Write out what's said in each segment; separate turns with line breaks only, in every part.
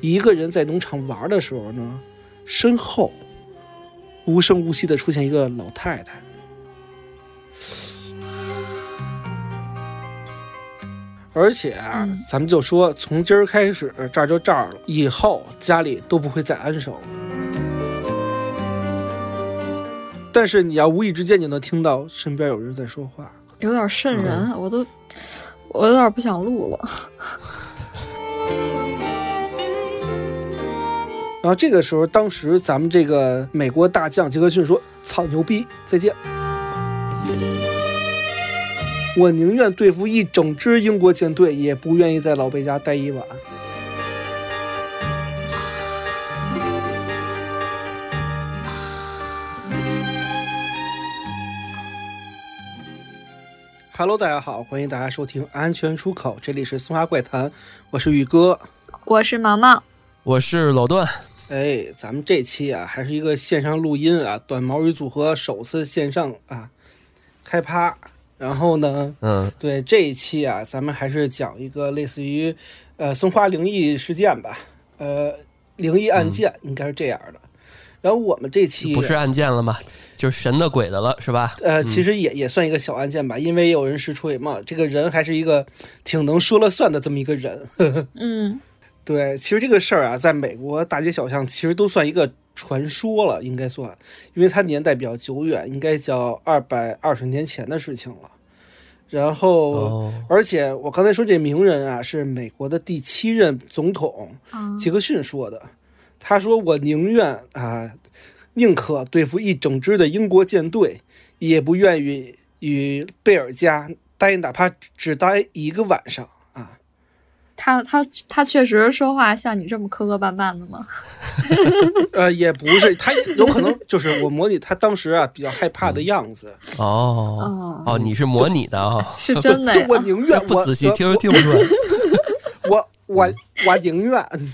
一个人在农场玩的时候呢，身后无声无息的出现一个老太太。而且啊，
嗯
咱们就说从今儿开始，呃这儿就这儿了，以后家里都不会再安生了。但是你要无意之间，你能听到身边有人在说话。
有点瘆人，我都我有点不想录了。
然后这个时候，当时咱们这个美国大将杰克逊说：“操牛逼，再见！我宁愿对付一整支英国舰队，也不愿意在老贝家待一晚。”哈喽，大家好，欢迎大家收听《安全出口》，这里是《松花怪谈》，我是宇哥。
我是毛毛，
我是老段，
哎，咱们这期啊，还是一个线上录音啊，短毛鱼组合首次线上啊开趴。然后呢，
嗯，
对这一期啊，咱们还是讲一个类似于呃松花灵异事件吧，呃灵异案件、应该是这样的。然后我们这期
嗯不是嗯案件了吗？就是神的鬼的了，是吧？
呃，其实也也算一个小案件吧，因为有人实锤嘛，这个人还是一个挺能说了算的这么一个人。
嗯，
对，其实这个事儿啊，在美国大街小巷其实都算一个传说了，应该算，因为它年代比较久远，应该叫二百二十年前的事情了。然后，
哦，
而且我刚才说这名人啊，是美国的第七任总统
啊，
杰克逊说的。他说：“我宁愿啊，宁可对付一整支的英国舰队，也不愿意与贝尔家待，哪怕只待一个晚上啊。”
他他他确实说话像你这么磕磕绊绊的吗？
呃，也不是，他也有可能就是我模拟他当时啊比较害怕的样子。
哦，
哦，
哦，你是模拟的啊？
是嗯真的
就
呀。
我宁愿
不
我
仔细
我
听听不 出来。
我我我宁愿
嗯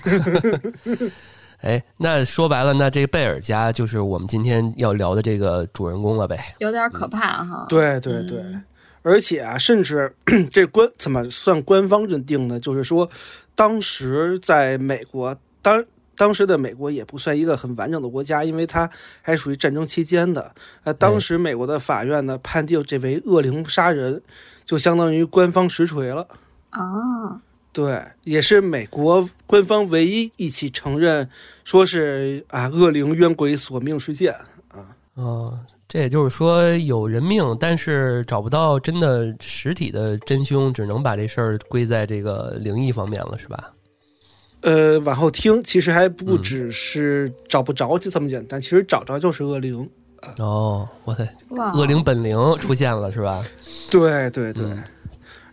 哎，那说白了，那这个贝尔家就是我们今天要聊的这个主人公了呗？
有点可怕哈。
嗯对对对，
嗯
而且啊，甚至 这官怎么算官方认定呢？就是说，当时在美国，当当时的美国也不算一个很完整的国家，因为它还属于战争期间的。呃，当时美国的法院呢判定这为恶灵杀人，就相当于官方实锤了。
啊，
对，也是美国官方唯一一起承认说是啊恶灵冤鬼索命事件。
哦，这也就是说有人命，但是找不到真的实体的真凶，只能把这事儿归在这个灵异方面了，是吧？
呃，往后听，其实还不只是找不着就这么简单，其实找着就是恶灵。
哦，哇塞，
哇，
恶灵本灵出现了，是吧？
对对对，
嗯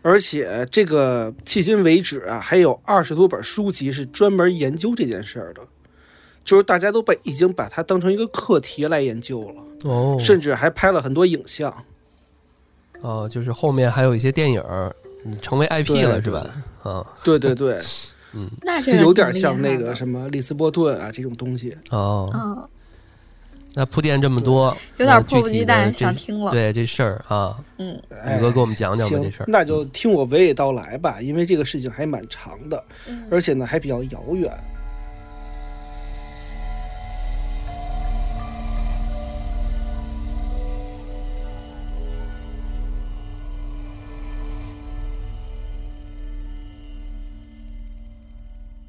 而且这个迄今为止啊，还有二十多本书籍是专门研究这件事儿的，就是大家都把已经把它当成一个课题来研究了，
哦，
甚至还拍了很多影像。
哦，就是后面还有一些电影儿嗯成为 IP 了，
对
是吧？啊
对对对，
那这个
有点
挺厉
像那
害
个
的
什么利兹波顿啊这种东西。
哦，
嗯，
那铺垫这么多，
有
那
点
具
迫不
体
及
的
待
这
想听了。
对这事儿啊，
嗯
哎
宇哥给我们讲讲吧
行
这事儿。嗯
那就听我娓娓道来吧，因为这个事情还蛮长的，
嗯
而且呢还比较遥远。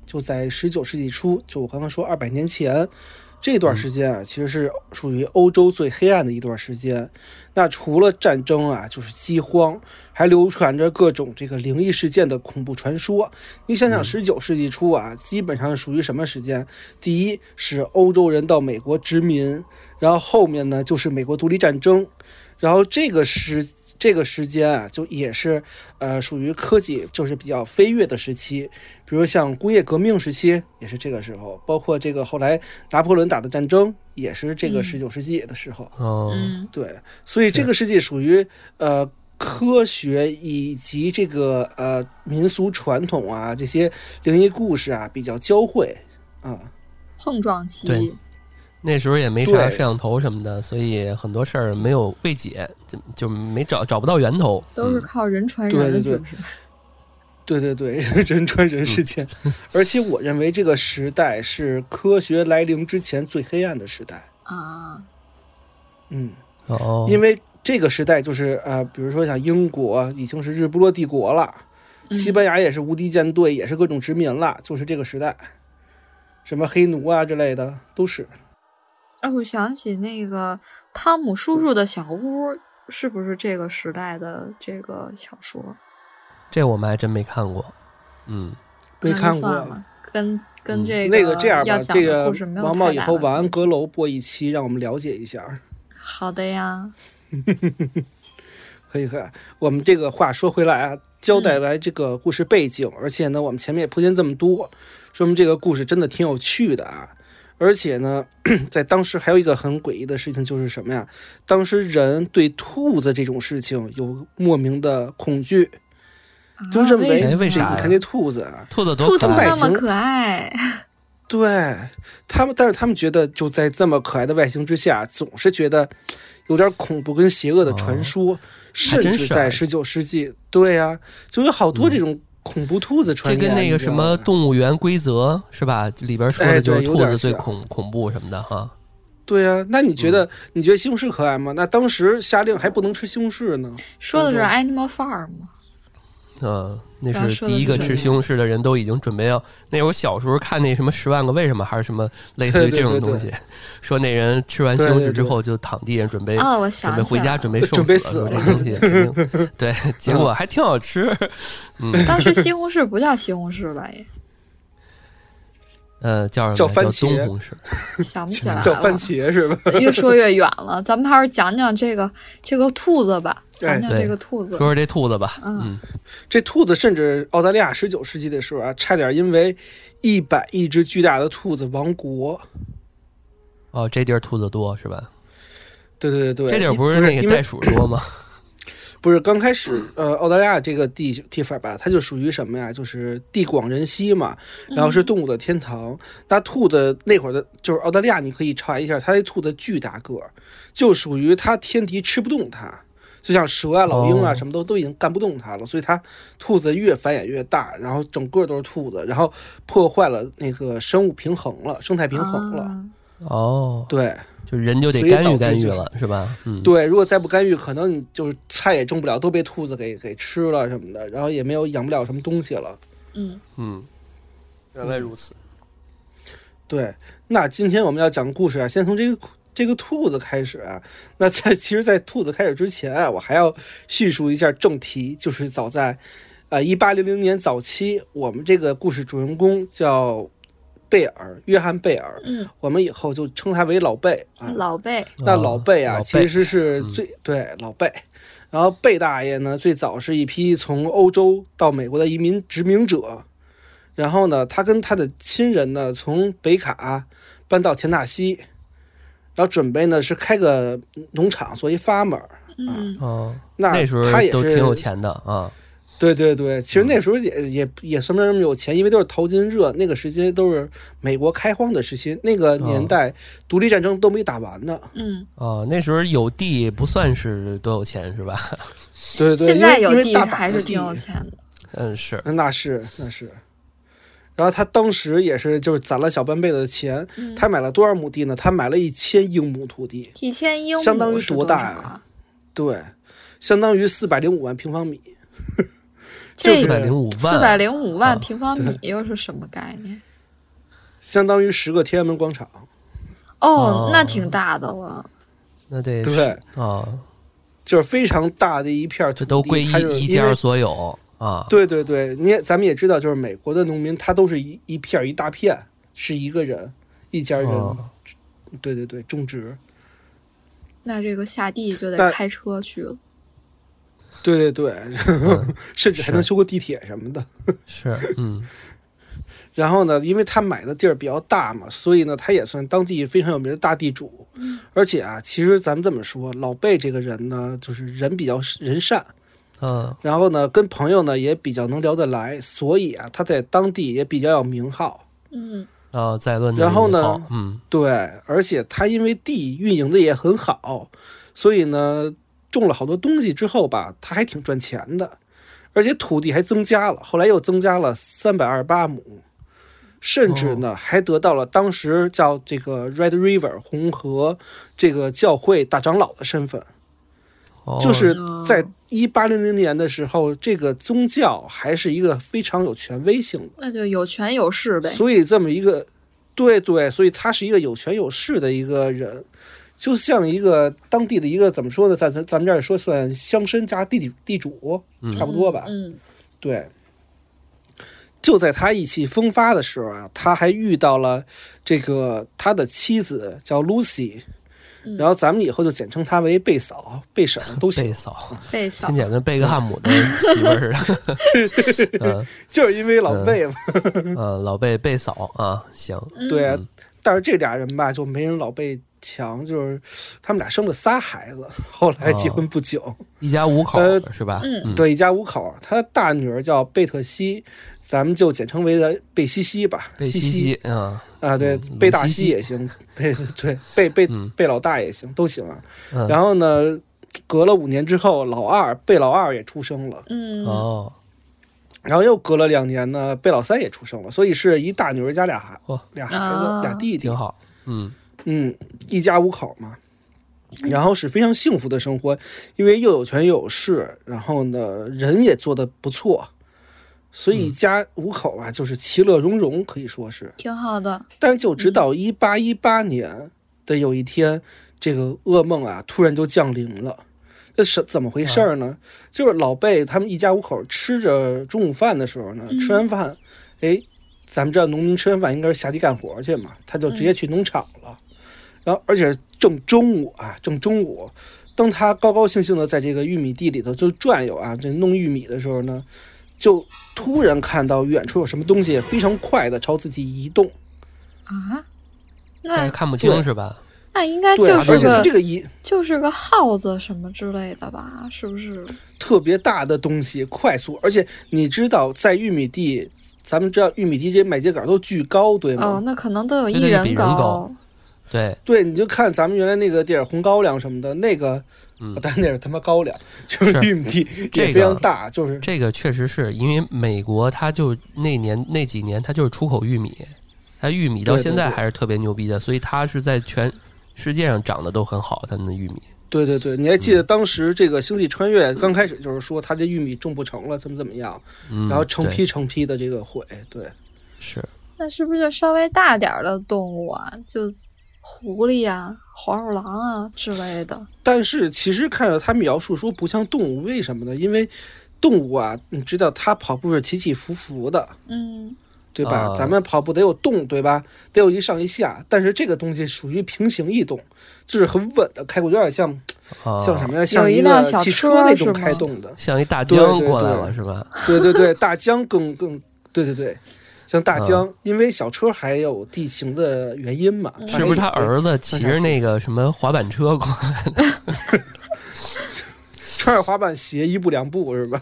就在十九世纪初，就我刚刚说二百年前，这
嗯
段时间啊，其实是属于欧洲最黑暗的一段时间。那除了战争啊，就是饥荒，还流传着各种这个灵异事件的恐怖传说。你想想，十九世纪初啊，基本上属于什么时间？第一是欧洲人到美国殖民，然后后面呢就是美国独立战争，然后这个时这个时间啊，就也是呃属于科技就是比较飞跃的时期，比如像工业革命时期也是这个时候，包括这个后来拿破仑打的战争也是这个
嗯
十九世纪的时候。
哦，
嗯
对，所以这个世界属于呃科学以及这个呃民俗传统啊这些灵异故事啊比较交汇啊。
碰撞期，
对那时候也没啥
对
摄像头什么的，所以很多事儿没有未解，就就没找找不到源头。
都是
嗯
靠人传
对
人，
对对
是不是？
对对对， 人传人事件，而且我认为这个时代是科学来临之前最黑暗的时代。
啊，
嗯，
哦，
因
为
为这个时代就是呃，比如说像英国已经是日不落帝国了，
嗯
西班牙也是无敌舰队，也是各种殖民了，就是这个时代，什么黑奴啊之类的都是。
哎，我想起那个汤姆叔叔的小屋，是不是这个时代的这个小说？
这我们还真没看过。嗯，
没
那就
看过
算了，跟跟
嗯
这
那个这样
要
吧，
讲
这
的
个
故事没有
王
太
茂以
大
后
的
晚安
关系
阁楼播一期，让我们了解一下。
好的呀，
可以可以，我们这个话说回来啊，交代
嗯
完这个故事背景，而且呢，我们前面也铺垫这么多，说明这个故事真的挺有趣的啊。而且呢， 在当时还有一个很诡异的事情，就是什么呀？当时人对兔子这种事情有莫名的恐惧，
啊
就认
为
为
为
这
啥呀
你看这兔子啊，
兔子多
兔
可
兔
外
爱
那
形
么可爱，
对他们，但是他们觉得就在这么可爱的外形之下，总是觉得有点恐怖跟邪恶的传说，甚
哦真
至
是
在
啊嗯
十九世纪，对呀、就有好多这种恐怖兔子传
这
言，
跟那个
你知
什
道
么
吗
动物园规则是吧？里边说
哎
的就是
对有
兔
点
子最
像
恐恐怖什么的哈。
对呀、那你觉
嗯
得、你觉得西红柿可爱吗？那当时下令还不能吃西红柿呢，
说的是
对
Animal Farm 嘛？
嗯，那
刚
是
说
第
的
一个
是
吃
什
西红柿的人都已经准备要。那会儿我小时候看那什么《十万个为什么》还是什么类似于
对对
这种
对对
东西，说那人吃完西
对
红
对
柿之
对
后就躺地上准备
哦，我
准
想
备
起
回
来
家
了，
准备受
准备
死
死
了，这东西肯定 对，结果还挺好吃。嗯，
当时西红柿不叫西红柿吧？也
呃，叫什么？
叫番
棕
茄
红柿。
想不起来了。
叫番茄是吧？
越说越远了，咱们还是讲讲这个这个兔子吧，
哎
讲讲
对
这个兔子
说。说这兔子吧，
嗯
嗯，
这兔子甚至澳大利亚十九世纪的时候啊，差点因为一百亿只巨大的兔子亡国。
哦，这地儿兔子多是吧？
对对对对，
这地儿
不
是那
因
个
为
袋鼠多吗？
不是刚开始，呃，澳大利亚这个地地方吧，它就属于什么呀？就是地广人稀嘛，然后是动物的天堂。那兔子那会儿的，就是澳大利亚，你可以查一下，它那兔子巨大个儿，就属于它天敌吃不动它，就像蛇啊、老鹰啊
哦
什么都都已经干不动它了，所以它兔子越繁衍越大，然后整个都是兔子，然后破坏了那个生物平衡了，生态平衡了。
啊
哦，
对
就人就得
所以导
干预
致
干预
就是
了是吧？嗯，
对，如果再不干预，可能你就是菜也种不了，都被兔子给给吃了什么的，然后也没有养不了什么东西了。
嗯，
嗯，原来如此。
对，那今天我们要讲的故事啊，先从这个这个兔子开始啊。那在其实，在兔子开始之前啊，我还要叙述一下正题，就是早在呃一八零零年早期，我们这个故事主人公叫贝尔，约翰贝尔，
嗯，
我们以后就称他为老贝啊。
老贝，
那老贝啊，
嗯哦老嗯
其实是最、对老贝。然后贝大爷呢，最早是一批从欧洲到美国的移民殖民者。然后呢，他跟他的亲人呢，从北卡搬到田纳西，然后准备呢是开个农场做一 farmer。
嗯，
哦，
那
那时候
他也
都
是
挺有钱嗯的啊。
对对对，其实那时候也、也也算不上有钱，因为都是淘金热，那个时间都是美国开荒的时期，那个年
哦
代独立战争都没打完呢。
嗯，
哦，那时候有地不算是多有钱是吧？
对对，
现
因为
在有
因为
地
大把
还
的
是挺
地
有钱的。
嗯，是
那是那是。然后他当时也是就是攒了小半辈子的钱，
嗯
他买了多少亩地呢？他买了一千英亩土地，
一千英亩
相当于
是
多
多
大
少啊？
对，相当于四百零五万平方米。就
这
四
是
百零五万，
四百零五
啊
万平方米又是什么概念？
相当于十个天安门广场。
哦
哦，
那挺大的了。
那得
对
是哦，
就是非常大的一片土
这
地，
都归
它就是
一一
因为
家所有啊。
对对对，你也咱们也知道，就是美国的农民，他都是一一片一大片，是一个人一家人，
哦
对对对，种植。
那这个下地就
但
得开车去了。
对对对，
嗯
甚至还
是
能修个地铁什么的。
是，嗯，
然后呢，因为他买的地儿比较大嘛，所以呢，他也算当地非常有名的大地主。而且啊，其实咱们这么说，老贝这个人呢，就是人比较人善，
嗯，
然后呢，跟朋友呢也比较能聊得来，所以啊，他在当地也比较有名号。
嗯，
哦，再论
然后呢
好，嗯，
对，而且他因为地运营的也很好，所以呢，种了好多东西之后吧，他还挺赚钱的。而且土地还增加了，后来又增加了三百二十八亩，甚至呢还得到了当时叫这个 Red River 红河这个教会大长老的身份。
哦
就是在
哦
一八零零年的时候，这个宗教还是一个非常有权威性的，
那就有权有势呗。
所以这么一个，对对，所以他是一个有权有势的一个人，就像一个当地的一个怎么说呢，在咱咱们这儿说算乡绅加地主地主差不多吧，
嗯，
对。就在他意气风发的时候啊，他还遇到了这个他的妻子叫 Lucy，
嗯
然后咱们以后就简称她为贝嫂、贝婶儿都行
贝。嫂，
贝嫂
听起来跟贝克汉姆的媳妇儿似的。
就是因为老贝嘛，
嗯 嗯，老贝贝嫂啊，行，
嗯
对啊。但是这俩人吧，就没人老贝强，就是他们俩生了仨孩子，后来结
哦
婚不久，
一家五口
呃
是吧？
嗯
嗯，
对，一家五口。他大女儿叫贝特西，咱们就简称为的贝西西吧，
贝西
西
西啊，
啊，对
嗯，
贝大
鲁西
西
西
也行，贝对贝贝
嗯
贝老大也行，都行啊。
嗯
然后呢，隔了五年之后，老二贝老二也出生了，
嗯，
哦，
然后又隔了两年呢，贝老三也出生了，所以是一大女儿加俩孩
哇
俩孩子
啊
俩弟弟
挺。好，嗯
嗯，一家五口嘛，然后是非常幸福的生活，因为又有权又有势，然后呢人也做得不错，所以一家五口啊就是其乐融融，可以说是。
挺好的。
但就直到一八一八年的有一天，这个噩梦啊突然就降临了。这是怎么回事儿呢？就是老贝他们一家五口吃着中午饭的时候呢，
嗯
吃完饭，哎，咱们知道农民吃完饭应该是下地干活去嘛，他就直接去农场了。然后，而且正中午啊，正中午，当他高高兴兴的在这个玉米地里头就转悠啊，这弄玉米的时候呢，就突然看到远处有什么东西非常快的朝自己移动。
啊，
但是
那
看不
对
清是吧？
那应该
对啊，
就
而
是
且它
个
这个一
就是个耗子什么之类的吧？是不是？
特别大的东西，快速，而且你知道，在玉米地，咱们知道玉米地这些麦秸秆都巨高，对吗？
哦，那可能都有
这
一
个比
人
人
高
高。对，
对，你就看咱们原来那个电影《红高粱》什么的，那个，
嗯
但那是他妈高粱，就是
是
玉米地
这
也
个
非常大，就是
这个确实是因为美国，它就那年那几年，它就是出口玉米，它玉米到
对对
现在
对
还是特别牛逼的，所以它是在全世界上长得都很好，它们的玉米。
对对对，你还
嗯
记得当时这个《星际穿越》刚开始就是说他这玉米种不成了，怎么怎么样，
嗯，
然后成
对
批成批的这个毁，对，
是
那是不是就稍微大点儿的动物啊？就狐狸啊、黄鼠狼啊之类的。
但是其实看到他描述说不像动物，为什么呢？因为动物啊，你知道它跑步是起起伏伏的，
嗯，
对吧？
啊
咱们跑步得有动，对吧？得有一上一下，但是这个东西属于平行移动，就是很稳的开过，有点像、
啊，
像什么呀？像
一
一
辆
个
小
汽
车
那
是
种
吗
开动的。
像一大
对
江
对
过来
对
了是吧？
对对对，大疆更更对对对，像大疆，
啊
因为小车还有地形的原因嘛，它
是不是他
还有
儿子骑着那个什么滑板车过来？
穿着滑板鞋一步两步是吧？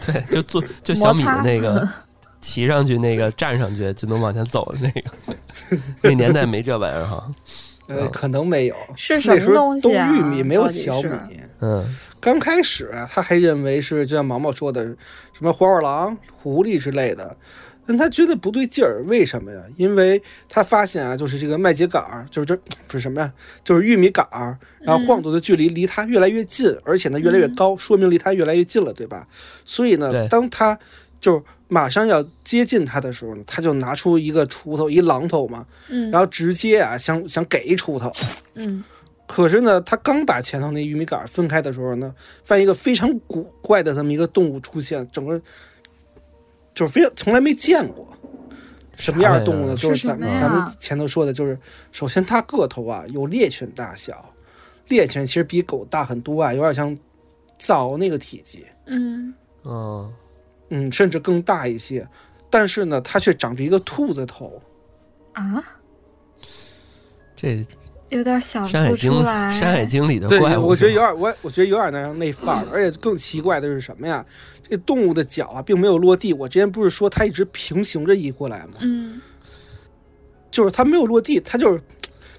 对，就坐就小米
摩擦
的 那个骑上去，那个站上去就能往前走的那个。那年代没这玩意儿哈。
呃，
嗯
可能没有，
是什
那时
么
候
东
都
西啊？
玉米没有
到底
小米
是。
嗯，
刚开始啊，他还认为是就像毛毛说的，什么黄鼠狼、狐狸之类的，但他觉得不对劲儿，为什么呀？因为他发现啊，就是这个麦秸秆儿，就是这不是什么呀，就是玉米杆儿，然后
嗯
晃动的距离离他越来越近，而且呢越来越高，说明离他越来越近了，对吧？所以呢，
对
当他就马上要接近他的时候呢，他就拿出一个锄头，一榔头嘛，
嗯
然后直接啊想想给一锄头，
嗯，
可是呢，他刚把前头那玉米杆分开的时候呢，发现一个非常古怪的这么一个动物出现，整个就是非常从来没见过。什么样的动物呢？
啥
就是是咱
什么
们
呀
咱们前头说的，就是首先它个头啊有猎犬大小，猎犬其实比狗大很多啊，有点像枣那个体积，
嗯，
嗯，
嗯，甚至更大一些。但是呢，它却长着一个兔子头，
啊，
这《
有点想
山海
啊不
经
出》来。
《山海经》里的
对，
怪物，
我觉得有点，我我觉得有点那样那范儿。而且更奇怪的是什么呀？这动物的脚啊，并没有落地。我之前不是说它一直平行着移过来吗？
嗯，
就是它没有落地，它就是嘖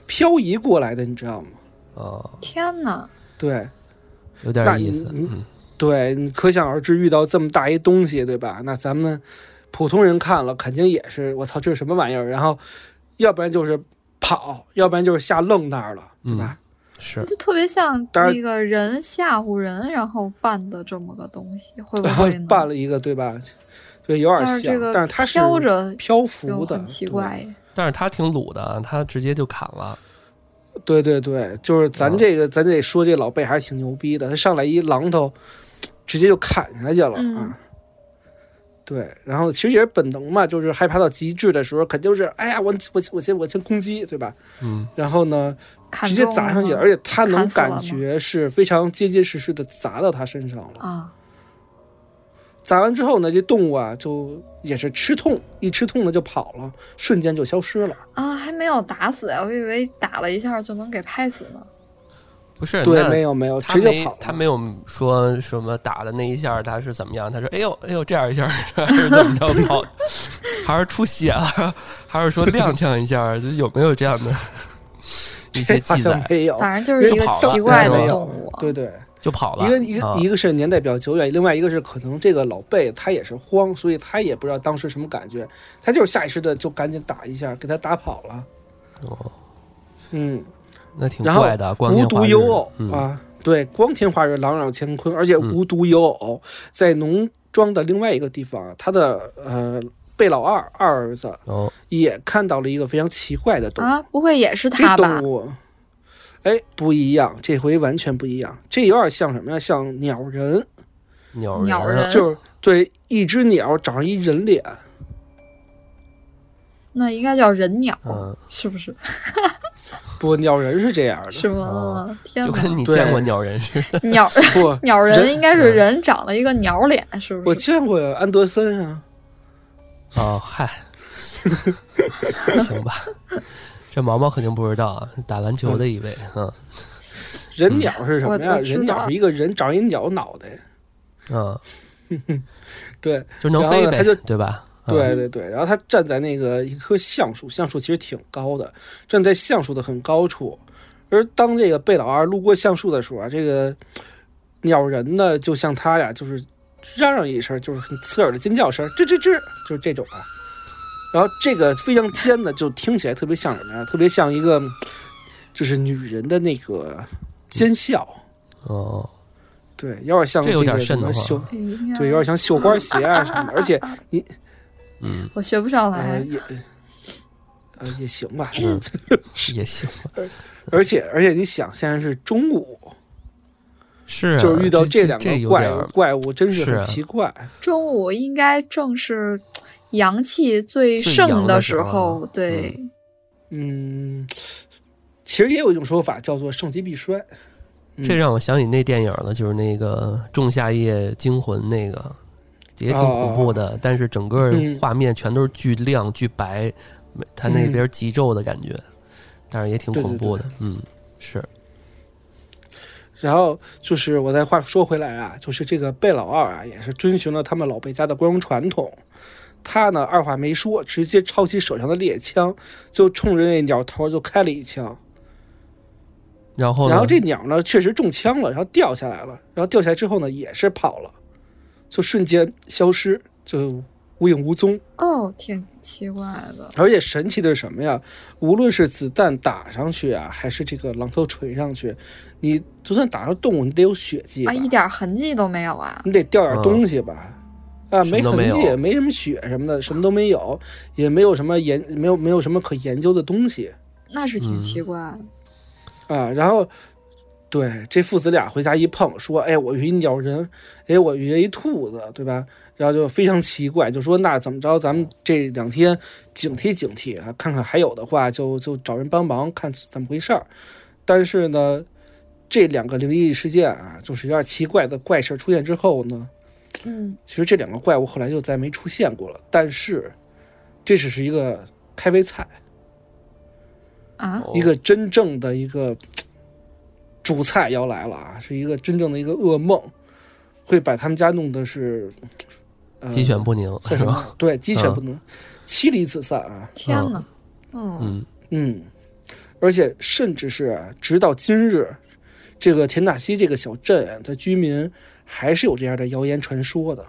漂移过来的，你知道吗？
哦，
天哪，
对，
有点
那
意
你
思。
你
嗯，
对，你可想而知，遇到这么大一东西，对吧？那咱们普通人看了，肯定也是我操，这是什么玩意儿？然后，要不然就是跑，要不然就是吓愣那儿了，对吧？
是
就特别像
当然
那个人吓唬人，然后办的这么个东西，
嗯
会不
然
嗯
后
会呢？
办了一个，对吧？对，有点
但是
像
这，个
但是它是
飘着
漂浮
就
的，
很奇
对
怪。
但是他挺鲁的，他直接就砍了。
对对对，就是咱
嗯
这个，咱得说这老贝还是挺牛逼的，他上来一榔头，直接就砍下去了、
嗯
啊。对，然后其实也是本能嘛，就是害怕到极致的时候，肯定是哎呀，我我我先我先攻击，对吧？
嗯，
然后呢，
砍
直接
中
砸
了
上去，
吗
而且他能
砍死了
感
吗
觉是非常结结实实的砸到他身上了。
啊，
砸完之后呢，这动物啊就也是吃痛，一吃痛呢就跑了，瞬间就消失了。
啊，还没有打死呀，我以为打了一下就能给拍死呢。
不是，
对，
那
没有没有，
他
直接
没
跑了。
他没有说什么打的那一下他是怎么样？他说：“哎呦哎呦，这样一下 还是怎么着跑？还是出血了？还是说踉跄一下？就有没有这样的 一些
这好
记
像
载？
没有，
反正就是一
就
个
跑了
奇怪
没
的
有
动物啊。
对对。
就跑了？
一个一个、
啊
一个是年代比较久远，另外一个是可能这个老贝他也是慌，所以他也不知道当时什么感觉，他就是下意识的就赶紧打一下，给他打跑了。
哦，
嗯，
那挺
然后
怪的，啊光
无
天化
独
日
有偶、
嗯
啊，对，光天化日，朗朗乾坤，而且无独有偶，在农庄的另外一个地方，啊他的呃贝老二二儿子
哦，
也看到了一个非常奇怪的东西，
啊，不会也是
这
他吧
动？物。哎，不一样，这回完全不一样。这有点像什么呀？像鸟人，
鸟
鸟
人
人
啊
就是对一只鸟长一人脸，
那应该叫人鸟，
嗯，
是不是？
不，鸟人是这样
什
的，啊
么？天
就
哪！
跟你
对
见过鸟人似的。
鸟，
不
鸟人
人
应该是
嗯
人长了一个鸟脸，是不
我
是？
见过安德森啊，
哦，嗨，行吧，这毛毛肯定不知道啊，打篮球的一位，嗯
人鸟是什么
我
呀？
我知道
人鸟是一个人长一鸟脑袋，
嗯，
对
就能
然后
飞
呢
呗
他就，
对吧？嗯
对对对。然后他站在那个一棵橡树，橡树其实挺高的，站在橡树的很高处。而当这个贝老二路过橡树的时候啊，这个鸟人呢就像他呀，就是嚷嚷一声，就是很刺耳的尖叫声，吱吱吱，就是这种啊。然后这个非常尖的，就听起来特别像什么呀？特别像一个就是女人的那个尖笑，
哦，
对，有点像
这有
个
点瘆
什
得
么
慌
绣，
哎应该
对，有点像绣花鞋啊什么的，而且
嗯，
我学不上
呃
来。
也呃也行吧，
嗯也行，
而且而且你想，现在是中午，
是啊
就是遇到
这
两
这
个
有
怪
点儿
怪物，真是
是
很
啊
奇怪。
中午应该正是阳气最盛
最阳的时
时
候
候，
啊
对，
嗯，其实也有一种说法叫做盛极必衰，
这让我想起那电影了，就是那个《仲夏夜惊魂》那个，也挺恐怖的，但是整个
哦嗯
画面全都是巨亮、巨白，没它那边极昼的感觉，但是也挺
对对
恐怖的。嗯，是，
然后就是我再话说回来啊，就是这个贝老二啊，也是遵循了他们老贝家的光荣传统。他呢，二话没说，直接抄起手上的猎枪，就冲着那鸟头就开了一枪。
然后呢
然后这鸟呢，确实中枪了，然后掉下来了。然后掉下来之后呢，也是跑了，就瞬间消失，就无影无踪。
哦，挺奇怪的。
而且神奇的是什么呀？无论是子弹打上去啊，还是这个榔头锤上去，你就算打上动物，你得有血迹吧
啊，？一点痕迹都没有啊！
你得掉点东西吧？啊，
嗯什
没
么都
痕
没
迹，
有
没什么血什么的，什么都没有，也没有什么研，没有没有什么可研究的东西
那是挺
嗯
奇怪的。
啊。然后，对这父子俩回家一碰，说：“哎，我遇一鸟人，哎，我遇一兔子，对吧？”然后就非常奇怪，就说：“那怎么着？咱们这两天警惕警惕啊，看看还有的话就就找人帮忙，看怎么回事儿。”但是呢，这两个灵异事件啊，就是有点奇怪的怪事儿出现之后呢，
嗯，
其实这两个怪物后来就再没出现过了，但是这只是一个开胃菜，
啊，
哦
一个真正的一个嘖主菜要来了啊，是一个真正的一个噩梦，会把他们家弄的是呃
鸡犬不宁，嗯
算
是
什
吧？
么？对，鸡犬不能，妻离子散啊，
天哪！嗯，
嗯，
嗯，而且甚至是啊直到今日，这个田纳西这个小镇的居民还是有这样的谣言传说的。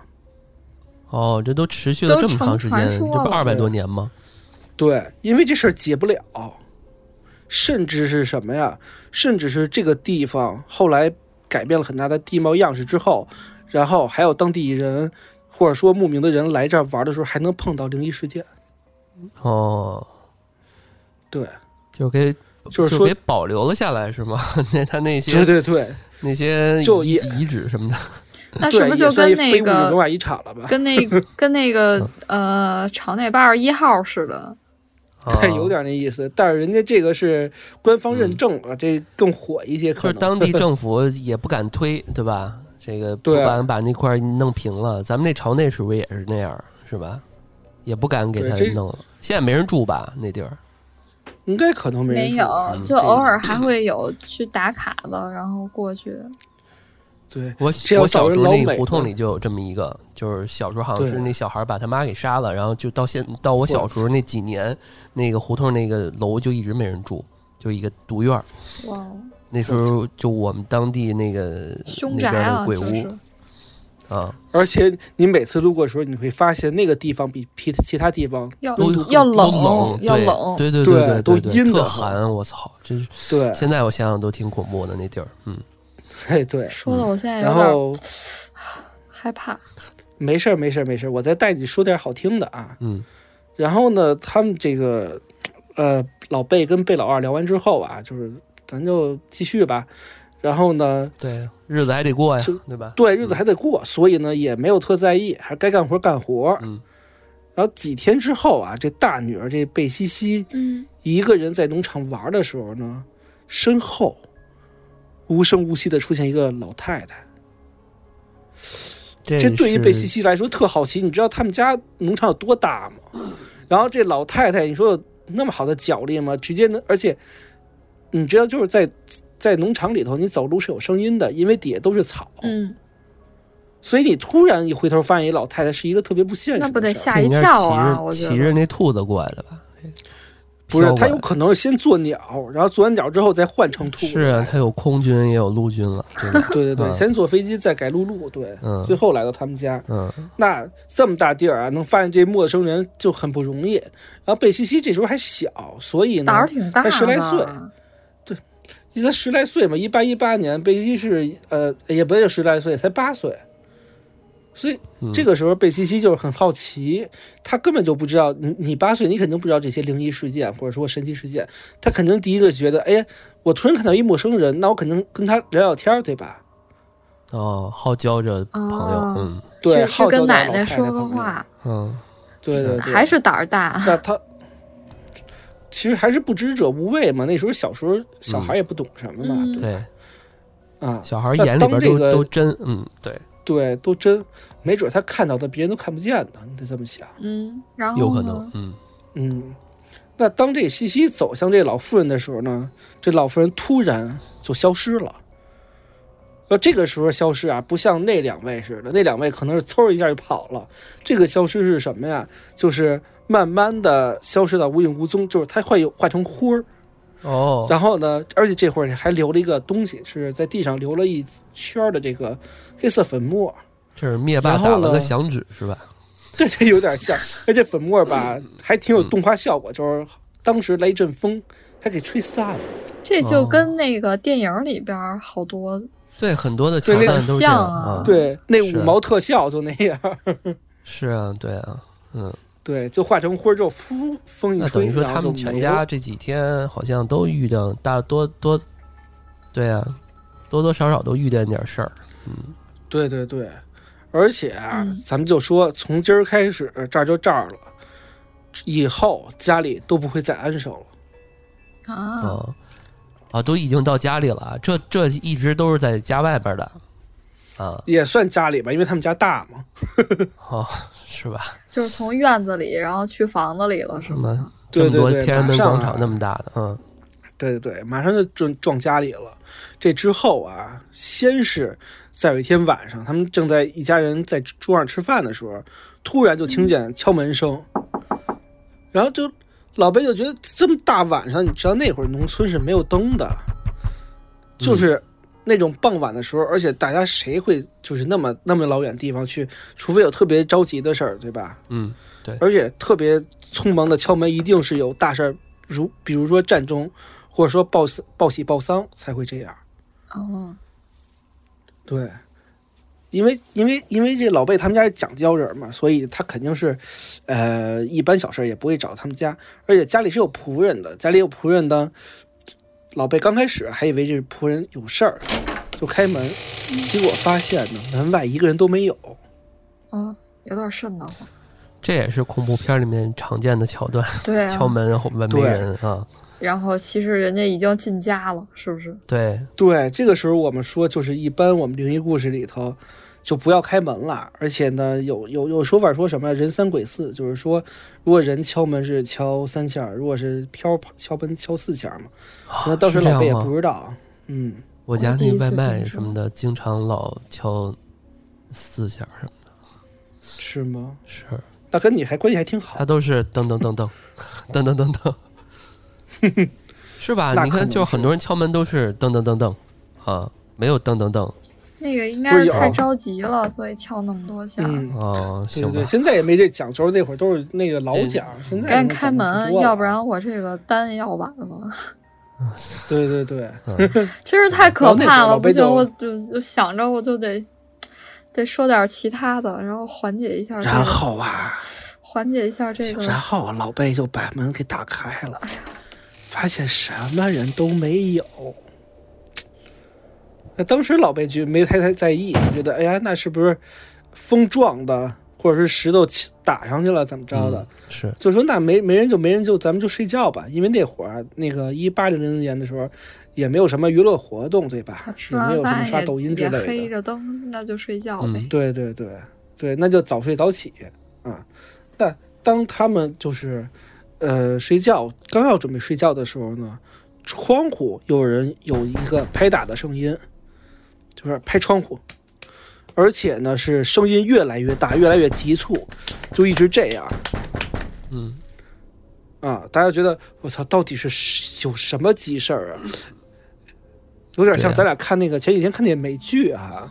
哦，这都持续了这么长时
都成
间，
传
这
说
不
了
二百多年吗？
对，因为这事儿解不了，甚至是什么呀？甚至是这个地方后来改变了很大的地貌样式之后，然后还有当地人或者说慕名的人来这儿玩的时候，还能碰到灵异事件。
哦，
对，
就给
就是
就
说
给保留了下来是吗？ 那他那
对
些
对对，
那些
就
遗
也
遗址什么的，
那是
对
不是
也
就
算
跟
一
那
非物质文
个
化遗产了吧？
跟那跟那个呃朝内八十一号似的？
啊
对，有点那意思，但是人家这个是官方认证啊，这更火一些，
就
可
是
能
当地政府也不敢推，对吧？这个不
对啊
敢把那块儿弄平了。咱们那朝内是不是也是那样儿，是吧？也不敢给
对
他
这
弄了。现在没人住吧？那地儿
应该可能没人
没
住
有
啊，
就
这个
偶尔还会有去打卡的，然后过去。
对，
我
这要
我小
找
时
人
候
老
那
美
个胡同
了
里就有这么一个，就是小时候好像
对
是那小孩把他妈给杀了，然后就到现到我小时候那几年，那个胡同那个楼就一直没人住，就一个独院儿。
哇哦，
那时候就我们当地那个
凶
那
宅
边儿
啊
的，
就
鬼屋
是嗯
啊，
而且你每次路过的时候，你会发现那个地方比其其他地方
要
都
要
都
冷，要
对
冷。
对对
嗯对
对，
都
对
阴得
特
很
寒，我操，真是
对，
现在我想想都挺恐怖的那地儿，嗯，
哎对，
说的我现在有
然
点
后
害怕。
没事儿没事儿没事儿，我再带你说点好听的啊。
嗯，
然后呢，他们这个呃老贝跟贝老二聊完之后啊，就是咱就继续吧。然后呢，
对，日子还得过呀
就，
对吧？
对日子还得过，所以呢也没有特在意，还该干活干活。
嗯。
然后几天之后啊，这大女儿这贝西西
嗯，
一个人在农场玩的时候呢，身后无声无息的出现一个老太太。
这
这对于贝
是
西西来说特好奇，你知道他们家农场有多大吗？然后这老太太，你说有那么好的脚力吗？直接能，而且你知道就是在在农场里头，你走路是有声音的，因为底下都是草，
嗯，
所以你突然一回头发现一老太太是一个特别不现实的
那不得
事儿
吓
这
一
应该是
跳
骑
啊！
着
我觉
骑
得
着那兔子过来的吧？
不是
飘过
他
来
有可能是先做鸟，然后做完鸟之后再换成兔子
是啊，他有空军也有陆 军了，真的
对对对，
嗯
先坐飞机再改陆路，对，
嗯
最后来到他们家。
嗯，
那这么大地儿啊，能发现这陌生人就很不容易。然后贝西西这时候还小，所以呢
胆，儿挺大
才
的。啊
10来岁因为他十来岁嘛，一八一八年，贝西西是呃也不是十来岁，才八岁，所以
嗯
这个时候贝西西就是很好奇，他根本就不知道你你八岁，你肯定不知道这些灵异事件或者说神奇事件，他肯定第一个觉得，哎，我突然看到一陌生人，那我肯定跟他聊聊天儿，对吧？
哦，好交着朋友，
哦
嗯
去
对，
去
好
跟
交到
奶
老
奶
太
说
太
个
旁边
话，
嗯，
对对对，
还是胆儿大。
那他其实还是不知者无畏嘛。那时候小时候小孩也不懂什么嘛，
嗯
对
对，
啊，
小孩
那
眼里
当
边
这
都
个
都真，嗯，对，
对，都真没准他看到的别人都看不见呢，你得这么想。
嗯，
哦
然后
有可
呢
能，嗯，
嗯，那当这西西走向这老妇人的时候呢，这老妇人突然就消失了。呃，这个时候消失啊，不像那两位似的，那两位可能是嗖一下就跑了。这个消失是什么呀？就是慢慢的消失到无影无踪，就是它会有化成灰儿，
哦，
然后呢，而且这会儿还留了一个东西，是在地上留了一圈儿的这个黑色粉末。
这是灭霸
然
打
后
了
呢
个响指是吧？
对，这有点 像。哎，这粉末吧，还挺有动画效果，就是当时来一阵风，还给吹散了。
这就
哦
跟那个电影里边儿好多
对，很多的桥
对
段
那个
都是这
像
样
啊
啊，
对，那
是
五毛特效就那样。
是啊，对啊，嗯，
对，就化成灰儿之后，噗，风一
那等
吹，
于说
然后
他
就
们全
没
家
了
这几天好像都遇到大多多，对啊，多多少少都遇见点事儿，
对对对，而且啊，
嗯
咱们就说从今儿开始，这儿就这儿了，以后家里都不会再安生了。嗯
啊，
啊啊，都已经到家里了啊，这这一直都是在家外边的啊，
也算家里吧，因为他们家大嘛。
哦，是吧？
就是从院子里，然后去房子里了，是
这
吗？
么
对
这么多
对对
天安门
马上
广
啊
场那么大的，嗯，
对对对，马上就撞撞家里了。这之后啊，先是在有一天晚上，他们正在一家人在桌上吃饭的时候，突然就听见敲门声，然后就老贝就觉得这么大晚上，你知道那会儿农村是没有灯的，就是那种傍晚的时候，而且大家谁会就是那么那么老远地方去？除非有特别着急的事儿，对吧？
嗯，
而且特别匆忙的敲门，一定是有大事儿，如比如说战争，或者说报丧报喜报丧才会这样。
哦，
对，因为因为因为这老贝他们家是讲究人嘛，所以他肯定是，呃，一般小事儿也不会找他们家，而且家里是有仆人的，家里有仆人的。老贝刚开始还以为这是仆人有事儿，就开门，结果发现呢门外一个人都没有。
哦，有点瘆得慌。
这也是恐怖片里面常见的桥段，
对啊
敲，门然后门没人啊，
然后其实人家已经进家了，是不是？
对，
对，这个时候我们说，就是一般我们灵异故事里头就不要开门了，而且呢，有有有说法说什么呀人三鬼四，就是说，如果人敲门是敲三下，如果是飘敲门敲四下嘛。那当时
啊是这
老
样
贝也
吗
不知道，嗯，
我家那外卖
我第一次听说
什么的，经常老敲四下什么的，
是吗？
是
那跟你还关系还挺好
他，都是噔噔噔噔噔噔噔噔， 是吧？
那
你
可
看，
能
就是
是
很多人敲门都是噔噔噔噔啊，没有噔噔噔
那个应
不
该
是
是
有
太着急了，所以敲那么多下。
嗯，
哦，
对
行
对对，，
吧
现在也没这讲究，那会儿都是那个老
对
讲，现在
赶紧
那
开
讲究
门，
多了
要不然我这个单要晚了，
对对对，
真是太可怕
然后那会儿
了！
老贝
不行，
就
我就就想着我就得得说点其他的，然后缓解一下、这个，
然后啊，
缓解一下这个
然后啊老贝就把门给打开了，发现什么人都没有。那当时老贝就没太太在意，觉得哎呀，那是不是风撞的，或者是石头起打上去了，怎么着的？
嗯是
就说那没没人就没人就咱们就睡觉吧，因为那会儿啊那个一八零零年的时候，也没有什么娱乐活动，对吧？
吃
也没
完
有什么
啊饭
刷
也
抖音之
也
类的。
黑着灯，那就睡觉呗。
嗯
对对对对，那就早睡早起啊。那当他们就是呃睡觉，刚要准备睡觉的时候呢，窗户有人有一个拍打的声音，就是拍窗户，而且呢是声音越来越大，越来越急促，就一直这样。
嗯
啊，大家觉得我操，到底是是有什么急事儿啊？有点像
对啊
咱俩看那个前几天看那美剧啊，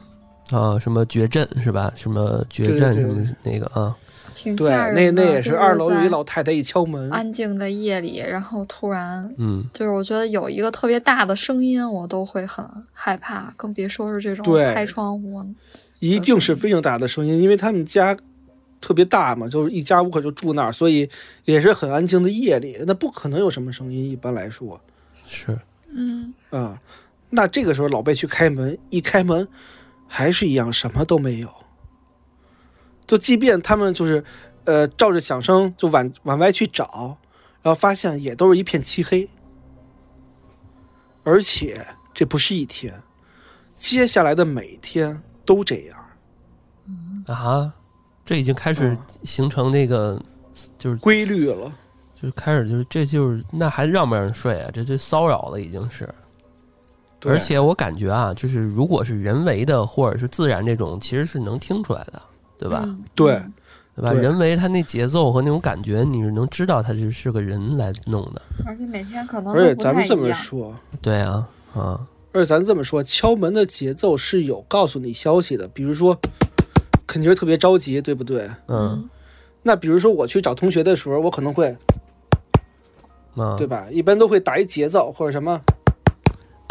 啊，什么绝阵是吧？什么绝阵
对
什
对对
么那个啊，
挺
对
吓，
那
人的。
那也
就是
二楼有
在啊
一老太太一敲门，
安静的夜里，然后突然
嗯，
就是我觉得有一个特别大的声音，我都会很害怕，更别说是这种
对
开窗户。
一定是非常大的声音，因为他们家特别大嘛，就是一家五口就住那儿，所以也是很安静的夜里，那不可能有什么声音。一般来说
是
嗯，
啊、那这个时候老贝去开门，一开门还是一样，什么都没有。就即便他们就是呃照着响声就往往外去找，然后发现也都是一片漆黑，而且这不是一天，接下来的每天都这样。
啊，这已经开始
嗯
形成那个，就是
规律了。
就是开始就是这就是那还让不让人睡啊？这这骚扰了已经是，
对
而且我感觉啊，就是如果是人为的或者是自然这种，其实是能听出来的，对
对
吧？
对
嗯
对吧？
对
人为他那节奏和那种感觉，你是能知道他这是个人来弄的。
而且每天可能
而且
都不
咱
太
们
一
这么
样。
说，
对啊，啊，
而且咱这么说，敲门的节奏是有告诉你消息的，比如说，肯定是特别着急，对不对？
嗯，
那比如说我去找同学的时候，我可能会，
啊，
嗯对吧？一般都会打一节奏或者什么，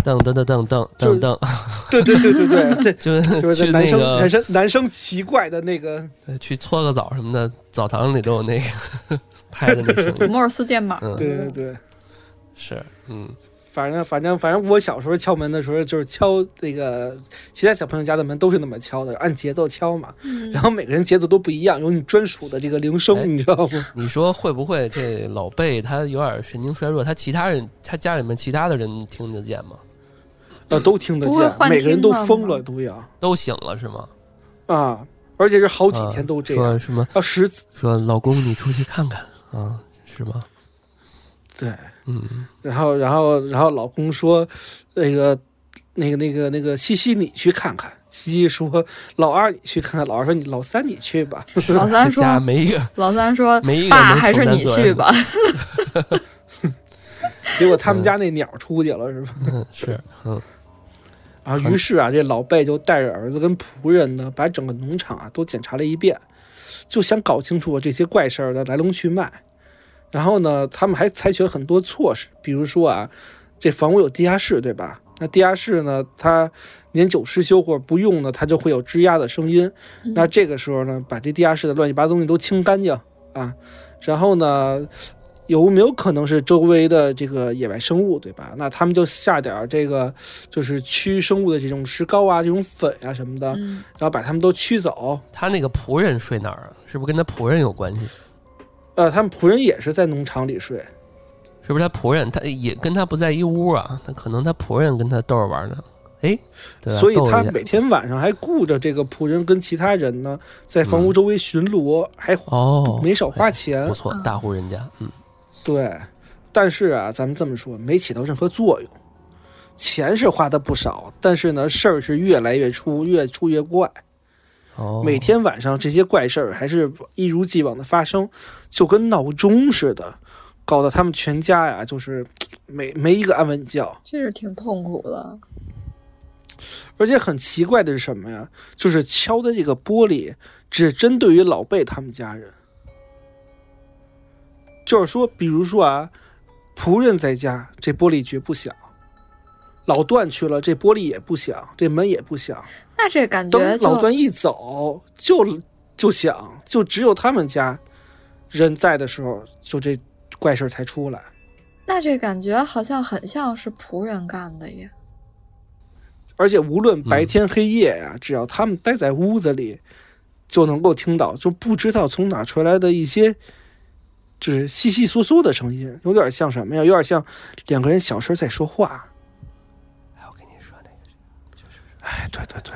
噔噔噔噔噔
就
噔噔，
对对对对对，这
就
就是
去
在男
那
生、男
个
生男生奇怪的那个，
对去搓个澡什么的，澡堂里都有那个 拍的那声音。
摩尔斯电码，
嗯，
对对对，
是，嗯，
反正反正反正我小时候敲门的时候，就是敲那个其他小朋友家的门都是那么敲的，按节奏敲嘛，
嗯
然后每个人节奏都不一样，有你专属的这个铃
哎
声，你知道吗？
你说会不会这老贝他有点神经衰弱？他其他人，他家里面其他的人听得见吗？
呃，都听得
不会
见，
幻
每个人
听
都
了
疯
吗
了，都要。
都醒了是吗？
啊，而且是好几天都这样。
说什么？
啊，十
说老公，你出去看看啊，是吗？
对，
嗯，
然后然后然后老公说，那个那个那个那个西西你去看看，西西说老二你去看看，老二说你老三你去吧，
老三
这
说，
家没一个
老三说
没一个，
爸
能
还是
承担
你
责任
去
的
吧。
结果他们家那鸟出去了是吧？
嗯，是，嗯，
啊，于是啊，这老贝就带着儿子跟仆人呢，把整个农场啊都检查了一遍，就想搞清楚这些怪事儿的来龙去脉。然后呢，他们还采取了很多措施，比如说啊，这房屋有地下室，对吧？那地下室呢，它年久失修或者不用呢，它就会有吱呀的声音。
嗯
那这个时候呢，把这地下室的乱七八糟东西都清干净啊，然后呢，有没有可能是周围的这个野外生物，对吧？那他们就下点儿这个就是驱生物的这种石膏啊、这种粉啊什么的，
嗯，
然后把他们都驱走。
他那个仆人睡哪儿啊？是不是跟他仆人有关系？
呃，他们仆人也是在农场里睡，
是不是他仆人？他也跟他不在一屋啊？他可能他仆人跟他逗着玩呢。哎，对吧
所以
逗
他
一下
每天晚上还雇着这个仆人跟其他人呢，在房屋周围巡逻，还
嗯哦，
没少花钱
不。错，大户人家，嗯，
对，但是啊，咱们这么说，没起到任何作用。钱是花的不少，但是呢，事儿是越来越出，越出越怪。
哦，
每天晚上这些怪事儿还是一如既往的发生，就跟闹钟似的，搞得他们全家呀，就是嘖没没一个安稳觉。
这是挺痛苦的。
而且很奇怪的是什么呀？就是敲的这个玻璃只针对于老贝他们家人，就是说，比如说啊，仆人在家，这玻璃绝不响；老段去了，这玻璃也不响，这门也不响。
那这感觉
等
就
老段一走，就就响，就只有他们家人在的时候，就这怪事儿才出来。
那这感觉好像很像是仆人干的耶。
而且无论白
嗯
天黑夜呀、只要他们待在屋子里，就能够听到，就不知道从哪传来的一些，就是悉悉嗦嗦的声音，有点像什么呀？有点像两个人小声在说话。
哎，我跟你说那个，
哎，对对对，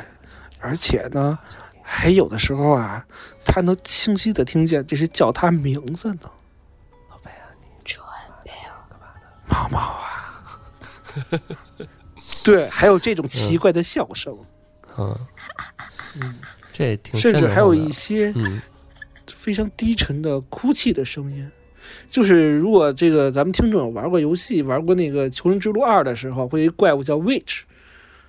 而且呢，还有的时候啊，他能清晰的听见这是叫他名字呢，
老白啊，你
毛毛啊。对，还有这种奇怪的笑声，
嗯，这挺
嗯甚至
瘆得
还有
慌的
一些
嗯，
非常低沉的哭泣的声音。就是如果这个咱们听众有玩过游戏，玩过那个《求生之路二》的时候，会有一怪物叫 Witch，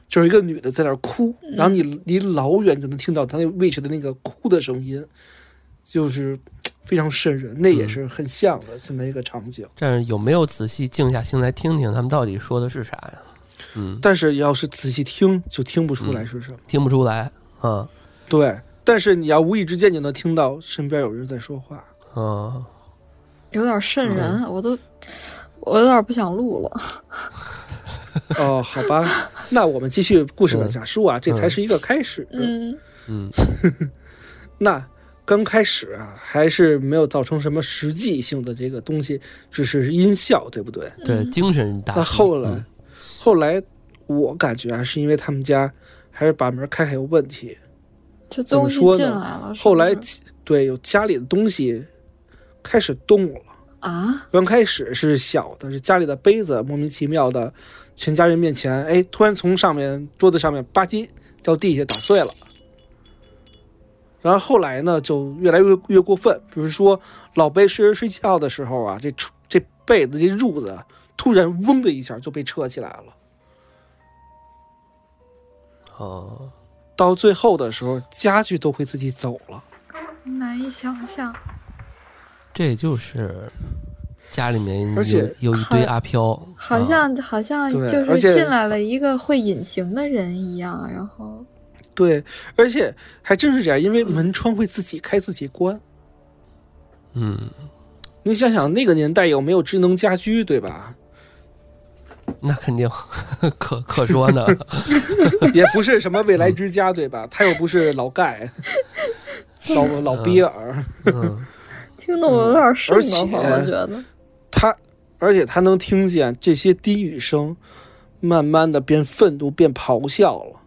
就是一个女的在那儿哭，然后你离老远就能听到她那 Witch 的那个哭的声音，就是嘖非常瘆人。那也是很像的现在一个场景。
但是有没有仔细静下心来听听他们到底说的是啥呀？嗯，
但是要是仔细听，就听不出来是什么。
听不出来，嗯
对，但是你要无意之间就能听到身边有人在说话。
嗯，
有点瘆人，我都我有点不想录了。
哦，好吧，那我们继续故事往下说
嗯
啊，这才是一个开始。
嗯
那刚开始啊，还是没有造成什么实际性的这个东西，只是音效，对不对？
对，精神打击。
那后来，
嗯
后来我感觉啊，是因为他们家还是把门开开有问题。
这
怎么
东西
说呢
进来了，哦是
后来
不是
几对有家里的东西开始动了。
啊，
刚开始是小的，是家里的杯子，莫名其妙的，全家人面前，哎，突然从上面桌子上面吧唧掉地下打碎了。然后后来呢，就越来越越过分，比如说老贝睡着睡觉的时候啊，这出这被子这褥子突然嗡的一下就被扯起来了。
哦，
到最后的时候，家具都会自己走了。
难以想象。
这就是家里面
而且
有有一堆
好
阿飘，
好
啊
像好像
对
就
而且
是进来了一个会隐形的人一样，然后
对，而且还真是这样，因为门窗会自己开自己关。
嗯，
你想想那个年代有没有智能家居，对吧？
那肯定 可可说呢。
也不是什么未来之家，对吧？他又不是老盖，老老比尔，
嗯，
听得我有点瘆
嗯而
得
且
慌，我觉得。
他而且他能听见这些低语声，慢慢的变愤怒，变咆哮了，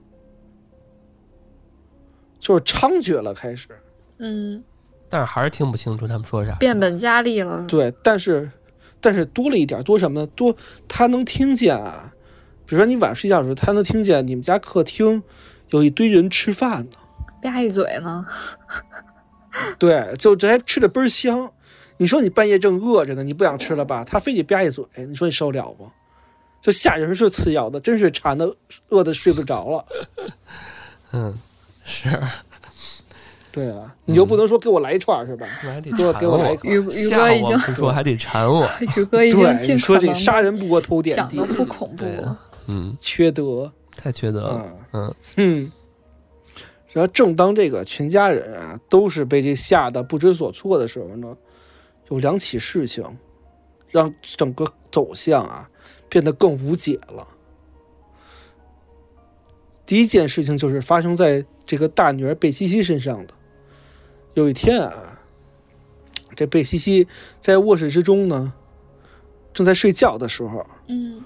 就是猖獗了，开始。
嗯，
但是还是听不清楚他们说啥。
变本加厉了。
对，但是但是多了一点，多什么呢？多他能听见啊，比如说你晚上睡觉的时候，他能听见你们家客厅有一堆人吃饭呢。
吧一嘴呢，
对，就这还吃的倍儿香。你说你半夜正饿着呢，你不想吃了吧？他非得吧一嘴，你说你受了不？就吓人是次要的，真是馋的饿的睡不着了。
嗯，是，
对啊，你就不能说给我来一串儿是吧？
嗯
还得
给我
馋
给我来一口
宇宇
吓
哥已
我
经
不说，还得馋我，
宇哥已经
对，
尽
你
可
说这
能
杀人不过头点
讲
地啊
的，不恐怖
对
了，
嗯，
缺德。
太缺德了，
嗯
嗯
嗯。然后，正当这个全家人啊都是被这吓得不知所措的时候呢，有两起事情让整个走向啊变得更无解了。第一件事情就是发生在这个大女儿贝西西身上的。有一天啊，这贝西西在卧室之中呢，正在睡觉的时候，啊
嗯，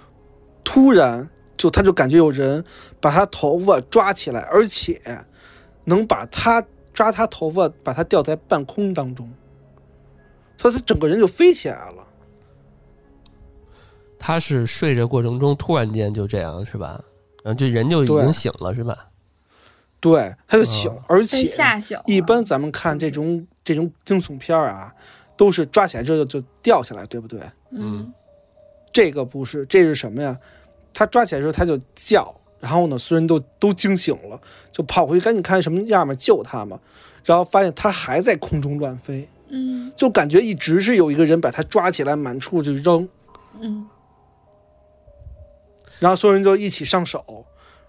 突然就他就感觉有人把他头发抓起来，而且能把他抓他头发，把他吊在半空当中，所以他整个人就飞起来了。
他是睡着过程中突然间就这样是吧？然后这人就已
对
经醒了是吧？
对，他就醒，
啊
而
哦被
且
吓醒了。
一般咱们看这种这种惊悚片儿啊，都是抓起来之后就掉下来，对不对？
嗯
这个不是，这是什么呀？他抓起来之后他就叫，然后呢，所有人都都惊醒了，就跑回去赶紧看什么样嘛，救他嘛。然后发现他还在空中乱飞，
嗯
就感觉一直是有一个人把他抓起来，满处就扔，
嗯
然后所有人就一起上手，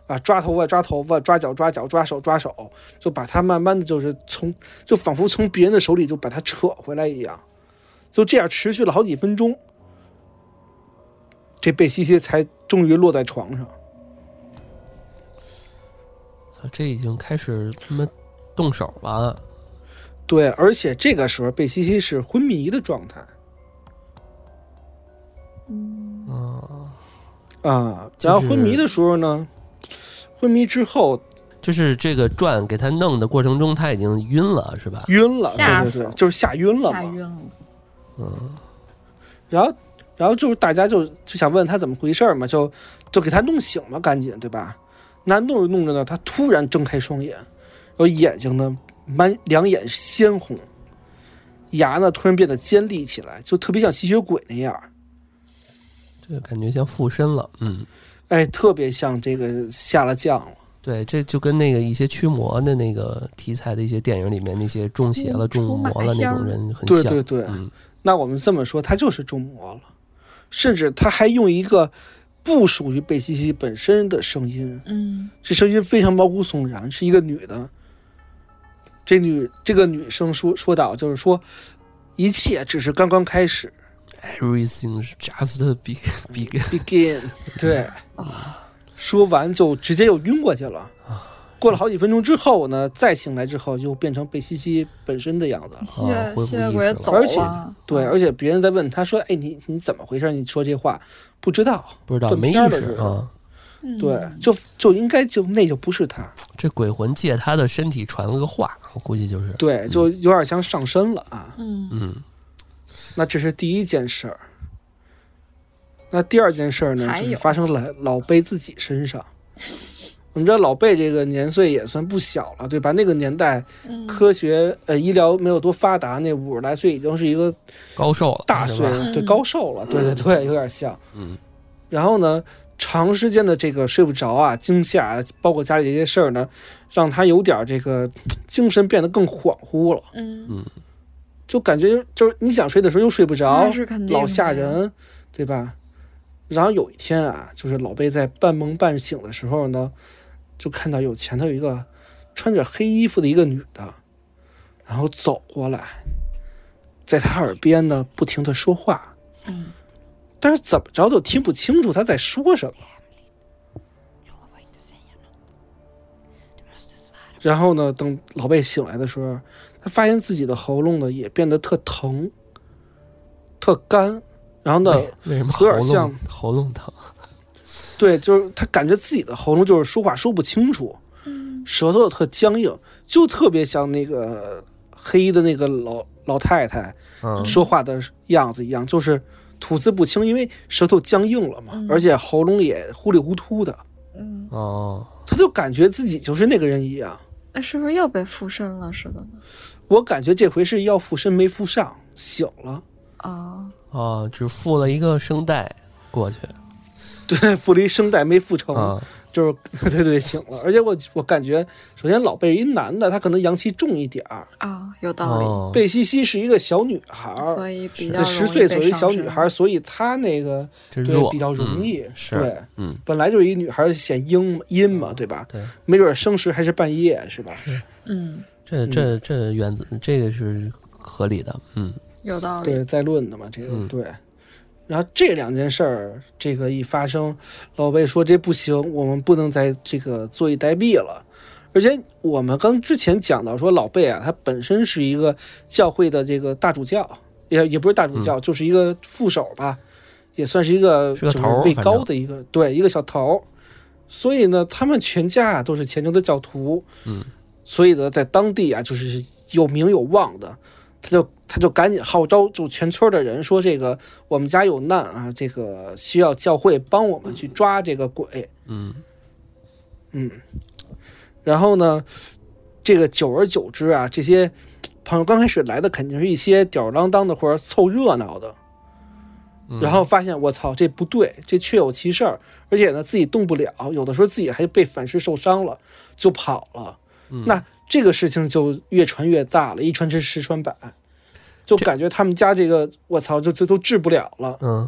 啊，抓头发，抓头发，抓脚，抓脚，抓手，抓手，就把他慢慢的就是从，就仿佛从别人的手里就把他扯回来一样，就这样持续了好几分钟，这贝西西才终于落在床上。
操，这已经开始他妈动手了，
对，而且这个时候贝西西是昏迷的状态
嗯
嗯，
啊，
就
然
是
后昏迷的时候呢，昏迷之后
就是这个转给他弄的过程中他已经晕了是吧？
晕了，
吓
对
死
对对
了，
就是吓晕嗯了
吓
嘛
晕。了。
然后，然后就是大家就就想问他怎么回事儿嘛，就就给他弄醒嘛，赶紧对吧？那弄着弄着呢，他突然睁开双眼，然后眼睛呢满两眼鲜红，牙呢突然变得尖利起来，就特别像吸血鬼那样儿，
这个感觉像附身了，嗯，
哎，特别像这个下了降了。
对，这就跟那个一些驱魔的那个题材的一些电影里面那些中邪了、
出
中魔
出马
了那
仙
种
儿
人很
对
像，
对对，
嗯，
那我们这么说，他就是中魔了，甚至他还用一个不属于贝西西本身的声音
嗯
这声音非常毛骨悚然，是一个女的。这女这个女生说说道，就是说，一切只是刚刚开 始
Everything is just be begin。
，begin。对，说完就直接又晕过去了。
啊
过了好几分钟之后呢，再醒来之后又变成贝西西本身的样子了。
吸
啊
血
恢复
吸
意
血
识
鬼
了
走
而且
了。
对，而且别人在问他说：“哎，你你怎么回事？你说这话不知道？
不知道
断
没意
片儿的
识
时候
啊，
嗯
对，就就应该就那就不是他。
这鬼魂借他的身体传了个话，我估计就是，
对，就有点像上身了啊。
嗯
嗯，
那这是第一件事儿。那第二件事儿呢，
还
就是
有
发生在老贝自己身上。我们知道老贝这个年岁也算不小了，对吧？那个年代
嗯
科学呃医疗没有多发达，那五十来岁已经是一个
高寿了，
大
是
岁
吧
数，对
嗯
高寿了，对对对，有点像。
嗯。
然后呢，长时间的这个睡不着啊、惊吓啊，包括家里这些事儿呢，让他有点儿这个精神变得更恍惚了，
嗯，
就感觉就是你想睡的时候又睡不着，
那是肯定
老吓
的呀。
人，对吧？然后有一天啊，就是老贝在半梦半醒的时候呢，就看到有前头有一个穿着黑衣服的一个女的，然后走过来，在他耳边呢不停的说话，
嗯
但是怎么着都听不清楚他在说什么。然后呢，等老贝醒来的时候，他发现自己的喉咙呢也变得特疼、特干，然后呢，
为为什么
有
喉
点
咙
像
喉咙疼？
对，就是他感觉自己的喉咙就是说话说不清楚，舌头特僵硬，就特别像那个黑衣的那个老老太太
嗯，
说话的样子一样，就是吐字不清，因为舌头僵硬了嘛，而且喉咙也糊里糊涂的，
嗯，
哦，
他就感觉自己就是那个人一样。
那哎是不是又被附身了似的呢？
我感觉这回是要附身没附上，醒了。
啊，
哦哦，只附了一个声带过去，
对，傅离声带没复成，
啊，
就是 对对醒了。而且我我感觉，首先老贝是一男的，他可能阳气重一点儿。
啊，有道理，
哦，
贝西西是一个小女孩儿，
所以比较
这
容
十
易
岁
被
左右一
上
小女
身
孩儿，所以她那个
这
对
弱
比较容易，
嗯是
对，
嗯，
本来就是一女孩儿显阴嘛阴嘛，对吧？
对，
没准儿生时还是半夜，是吧？
嗯，
这这这原则这个是合理的，嗯，
有道理，
对，在论的嘛，这个、
嗯
对。然后这两件事儿，这个一发生，老贝说这不行，我们不能在这个坐以待毙了。而且我们刚之前讲到说，老贝啊，他本身是一个教会的这个大主教，也也不是大主教，就是一个副手吧，也算是一个
嗯是个
整
头儿
位
反
高
正
的一个对一个小头儿。所以呢，他们全家啊都是虔诚的教徒，
嗯，
所以呢，在当地啊就是有名有望的，他就他就赶紧号召就全村的人说这个我们家有难啊，这个需要教会帮我们去抓这个鬼。
嗯
嗯，然后呢，这个久而久之啊，这些朋友刚开始来的肯定是一些吊儿郎当的或者凑热闹的，
嗯
然后发现我操这不对，这确有其事儿，而且呢自己动不了，有的时候自己还被反噬受伤了，就跑了。
嗯
那这个事情就越传越大了，一传十，十传百，就
这
感觉他们家这个我操，就就都治不了了。
嗯，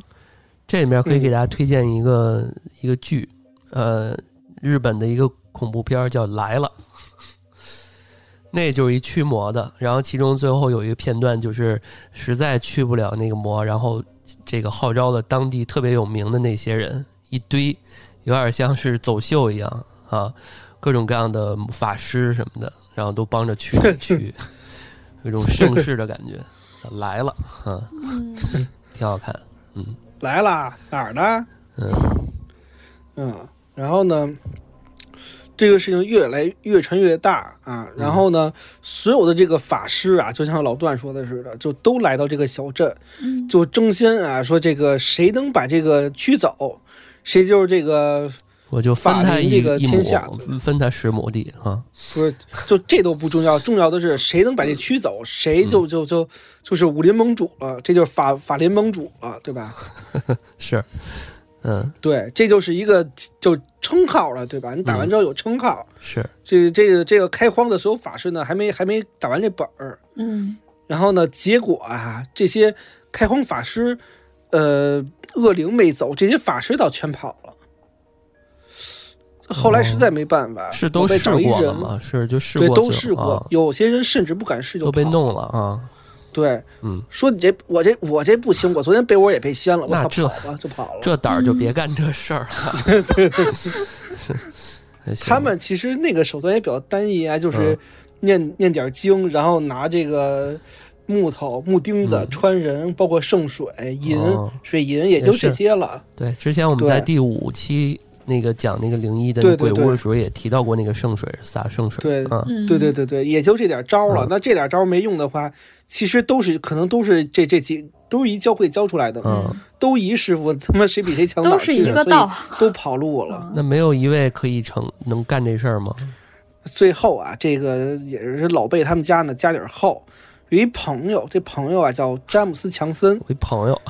这里面可以给大家推荐一个、一个剧，呃，日本的一个恐怖片儿叫《来了》，那就是一驱魔的。然后其中最后有一个片段，就是实在驱不了那个魔，然后这个号召了当地特别有名的那些人，一堆有点像是走秀一样啊，各种各样的法师什么的，然后都帮着驱驱，有一种盛世的感觉。来了，啊，
嗯，
挺好看，嗯。
来啦，哪儿的？
嗯
嗯，然后呢，这个事情越来越传越大啊。然后呢，所有的这个法师啊，就像老段说的似的，就都来到这个小镇，
嗯
就争先啊，说这个谁能把这个驱走，谁就是这个
我就分
法
他
临
一
这个
一
天下
亩，分分他十亩地啊。
不是，就这都不重要， 重要的是谁能把这驱走，谁就就就就是武林盟主了，这就是法法林盟主了，对吧？
是，嗯，
对，这就是一个就称号了，对吧？你打
嗯
完之后有称号，
是，
这这个这个开荒的所有法师呢，还没还没打完这本儿，
嗯
然后呢，结果啊，这些开荒法师，呃，恶灵没走，这些法师倒全跑了。后来实在没办法，
哦是
啊我
都
被
试
找一
过了
人，
吗？是，就试
对，
过最后，
都试过，
啊
有些人甚至不敢试就
都被
跑
弄了啊。
对，
嗯，
说你这我这我这不行，我昨天被窝也被掀了，我
那
操，
这
跑吧就跑了。
这胆儿就
嗯
别干这事 儿了。
他们其实那个手段也比较单一啊，就是
嗯
念、念点经，然后拿这个木头、木钉子
嗯
穿人，包括圣水、银、
哦
水银，也就这
是
些了。
对之前我们在
对
第五期那个讲那个灵异的
对对
鬼
对
屋的时候也提到过那个圣水洒圣水，
对
啊，
嗯，
对对对对，也就这点招了。
嗯
那这点招没用的话，其实都是可能都是这这几都是一教会教出来的，
嗯，
都一师傅他妈谁比谁强哪
都
儿
是
去
一个
所以
道，嗯
都跑路了。
那没有一位可以成能干这事儿吗？
最后啊，这个也是老贝他们家呢加点后，有一朋友，这朋友啊叫詹姆斯·强森，
我一朋友，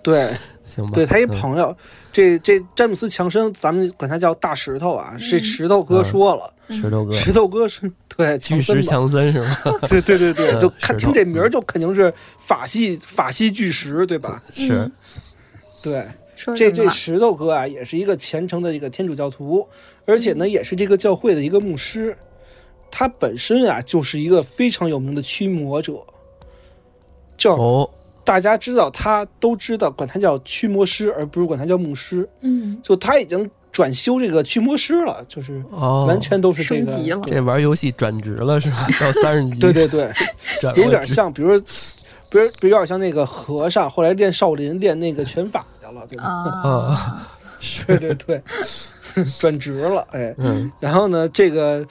对，
行吧？
对他一
嗯
朋友，这这詹姆斯·强森，咱们管他叫大石头啊，是石头哥说了，
石头哥，
石头哥是对嗯强
嗯巨石
森吧？
强森是吗？
对对对对，
嗯
就看
石
听
头
这名儿就肯定是法系法系巨石，对吧？
是
嗯，
对，
说
这
什么
这
了
石头哥啊，也是一个虔诚的一个天主教徒，而且呢，也是这个教会的一个牧师。他本身啊，就是一个非常有名的驱魔者，就
哦，
大家知道他都知道，管他叫驱魔师，而不是管他叫牧师。
嗯，
就他已经转修这个驱魔师了，就是
哦，
完全都是这
升
个。
级了，
这玩游戏转职 了是吧？到三十级，
对对 对，
转过
有点
去
像，比如，比如，比如有点像那个和尚，后来练少林，练那个拳法去了，对吧？
哦
啊，
对对对， 转职了，哎，
嗯
然后呢，这个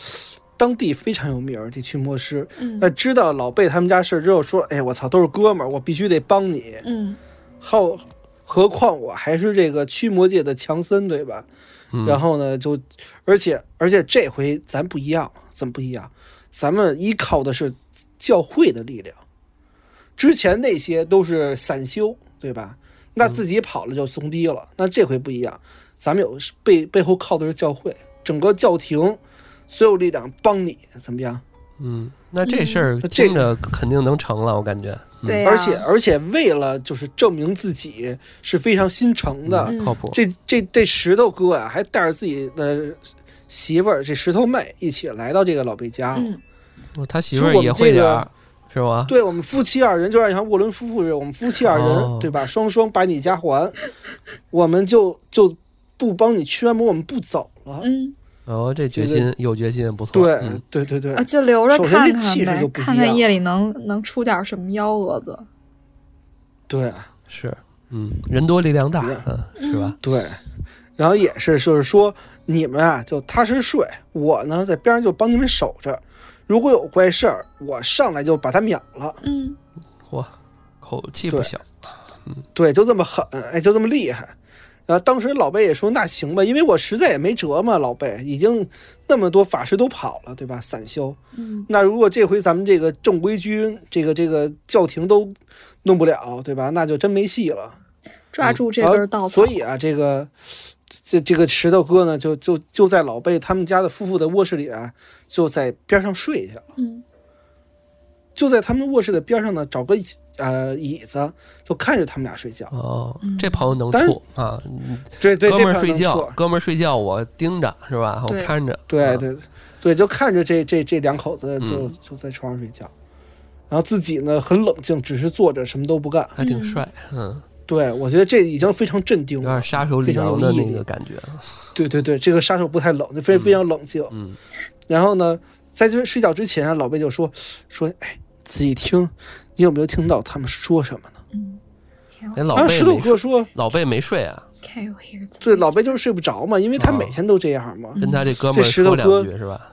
当地非常有名儿这驱魔师，
嗯
那知道老贝他们家事儿之后说，哎，我操，都是哥们儿，我必须得帮你，
嗯
好，何况我还是这个驱魔界的强森，对吧？
嗯
然后呢，就而且而且这回咱不一样，怎么不一样？咱们依靠的是教会的力量，之前那些都是散修，对吧？那
嗯
自己跑了就怂逼了。那这回不一样，咱们有背背后靠的是教会，整个教廷所有力量帮你，怎么样？
嗯，那这事儿
那这
听着肯定能成了，我感觉。嗯
对呀
而且而且为了就是证明自己是非常心诚的，
嗯靠谱。
这这这石头哥啊，还带着自己的媳妇儿这石头妹一起来到这个老贝家。
嗯，
哦他媳妇儿
说我们
也会
这
点
个
儿，是吗？
对我们夫妻二人，就像沃伦夫妇似的，我们夫妻二人，
哦
对吧？双双把你家还，我们就就不帮你驱完魔，我们不走了。
嗯
哦，这决
这个
心有决心，不错。
对、
嗯
对对对
啊，，就留着
首先
看
这
看
气势
呗
就，不一
看看
样
夜里能能出点什么幺蛾子。
对
是，嗯，人多力量大，
对呀
嗯，是吧？
对。然后也是，就是说你们啊，就踏实睡，我呢在边上就帮你们守着。如果有怪事儿，我上来就把他秒了。
嗯，
嚯，口气不
对
小。
对，就这么狠，哎，就这么厉害。然后当时老贝也说：“那行吧，因为我实在也没辙嘛，老贝已经那么多法师都跑了，对吧？散修。
嗯
那如果这回咱们这个正规军，这个这个教廷都弄不了，对吧？那就真没戏了。
抓住这
然后
根稻草
所。嗯以啊，这个这这个石头哥呢，就就就在老贝他们家的夫妇的卧室里啊，就在边上睡去了。
嗯
就在他们卧室的边上呢，找个椅呃椅子，就看着他们俩睡觉。
哦
嗯，
这朋友能
但是
处啊，嗯
对对，
哥
这
们儿
边
睡
能
觉
错，
哥们儿睡觉，我盯着是吧？我
对
看着。
对
啊，
对对，就看着这这这两口子就、
嗯
就在床上睡觉，然后自己呢很冷静，只是坐着什么都不干。
还挺帅，嗯，
对我觉得这已经非常镇定
有
了
点。杀手李
非常有
昂的
毅
那
力
个感觉。
对对对，这个杀手不太冷，就非非常冷静。
嗯，
然后呢，在这睡觉之前啊，老贝就说说，哎，仔细听，你有没有听到他们说什么呢？
嗯，Can
哎，
you-
老
然后
贝
石头
没
哥
睡，
说，
老贝没睡啊，
can you hear the
对，老贝就是睡不着嘛，因为他
哦
每天都这样嘛。
跟他这哥们儿
这石头
说两
哥
句是吧？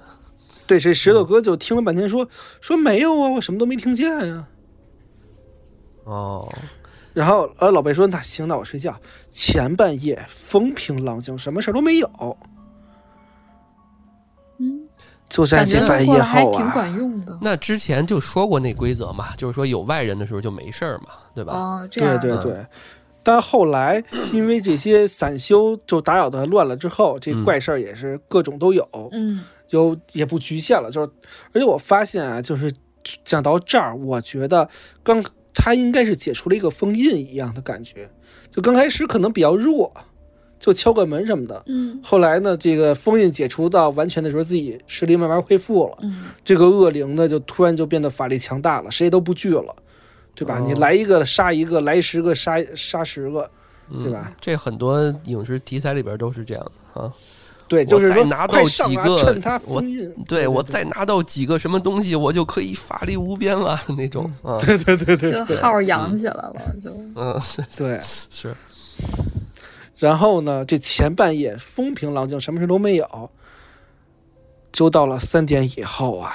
对，这石头
嗯
哥就听了半天说说没有啊，我什么都没听见呀、
哦，
然后呃，老贝说：“那行，那我睡觉。”前半夜风平浪静，什么事儿都没有。
嗯，
就在
感觉
这
他
半
过
夜
得还
后
挺
啊，
管用的。
那之前就说过那规则嘛，就是说有外人的时候就没事儿嘛，对吧？
哦，这
对
样
对
啊
对。但后来因为这些散修就打扰的乱了之后，这
嗯
怪事儿也是各种都有，
嗯
有也不局限了。就是，而且我发现啊，就是讲到这儿，我觉得刚他应该是解除了一个封印一样的感觉，就刚开始可能比较弱，就敲个门什么的。
嗯
后来呢，这个封印解除到完全的时候，自己实力慢慢恢复了，
嗯
这个恶灵呢就突然就变得法力强大了，谁也都不惧了，对吧？
哦
你来一个杀一个，来十个杀杀十个，
嗯
对吧？
这很多影视题材里边都是这样的啊。
对，
我
就是
再
说
拿
快
到
上
几
啊，
个
趁他
我
封印。
对我再拿到几个什么东西，我就可以法力无边了那种啊。
嗯对对对 对
就
对嗯
号扬起来了，就
嗯，
对。
是，
然后呢，这前半夜风平浪静，什么事都没有，就到了三点以后啊，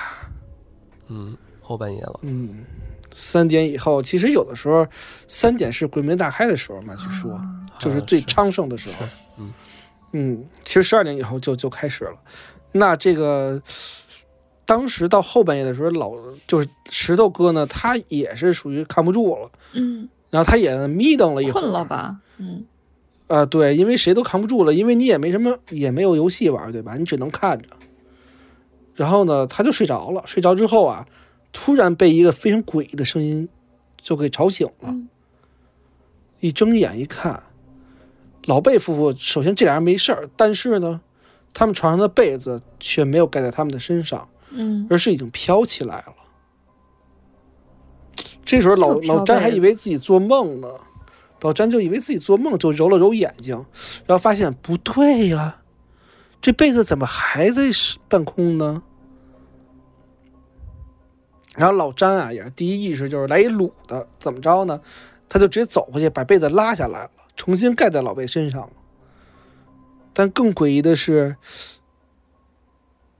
嗯，后半夜了，
嗯，三点以后，其实有的时候三点是鬼门大开的时候嘛，据说。就是最
啊
昌盛的时候。
嗯
嗯其实十二点以后就就开始了。那这个当时到后半夜的时候，老就是石头哥呢，他也是属于看不住了，
嗯
然后他也眯瞪了一会儿。
困了吧？嗯
啊，对，因为谁都扛不住了，因为你也没什么，也没有游戏玩，对吧？你只能看着。然后呢，他就睡着了。睡着之后啊，突然被一个非常诡异的声音就给吵醒了。
嗯
一睁眼一看，老贝夫妇首先这俩人没事儿，但是呢，他们床上的被子却没有盖在他们的身上，
嗯，
而是已经飘起来了。这时候老
又飘
老詹还
被子
以为自己做梦呢，老詹就以为自己做梦，就揉了揉眼睛，然后发现不对呀，这被子怎么还在半空呢？然后老詹啊，也是第一意识就是来一撸的，怎么着呢？他就直接走过去，把被子拉下来了，重新盖在老贝身上了。但更诡异的是，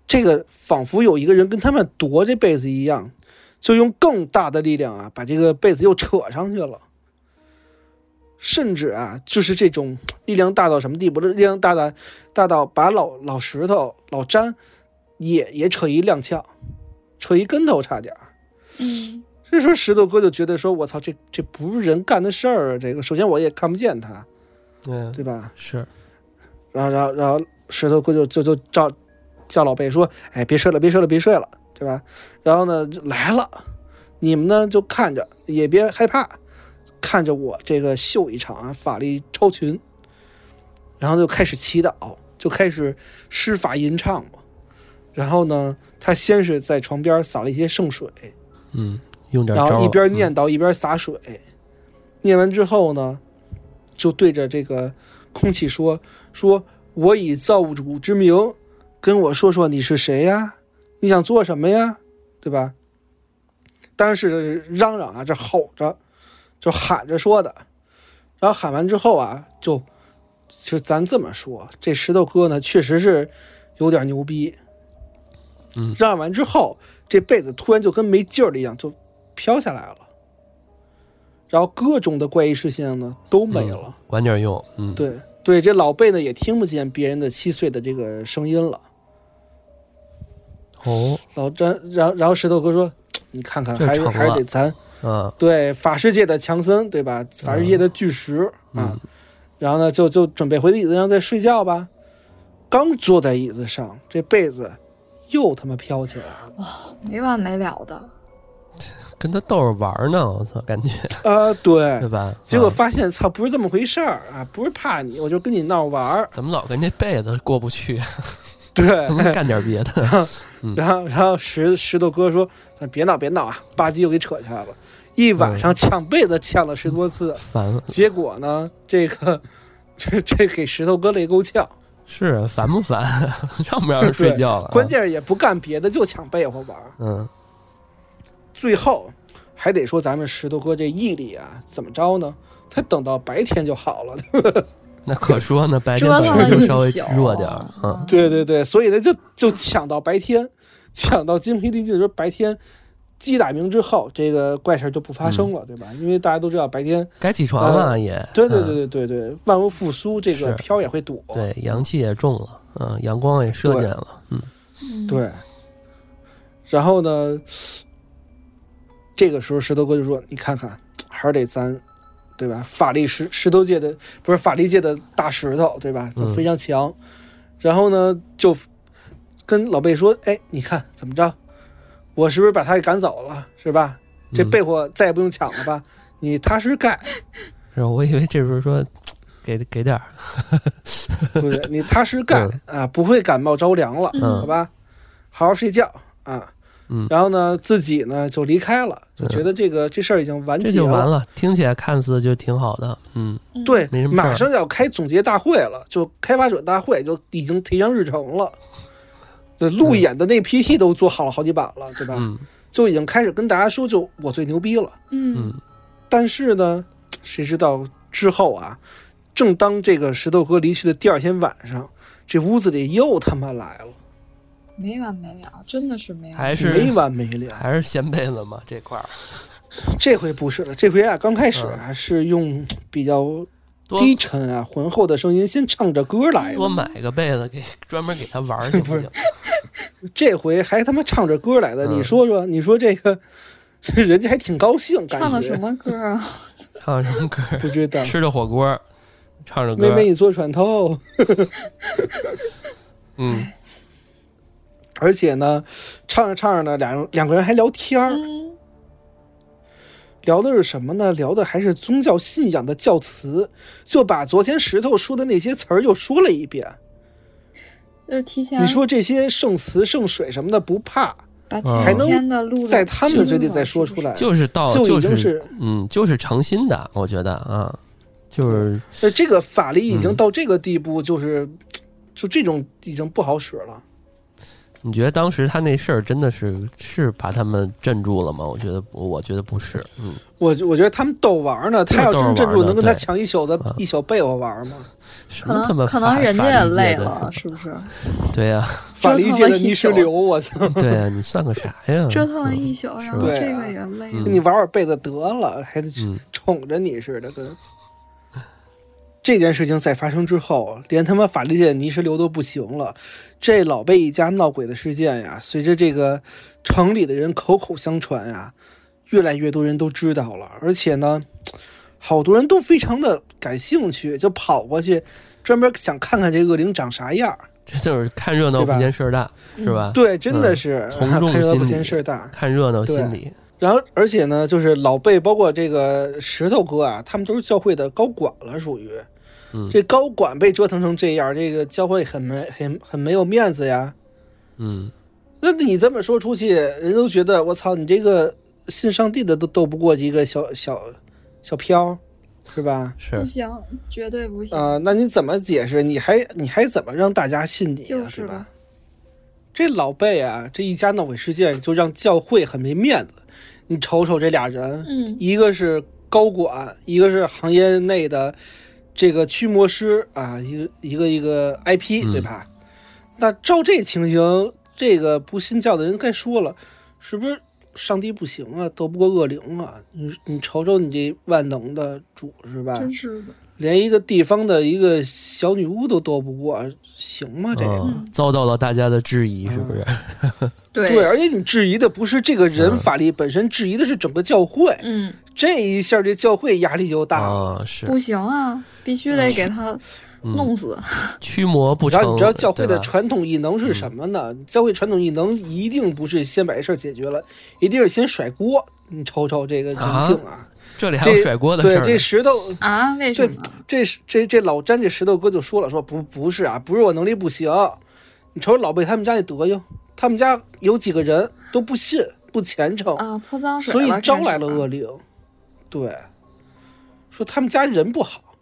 这个仿佛有一个人跟他们夺这被子一样，就用更大的力量啊，把这个被子又扯上去了。甚至啊，就是这种力量大到什么地步？力量大到大到把老老石头、老詹也也扯一踉跄，扯一跟头差点儿。
嗯
所以说石头哥就觉得说，我操，这这不是人干的事儿啊！这个首先我也看不见他，
嗯，
对吧？
是，
然后然后然后石头哥就就就叫叫老贝说，哎，别睡了，别睡了，别睡了，对吧？然后呢就来了，你们呢就看着，也别害怕，看着我这个秀一场啊，法力超群。然后就开始祈祷，就开始施法吟唱嘛。然后呢，他先是在床边洒了一些圣水，
嗯，用点
然
招儿，
后一边
嗯
念叨一边洒水。念完之后呢，就对着这个空气说：“说我以造物主之名，跟我说说你是谁呀？你想做什么呀？对吧？”当然是嚷嚷啊，这吼着，就喊着说的。然后喊完之后啊，就其实咱这么说，这石头哥呢，确实是有点牛逼。
嗯
嚷完之后，这被子突然就跟没劲儿了一样，就飘下来了。然后各种的怪异事情呢都没了。
管点用，嗯，，
对对，这老贝呢也听不见别人的七岁的这个声音了。
哦，
老詹，然后然后石头哥说：“你看看，
这
还是
成
还是
了
得咱
啊，
对法世界的强森，对吧？法世界的巨石、啊。然后呢，就就准备回椅子上再睡觉吧。刚坐在椅子上，这被子又他妈飘起来了。
没完没了的。
跟他逗着玩儿呢，我操，感觉
啊，对
对。吧？
结果
啊
发现，操，不是这么回事儿啊！不是怕你，我就跟你闹玩儿。
怎么老跟这被子过 不去？
对，
能不能干点别的？
然后，然后石石头哥说：“咱别闹，别闹啊！”吧唧又给扯下来了，一晚上抢被子抢了十多次，
烦了，
结果呢，这个 这这给石头哥累够呛。
是啊烦不烦？ 让不让人睡觉了？啊
关，键是也不干别的，就抢被窝玩儿。
嗯，
最后还得说咱们石头哥这毅力啊，怎么着呢？他等到白天就好 了。
那可说呢，白天
折
晚
腾
上
了
就
一
稍微
宿
弱点儿，嗯，
对对对，所以呢，就就抢到白天，抢到筋疲力尽的时候，白天击打鸣之后，这个怪事儿就不发生
嗯
了，对吧？因为大家都知道白天。
该起床了也，
对对
嗯
对对对对，万物复苏，这个
是
飘也会躲。
嗯对，阳气也重了，嗯，阳光也射
对
进来了，嗯，
嗯，
对然后呢，这个时候石头哥就说：“你看看，还是得咱，对吧？法力石石头界的不是法力界的大石头，对吧？就
嗯
非常强。然后呢，就跟老贝说：‘哎，你看怎么着？我是不是把他给赶走了？是吧？这
嗯
被货再也不用抢了吧？你踏实干，
是我以为这时候说给给点儿，
对不对？你踏实干啊，不会感冒着凉了。’好
嗯
吧，好好睡觉啊。
嗯
然后呢，自己呢就离开了，就觉得这个、这事儿已经完
这
结
就完了，听起来看似就挺好的，嗯，
嗯
对
没什，么事儿
马上就要开总结大会了，就开发者大会就已经提上日程了。这路演的那 PPT 都做好了好几版了，对吧？
嗯
就已经开始跟大家说，就我最牛逼了。
嗯
嗯，
但是呢，谁知道之后啊，正当这个石头哥离去的第二天晚上，这屋子里又他妈来了，
没完没了，真的是没完。
还是
没完没了。
还是掀被子嘛这块儿，
这回不是了，这回啊，刚开始
嗯
啊、是用比较
多
低沉啊、浑厚的声音先唱着歌来的，
多买个被子给专门给他玩儿行不行？
这回还他妈唱着歌来的，
嗯
你说说，你说这个 人家还挺高兴，感
唱的什
觉
么歌 啊？
唱什么歌？
不知道。
吃着火锅，唱着歌
妹，妹，你做船头，
嗯，
而且呢，唱着唱着呢，两两个人还聊天儿，
嗯，
聊的是什么呢？聊的还是宗教信仰的教词，就把昨天石头说的那些词儿又说了一遍。
就是提前
你说这些圣词、圣水什么的不怕，
把
嗯
前
还
几
能
天的录了
在他们的嘴里再说
是不是
出来，
就是到
哎就已
是
经是
嗯，就是诚心的，我觉得啊，就是
呃，这个法力已经到这个地步，就是、就这种已经不好使了。
你觉得当时他那事儿真的是是把他们镇住了吗？我觉得我觉得不是，嗯，
我我觉得他们逗玩儿呢，他要真镇住，能跟他抢一宿的一宿被窝玩儿吗？
什
可
么他妈
能可能
法
人
法
家也
律界
累
的嗯
了，是不是？
对呀、
法力界的泥石流，我操！
对呀、你算个啥呀？
折腾了
嗯
一宿，然后
对啊
这个也累了。
你玩玩被子得了，还得
嗯
宠着你似的，跟。这件事情在发生之后，连他妈法力界的泥石流都不行了。这老贝一家闹鬼的事件呀，随着这个城里的人口口相传呀，啊越来越多人都知道了，而且呢，好多人都非常的感兴趣，就跑过去专门想看看这恶灵长啥样。
这就是看热闹
对
不
吧
嫌事儿大，
嗯
是吧？
对，真的是
嗯从 众
看热闹不
心理
嫌事儿大。
看热闹
对
心理，
然后，而且呢，就是老贝，包括这个石头哥啊，他们都是教会的高管了，属于。
嗯
这高管被折腾成这样，这个教会很没很很没有面子呀。
嗯，
那你这么说出去，人都觉得我操，你这个信上帝的都斗不过一个小小小飘，是吧？
是
不。行，绝对不行。
啊、那你怎么解释？你还你还怎么让大家信你、啊？
就是
对
吧
吧？这老贝啊，这一家闹鬼事件就让教会很没面子。你瞅瞅这俩人，
嗯
一个是高管，一个是行业内的这个驱魔师啊，一个一个一个 IP，、
嗯
对吧？那照这情形，这个不信教的人该说了，是不是上帝不行啊，斗不过恶灵啊？你你瞅瞅你这万能的主是吧？
嗯真是的，
连一个地方的一个小女巫都斗不过，行吗？这个、
嗯，遭到了大家的质疑，
嗯
是不是？
对
对，而且你质疑的不是这个
嗯
人法力本身，质疑的是整个教会。
嗯，
这一下，这教会压力就大了。
啊，是
不行啊，必须得给他
嗯
弄死。
驱魔不
然
成
后，你知道教会
对
的
吧嗯
传统异能是什么呢？教会传统异能一定不是先把这事儿解决了，一定是先甩锅。你瞅瞅这个人性啊，
这里还有
这
甩锅的事
对
儿
这
呢，
石头，
啊？为什
对
么？
这是这这老詹这石头哥就说了，说不不是啊，不是我能力不行，你瞅老贝他们家那德行，他们家有几个人都不信不虔诚，
啊，泼脏水
所以
了
招
开
来
始啊
了恶灵。对，说他们家人不好，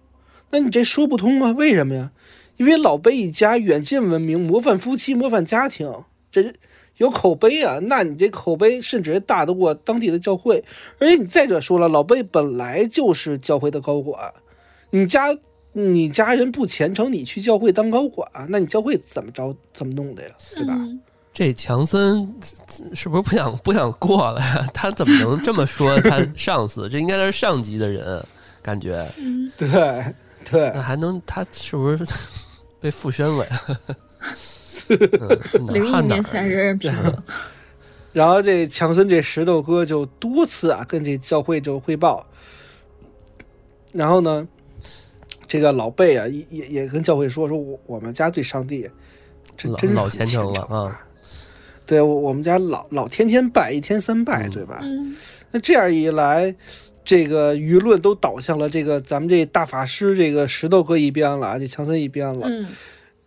那你这说不通吗？为什么呀？因为老贝一家远近闻名，模范夫妻，模范家庭，这有口碑啊。那你这口碑甚至大得过当地的教会，而且你再者说了，老贝本来就是教会的高管，你家你家人不虔诚，你去教会当高管，那你教会怎么着怎么弄的呀？对吧？
嗯
这强森是不是不想不想过了呀？ 他怎么能这么说他上司？这应该是上级的人，感觉
嗯，
对对
那还能他是不是被附身了呀？嗯
灵异
哪儿哪
面
儿
前人人平等。
然后这强森这石头哥就多次啊跟这教会就汇报，然后呢，这个老贝啊也也也跟教会说说我我们家对上帝真
老
真是
老
很
虔
虔
诚了
啊，
啊，
对我我们家老老天天拜，一天三拜，
嗯
对吧？
嗯，
那这样一来，这个舆论都倒向了这个咱们这大法师这个石头哥一边了啊，这强森一边了，
嗯，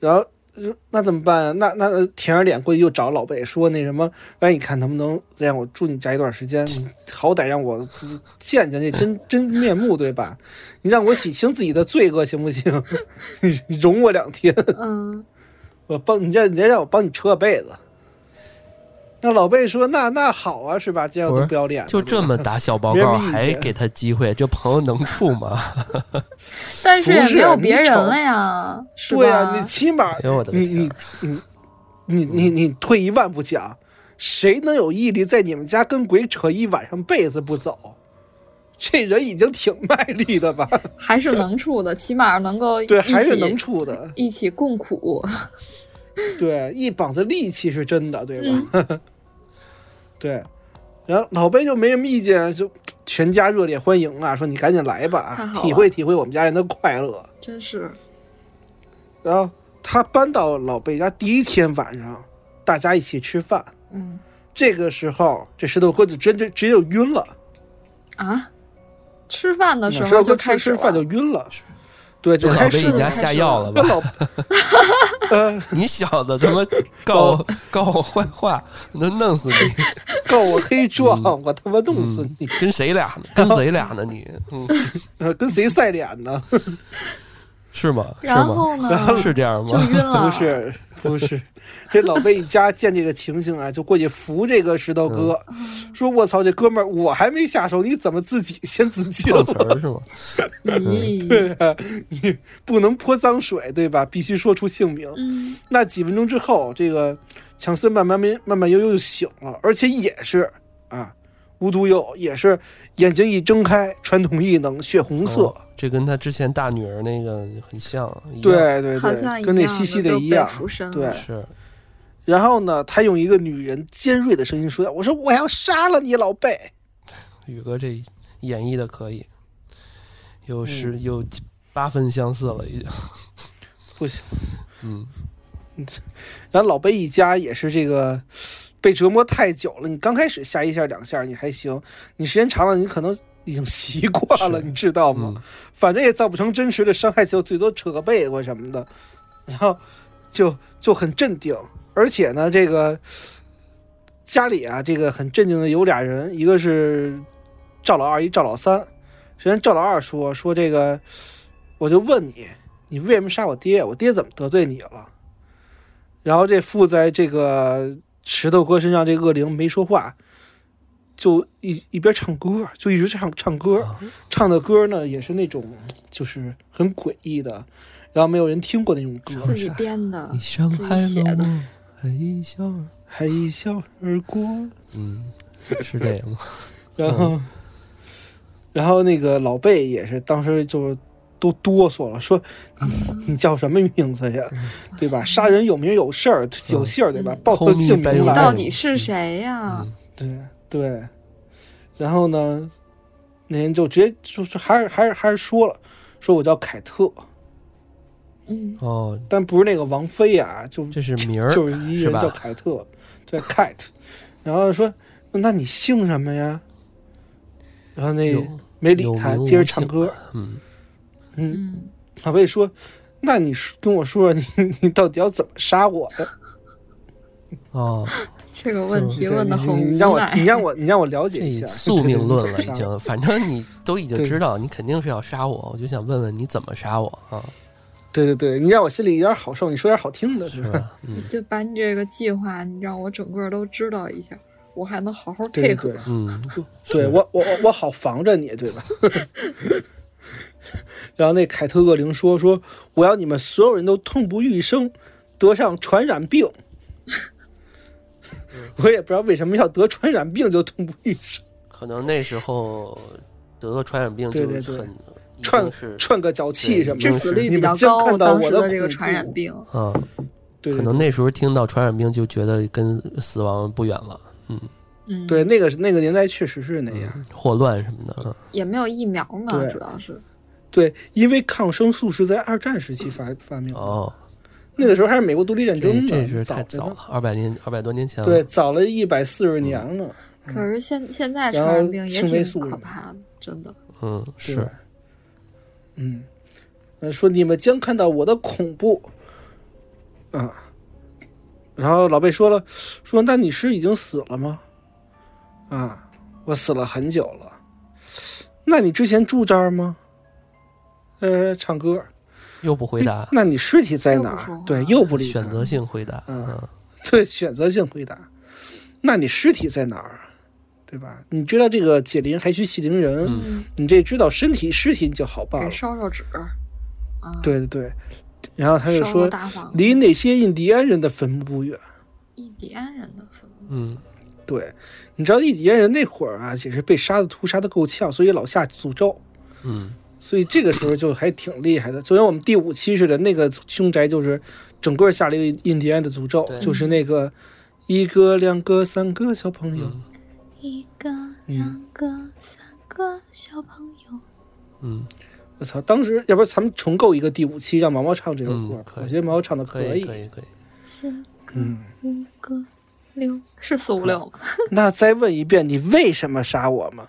然后呃那怎么办啊？那那舔着脸过去又找老贝说那什么，哎，你看能不能再让我住你家一段时 间？你好歹让我就是见见这真真面目，对吧？你让我洗清自己的罪恶行不行？ 你你容我两天，
嗯，
我帮你让你再让我帮你扯个被子。那老贝说：“那那好啊，是吧？这样
不
就是不要脸了，
就
对
这
吧
么打小报
没
告
人理解
还给他机会，这朋友能处吗？
但是也
不是
没有
你
别人
瞅
了呀，是
对呀、
吧？
你起码
哎呦我的个
你
天
你你你你你退一万步讲，谁能有毅力在你们家跟鬼扯一晚上被子不走？这人已经挺卖力的吧？
还是能处的，起码能够
对，
一
还是
起
能处的。
一起共苦。
对，一膀子力气是真的，对吧？
嗯
对，然后老贝就没什么意见，就全家热烈欢迎啊，说你赶紧来吧
太
啊，
好
体
了
会体会我们家人的快乐。
真是，
然后他搬到老贝家第一天晚上，大家一起吃饭。
嗯
这个时候，这石头哥就真就直接就晕了。
啊，吃饭的时
石头
候
哥
就
吃
开始
吃饭就
了
晕了，对，就
这
开
老贝
始
一家
了。
下药了吧
那？老，呃，
你小子他妈告
哦
我告我坏话，能弄死你！
告我黑状，
嗯
我他妈弄死你，
跟谁俩呢？跟谁俩呢？你嗯，
呃跟谁赛脸呢？
是吗？是
然
吗？
后呢，
是这样
就
吗？
晕了。
不， 是，不是，这老贝一家见这个情形啊，就过去扶这个石头哥，
嗯
说：“我操，这哥们儿，我还没下手，你怎么自己先自尽
碰
了
瓷儿是吗？
嗯
咦，
啊？你不能泼脏水，对吧？必须说出姓名。”
嗯，
那几分钟之后，这个强森慢慢慢慢慢悠悠就醒了，而且也是啊，无独有偶，也是眼睛一睁开，传统异能血红色，
哦这跟他之前大女儿那个很像，一样
对对
好像
对，
一
跟那
样
西西
的
的
都
一
被
样。
附身了
对，
是
然后呢，他用一个女人尖锐的声音说道：“我说我要杀了你，老贝。”
宇哥这演绎的可以，有
嗯
十、有八分相似了已经。
不行。
嗯，
然后老贝一家也是这个被折磨太久了，你刚开始下一下两下你还行，你时间长了你可能已经习惯了，
是
你知道吗？
嗯，
反正也造不成真实的伤害，就最多扯个被或什么的，然后就就很镇定，而且呢，这个家里啊，这个很镇定的有俩人，一个是赵老二，一赵老三。首先，赵老二说说这个，我就问你，你为什么杀我爹？我爹怎么得罪你了？然后这附在这个石头哥身上这恶灵没说话，就一一边唱歌，就一直唱唱歌。唱的歌呢也是那种就是很诡异的，然后没有人听过那种歌，
自己编的
你，伤
自己
害
写
了
的
我，嘿笑儿。
还一笑而过。
嗯，是这 个吗？
然后，然后那个老贝也是当时就都哆嗦了，说你你叫什么名字呀？对吧？哎杀人有名有事儿，有姓儿对吧
嗯？
报出姓
后
名
你
面白
到
来，
底是谁呀？
对对。然后呢，那人就直接就是还是还是还是说了，说我叫凯特，
嗯，
哦，
但不是那个王菲啊，就
这是名儿，
就是一
是
人
吧
叫凯特，对 Cat，然后说那你姓什么呀？然后那
有
没理
有
他，
名
接
无
着唱
姓
歌。
嗯，
嗯，
嗯，
老贝说：“那你说跟我说说你 你到底要怎么杀我的？
哦，
这个问题
对
问的
你
很
你
无
你让我
奈。
你让我你让我了解一
这
下
宿命论了，已。
对对对你怎么杀
经。反正你都已经
对
知道，你肯定是要杀我，我就想问问你怎么杀我啊？
对对对，你让我心里有点好受，你说点好听的，
是
吧？
吧？嗯
就把你这个计划，你让我整个都知道一下，我还能好好配
对对
合
对。
嗯，
对我我我我好防着你，对吧？ 然后那凯特恶灵说说我要你们所有人都痛不欲生，得上传染病。
嗯
我也不知道为什么要得传染病就痛不欲生，
可能那时候得了传染病就
对
很
对对
已
嗯
经
串
是
串个脚气什么
致
的
对。
死率比
你
较
们将
高，
看到
当时
我的
的这个
恐
传染
怖
病，
嗯，
对
可
对
能那时候听到传染病就觉得跟死亡不远了，嗯，
嗯，
对，那个那个年代确实是那样。
霍乱什么的，嗯
也没有疫苗嘛，
对
主要是，
对，因为抗生素是在二战时期发发明的，
哦，
那个时候还是美国独立战
这
争
这
呢，
是
嗯早
太
着
早
呢
了，嗯二百年二百多年前了，
对，早了一百四十年了。
可是现现在
嗯然
传
后
染病也
青霉
挺
素
可
什么
怕的，真的。
嗯，
对
是
吧，嗯，呃说你们将看到我的恐怖，啊，然后老贝说了，说那你是已经死了吗？啊，我死了很久了。那你之前住这儿吗？呃，唱歌。
又不回答，
那你尸体在哪
又不说
儿
话？
对，又不理他
选择性回答，
嗯
嗯，
对，选择性回答。那你尸体在哪儿？对吧？你知道这个解铃还须系铃人，
嗯，
你这知道身体尸体你就好办
给
了。
烧烧纸，啊，
对对对，然后他就
烧
说
烧，大房
离那些印第安人的坟墓不远。
印第安人的坟墓，
嗯，
对，你知道印第安人那会儿啊，也是被杀的屠杀的够呛，所以老下诅咒，
嗯，
所以这个时候就还挺厉害的。就跟我们第五期似的，那个凶宅就是整个下了一个印第安的诅咒
对，
就是那个一个、两个、三个小朋友，
嗯
一个、
嗯
两个、三个小朋友，
嗯，
我操！当时要不然咱们重构一个第五期，让毛毛唱这首
嗯
歌，
可以
我觉得毛毛唱的
可以可以可以，
四个、
嗯，
五个、六
是四五六吗？
那再问一遍，你为什么杀我吗？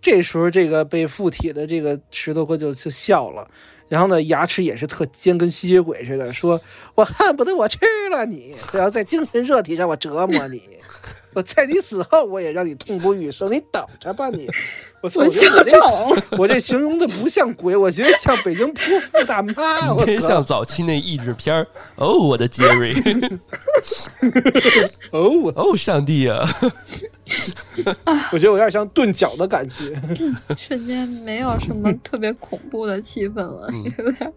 这时候，这个被附体的这个石头哥就就笑了，然后呢，牙齿也是特尖，跟吸血鬼似的，说：“我恨不得我吃了你，我要在精神肉体上我折磨你， 我在你死后我也让你痛不欲生，你等着吧你！”我操，
我
我觉得我
笑
这我这形容的不像鬼，我觉得像北京泼妇 大妈，我
真
靠！
像早期那译制片儿，哦，我的杰瑞，
哦，我
哦，上帝啊，
我觉得我有点像钝角的感觉。
瞬间没有什么特别恐怖的气氛 了，有点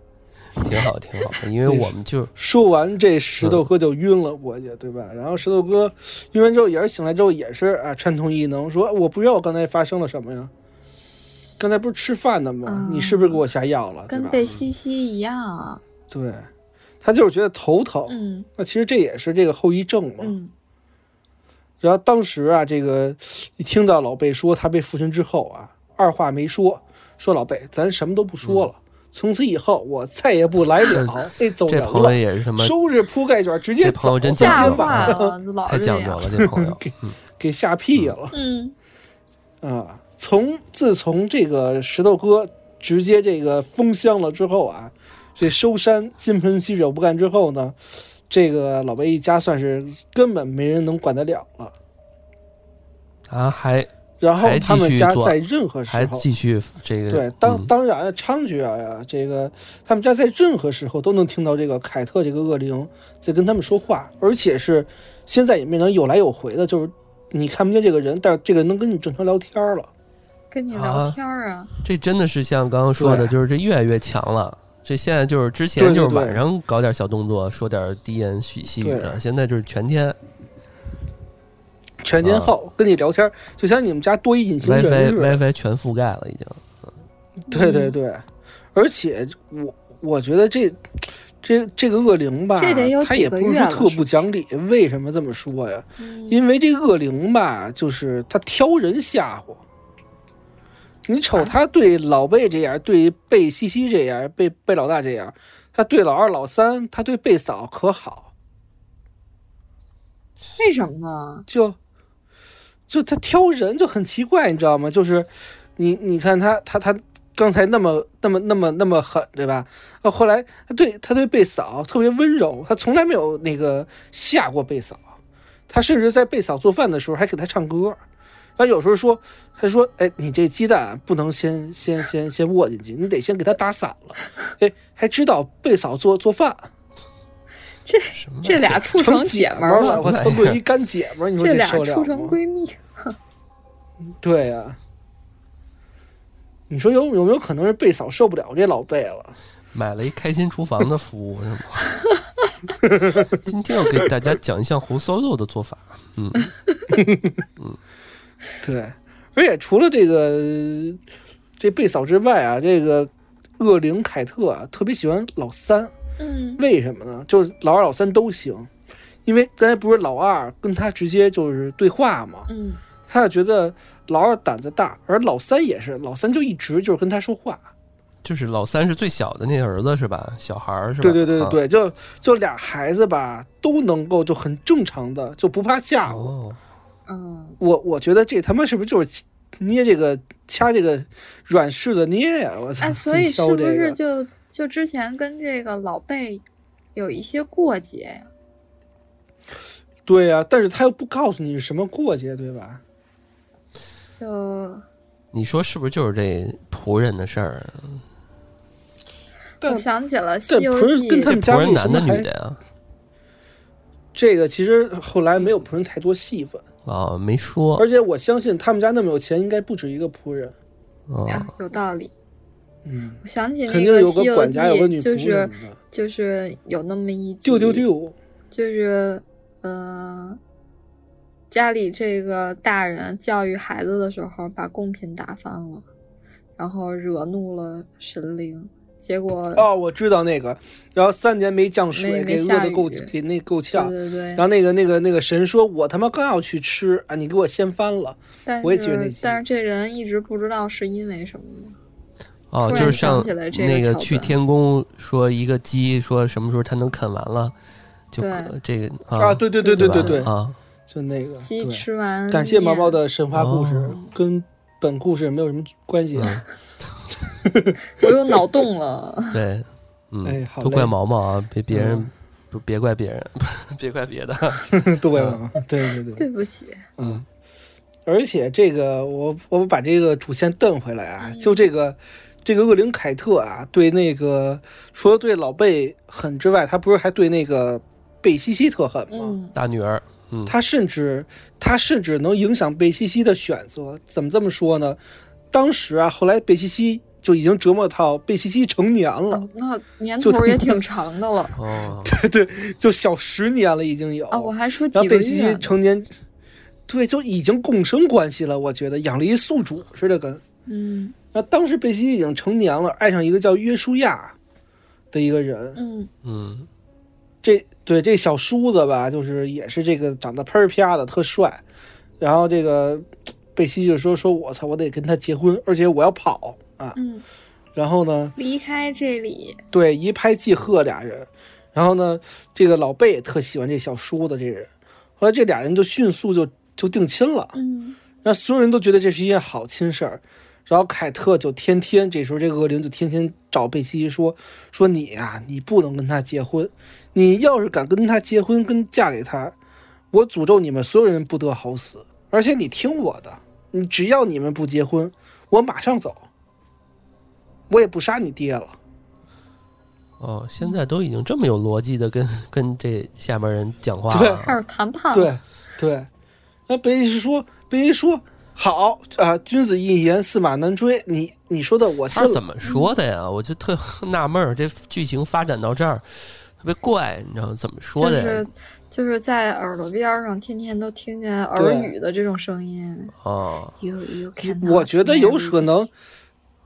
挺好挺好，因为
对
我们就
说完这石头哥就晕
嗯
了，我去，对吧？然后石头哥晕完之后也是醒来之后也是啊，串通异能说我不知道我刚才发生了什么呀，刚才不是吃饭呢吗？
嗯
你是不是给我下药了？对
跟
吧？
被西西一样啊。
对，他就是觉得头疼。
嗯
那其实这也是这个后遗症嘛。
嗯，
然后当时啊，这个一听到老贝说他被父亲之后啊，二话没说，说老贝，咱什么都不说
嗯
了，从此以后我再也不来 了，哎，走人
这朋友
了，
也是什么？
收拾铺盖卷直接
这朋
走，
友真讲
吓
究
坏
啊
了，老
太
是这
讲究
样。
了，这朋友。嗯
给吓屁了。
嗯，
啊，从自从这个石头哥直接这个封箱了之后啊，这收山金盆洗手不干之后呢，这个老贝一家算是根本没人能管得了了。
啊，还
然后
还继续
他们家
做
在任何
还
时候，
继续这个
对，当
嗯
当然了，猖獗啊，这个他们家在任何时候都能听到这个凯特这个恶灵在跟他们说话，而且是现在也变成有来有回的，就是你看不见这个人，但是这个人能跟你正常聊天了。
跟你聊
啊
天儿啊，
这真的是像刚刚说
对
的，就是这越来越强了。这现在就是之前
对对
就是
对
晚上搞点小动作，说点低言细细语的，
对
现在就是全天
全天候跟你聊天，就像你们家多一隐形
WiFi
人似的。
WiFi 全覆盖了，已经。
对对对，而且我我觉得这这这个恶灵吧，
这得有
他
几
也
个
不
月
是
了
特
是嗯
不讲理。为什么这么说呀？因为这恶灵吧，就是他挑人吓唬。你
啊
瞅他对老贝这样，对贝西西这样，贝贝老大这样，他对老二、老三，他对贝嫂可好，
为什么呢？
就就他挑人就很奇怪，你知道吗？就是你你看他他他刚才那么那么那么那么狠，对吧？呃，后来他对他对贝嫂特别温柔，他从来没有那个吓过贝嫂，他甚至在贝嫂做饭的时候还给她唱歌。然后有时候说，他说：“哎，你这鸡蛋不能先先先先握进去，你得先给它打散了。”哎，还知道贝嫂做做饭，
这
什么
这俩处
成
姐
们
们儿
了，
了，
我操，对一干姐们儿，你说
这俩
受得了
处
吗？
成闺蜜。
对呀、你说有有没有可能是贝嫂受不了这老贝了？
买了一开心厨房的服务是吗？ 今天要给大家讲一下红烧肉的做法。嗯，
对，而且除了这个这贝嫂之外啊，这个恶灵凯特啊特别喜欢老三，
嗯，
为什么呢？就是老二老三都行，因为刚才不是老二跟他直接就是对话嘛，
嗯，
他就觉得老二胆子大，而老三也是，老三就一直就是跟他说话，
就是老三是最小的那个儿子是吧？小孩儿是吧？
对对对
啊
对，就就俩孩子吧都能够就很正常的就不怕吓唬。
哦，
嗯，
我我觉得这他妈是不是就是捏这个掐这个软柿子捏呀、我操！
哎，所以
自己
是
挑
不
这
是
个、
就就之前跟这个老贝有一些过节呀？
对呀、但是他又不告诉你是什么过节，对吧？
就
你说是不是就是这仆人的事儿？啊
但
我想起了《西
但
游
不是
记
跟》他
这
们家
仆人
为什
男的
么
女
还
的呀？
这个其实后来没有仆人太多戏份，
啊，没说
而且我相信他们家那么有钱，应该不止一个仆人。
啊
啊，有道理。
嗯，
我想起
肯
那
定
个《
有
西
个
游
管
记
家，有个女仆
就
人什
是
么的。
就是有那么一
丢丢
集
丢！
就是，呃，家里这个大人教育孩子的时候，把贡品打翻了，然后惹怒了神灵，结果，
哦，我知道那个，然后三年没降
嗯
水，
没没
给饿
下
得够
雨
给那
对
够呛。
对对
然，后那个那个那个神说：“我他妈刚要去吃啊，你给我掀翻了。
但
我也记得那
是
集
但是这人一直不知道是因为什么，
哦，
突
就
然
是
想
上
起来这个
那
桥
个
段
去天宫说一个鸡说什么时候它能啃完了，就
对
可这个
啊，对对对对
对吧
对对，
啊，
就那个。
鸡
对
吃完
感谢毛毛
面，
的神话故事，
哦
跟本故事没有什么关系。
嗯
我又脑洞了，
对，嗯，
哎好
都怪
嘞
毛毛啊，别别人
嗯
不别怪别人， 别怪别的，
对吧？对对对，
对不起，
嗯。而且这个，我我把这个主线瞪回来啊，
嗯
就这个这个恶灵凯特啊，对那个除了对老贝狠之外，他不是还对那个贝西西特狠吗？
嗯，
大女儿，嗯，
他甚至他甚至能影响贝西西的选择。怎么这么说呢？当时啊，后来贝西西就已经折磨到贝西西成年了，
哦那年
就
头
这
也
么
挺长 的了
哦，
就小十年了，已经有
啊，我还说
哦然
几个
后贝西
月
西
呢，
成年，对，就已经共生关系了。我觉得养了一宿主似的跟。
嗯
那当时贝西西已经成年了，爱上一个叫约书亚的一个人。
嗯
嗯，
这对，这小叔子吧，就是也是这个长得喷儿啪的，特帅。然后这个贝西就说：“说我操，我得跟他结婚，而且我要跑啊。
嗯，”
然后呢，
离开这里，
对，一拍即合俩人。然后呢，这个老贝也特喜欢这小叔子这人，后来这俩人就迅速就就定亲了。
嗯，
那所有人都觉得这是一件好亲事儿。然后凯特就天天，这时候这个恶灵就天天找贝西说说你呀、你不能跟他结婚，你要是敢跟他结婚，跟嫁给他，我诅咒你们所有人不得好死。而且你听我的，你只要你们不结婚，我马上走，我也不杀你爹了。
哦，现在都已经这么有逻辑的跟 跟这下面人讲话
对
开
了，
始谈判，，
对对，那贝西说，贝西说好啊、君子一言，驷马难追。你你说的我信
他是
了
怎。么说的呀？我就特 纳闷儿，这剧情发展到这儿特别怪，你知道怎么说
就
的呀？
是就是在耳朵边儿上天天都听见耳
对
语的这种声音。
哦
You you can，
我觉得有可能，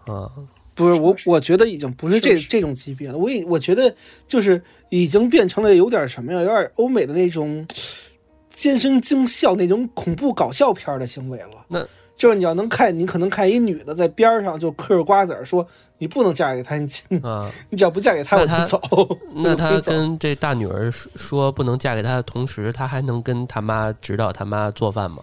哦，
不是我
是，
我觉得已经不是这
是是
这种级别了。我也我觉得就是已经变成了有点什么呀，有点欧美的那种尖声惊笑那种恐怖搞笑片儿的行为了。
那
就是你要能看，你可能看一女的在边儿上就嗑着瓜子儿说：“你不能嫁给他，你 你
啊，
你只要不嫁给他，
那
我就
他
走。
那
我就
他
走
跟这大女儿说说不能嫁给他的同时，他还能跟他妈指导他妈做饭吗？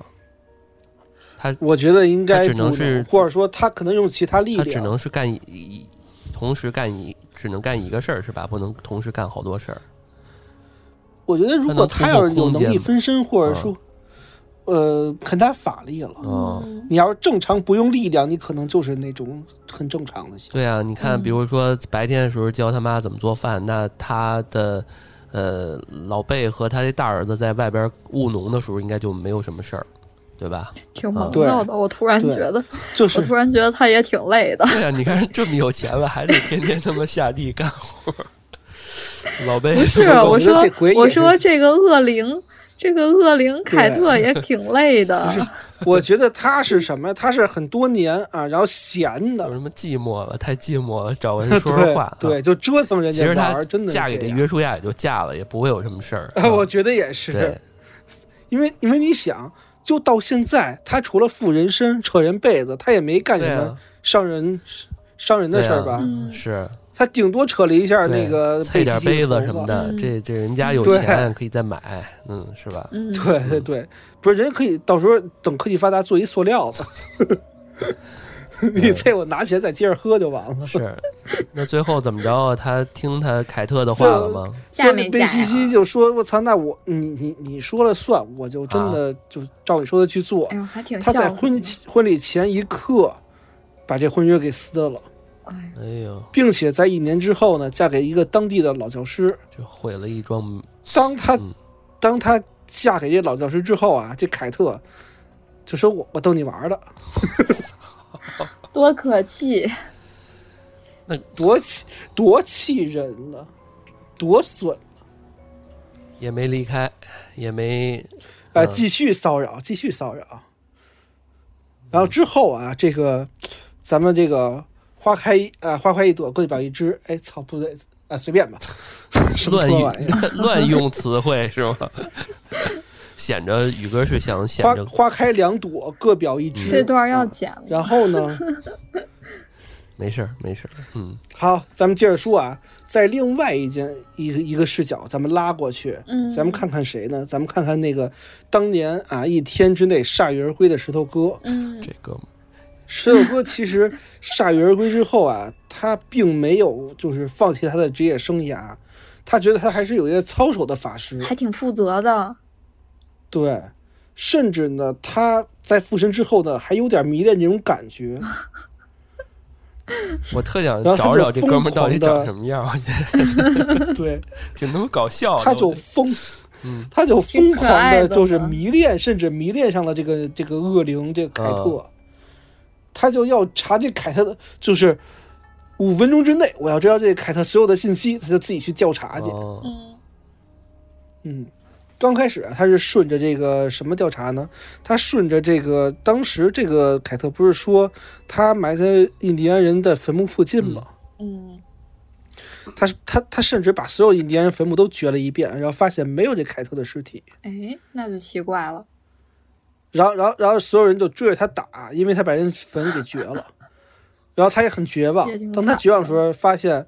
他
我觉得应该
他只能
不
是
或者说他可能用其他力
他
量，
只能是干一一，同时干一，只能干一个事儿是吧？不能同时干好多事儿。
我觉得如果
他能突
他
破
要是有
空
能
间
力
吗
分身，或者
嗯
说，呃，看他法力了。
哦，
你要是正常不用力量，你可能就是那种很正常的型。
对啊，你看，
嗯
比如说白天的时候教他妈怎么做饭，那他的呃老贝和他这大儿子在外边务农的时候，应该就没有什么事儿，对吧？
挺萌
对
逗的。我突然
对
觉得，
就
我
是
突然觉得他也挺累的。
对啊，你看这么有钱了，还得天天他妈下地干活儿。 老贝
不是，啊
我
我
觉得
说
这鬼也
我
是
说这个恶灵，这个恶灵凯特 也挺累的。
我觉得他是什么呀？他是很多年啊，然后闲
有
的，
什么寂寞了，太寂寞了，找个 人
对
说说话。啊
对，，就折腾人
其
家
实
玩
她
儿，真的是
嫁给
这
这
样。
约书亚也就嫁了，也不会有什么事儿 啊
我觉得也是
对，，
因为因为你想，就到现在，他除了附人参、扯人被子，他也没干什
对
么
啊，
伤人伤人的
对
事儿
啊
吧？
嗯，
是
他顶多扯了一下
对
那个
配点
西西
杯
的头
子什么
发
的，
嗯
这这人家有
对
钱可以再买，嗯，是吧？
嗯，
对对对，不是人家可以到时候等科技发达做一塑料的，你这我拿起来再接着喝就完了。
是。那最后怎么着啊？他听他凯特的话了吗？
所
嫁
以
没
贝
嫁
西
呀
西就说：“我操，那我你你你说了算，我就真的就照你说的去做。
哎呦，还挺
他在
孝
婚
顺的。
期婚礼前一刻把这婚约给撕了，
哎，
哎呦，
并且在一年之后呢，嫁给一个当地的老教师。
这毁了一桩
当她、
嗯
当她嫁给这老教师之后啊，这凯特就说我我逗你玩儿的，
多可气！
多气多气人呢、多损
也没离开，也没
啊！
嗯
继续骚扰，继续骚扰。然后之后啊，这个咱们这个花开一啊、花开一朵，桂表一枝。哎，操，不对啊，随便吧，什么
乱
他妈玩意
用
儿？
乱用词汇是吗？ 显着宇哥是想显
花
着
花开两朵，各表一枝。
这段要
啊
剪了。
然 后呢？
没事儿没事儿，嗯，
好，咱们接着说啊，在另外一间一个一个视角，咱们拉过去，
嗯
咱们看看谁呢？咱们看看那个当年啊一天之内铩羽而归的石头哥。
嗯，
这哥们
石头哥其实铩羽而归之后啊，他并没有就是放弃他的职业生涯，他觉得他还是有一个操守的法师，
还挺负责的。
对，甚至呢他在附身之后呢，还有点迷恋这种感 觉，
我特想
然后他
找
就
找这哥们儿到底
疯狂地
长什么样儿，我觉得
对。
挺他妈搞笑的。
他就
我觉
疯
嗯，
他就疯
挺
狂
可爱
的，
的
就是
呢
迷恋，甚至迷恋上了这个这个恶灵这个凯特，
嗯
他就要查这凯特的，就是五分钟之内，我要知道这个凯特所有的信息，他就自己去调查
得
去。
哦
嗯
嗯，刚开始啊他是顺着这个什么调查呢？他顺着这个当时这个凯特不是说他埋在印第安人的坟墓附近吗？
嗯
他是他他甚至把所有印第安人坟墓都掘了一遍，然后发现没有这凯特的尸体。
哎，那就奇怪了。
然后，然后，然后所有人就追着他打，因为他把人坟给掘了。然后他也很绝望
也挺。
当他
惨
绝望
的
的时候，发现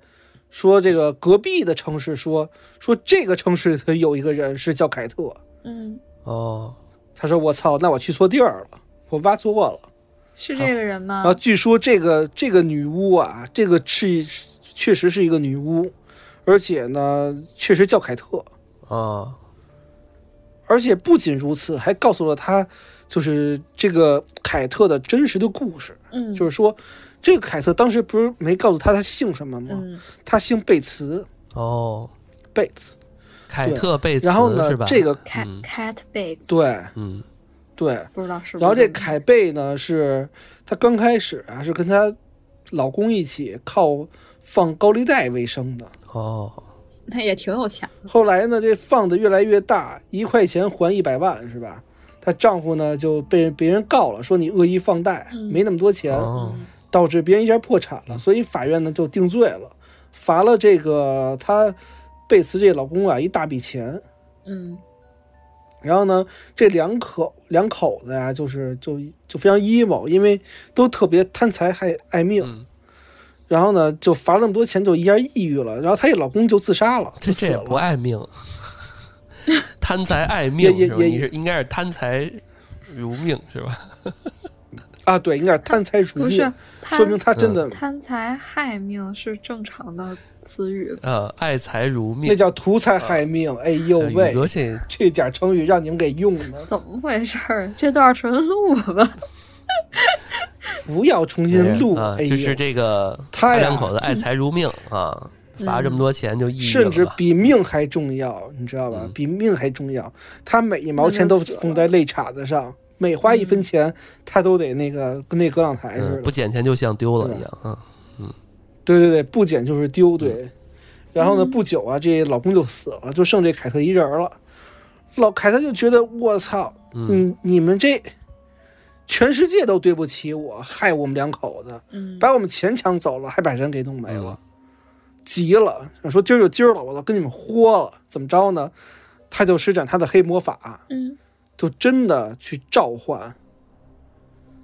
说这个隔壁的城市说说这个城市里有一个人是叫凯特。
嗯，
哦，
他说：“我操，那我去错地儿了，我挖错了。
嗯是这个人”吗
然后？据说这个这个女巫啊，这个是确实是一个女巫，而且呢，确实叫凯特。
哦，
而且不仅如此，还告诉了他就是这个凯特的真实的故事。
嗯，
就是是说，这个凯特当时不是没告诉他他姓什么吗？
嗯，
他姓贝茨，
哦，
贝茨。
凯特贝茨
然后
是
呢
吧？，
这个
cat cat bates，，
对
嗯，
对，
不知道是不是。
然后这凯贝呢是，她刚开始啊是跟她老公一起靠放高利贷为生的，
哦，
他也挺有钱的，
后来呢这放的越来越大，一块钱还一百万是吧？她丈夫呢就被别人告了，说你恶意放贷，
嗯
没那么多钱，
哦，
导致别人一下破产了，所以法院呢就定罪了，罚了这个她贝茨这老公啊一大笔钱。
嗯
然后呢，这两口两口子呀、就是就就非常 emo，因为都特别贪财还爱命。
嗯
然后呢，就罚了那么多钱，就一下抑郁了。然后她这老公就自杀了，
这
就死
这也不
了。
爱命，贪财爱命
也
是吧？
也
你是应该是贪财如命是吧？
啊，对，应该是贪财如
不是
命，
贪
说明她真
嗯
的、
贪财害命是正常的词语，
呃，爱财如命
那。叫图财害命。哎呦
呃宇
喂，
哥这
这点成语让你们给用 的，
怎么回事儿？这段纯录吧。
不要重新录。
啊，
哎呦，
就是这个
他呀嗯
两口子爱财如命啊，罚这么多钱就抑郁了
甚至
吧，
比命还重要，你知道吧？
嗯
比命还重要。他每一毛钱
那
都
就死了嗯
用在肋叉子上，每花一分钱，他都得那个跟那葛朗台似
嗯，
的。
不捡钱就像丢了一样啊。
对对对，不捡就是
嗯
丢，对。然后呢，
嗯
不久啊，这老公就死了，就剩这凯特一人了。老凯特就觉得我操，嗯，你们这全世界都对不起我，害我们两口子，
嗯，
把我们钱抢走了，还把人给弄没了，
嗯
急了，想说今儿就今儿了，我都跟你们豁了，怎么着呢？他就施展他的黑魔法，
嗯，
就真的去召唤。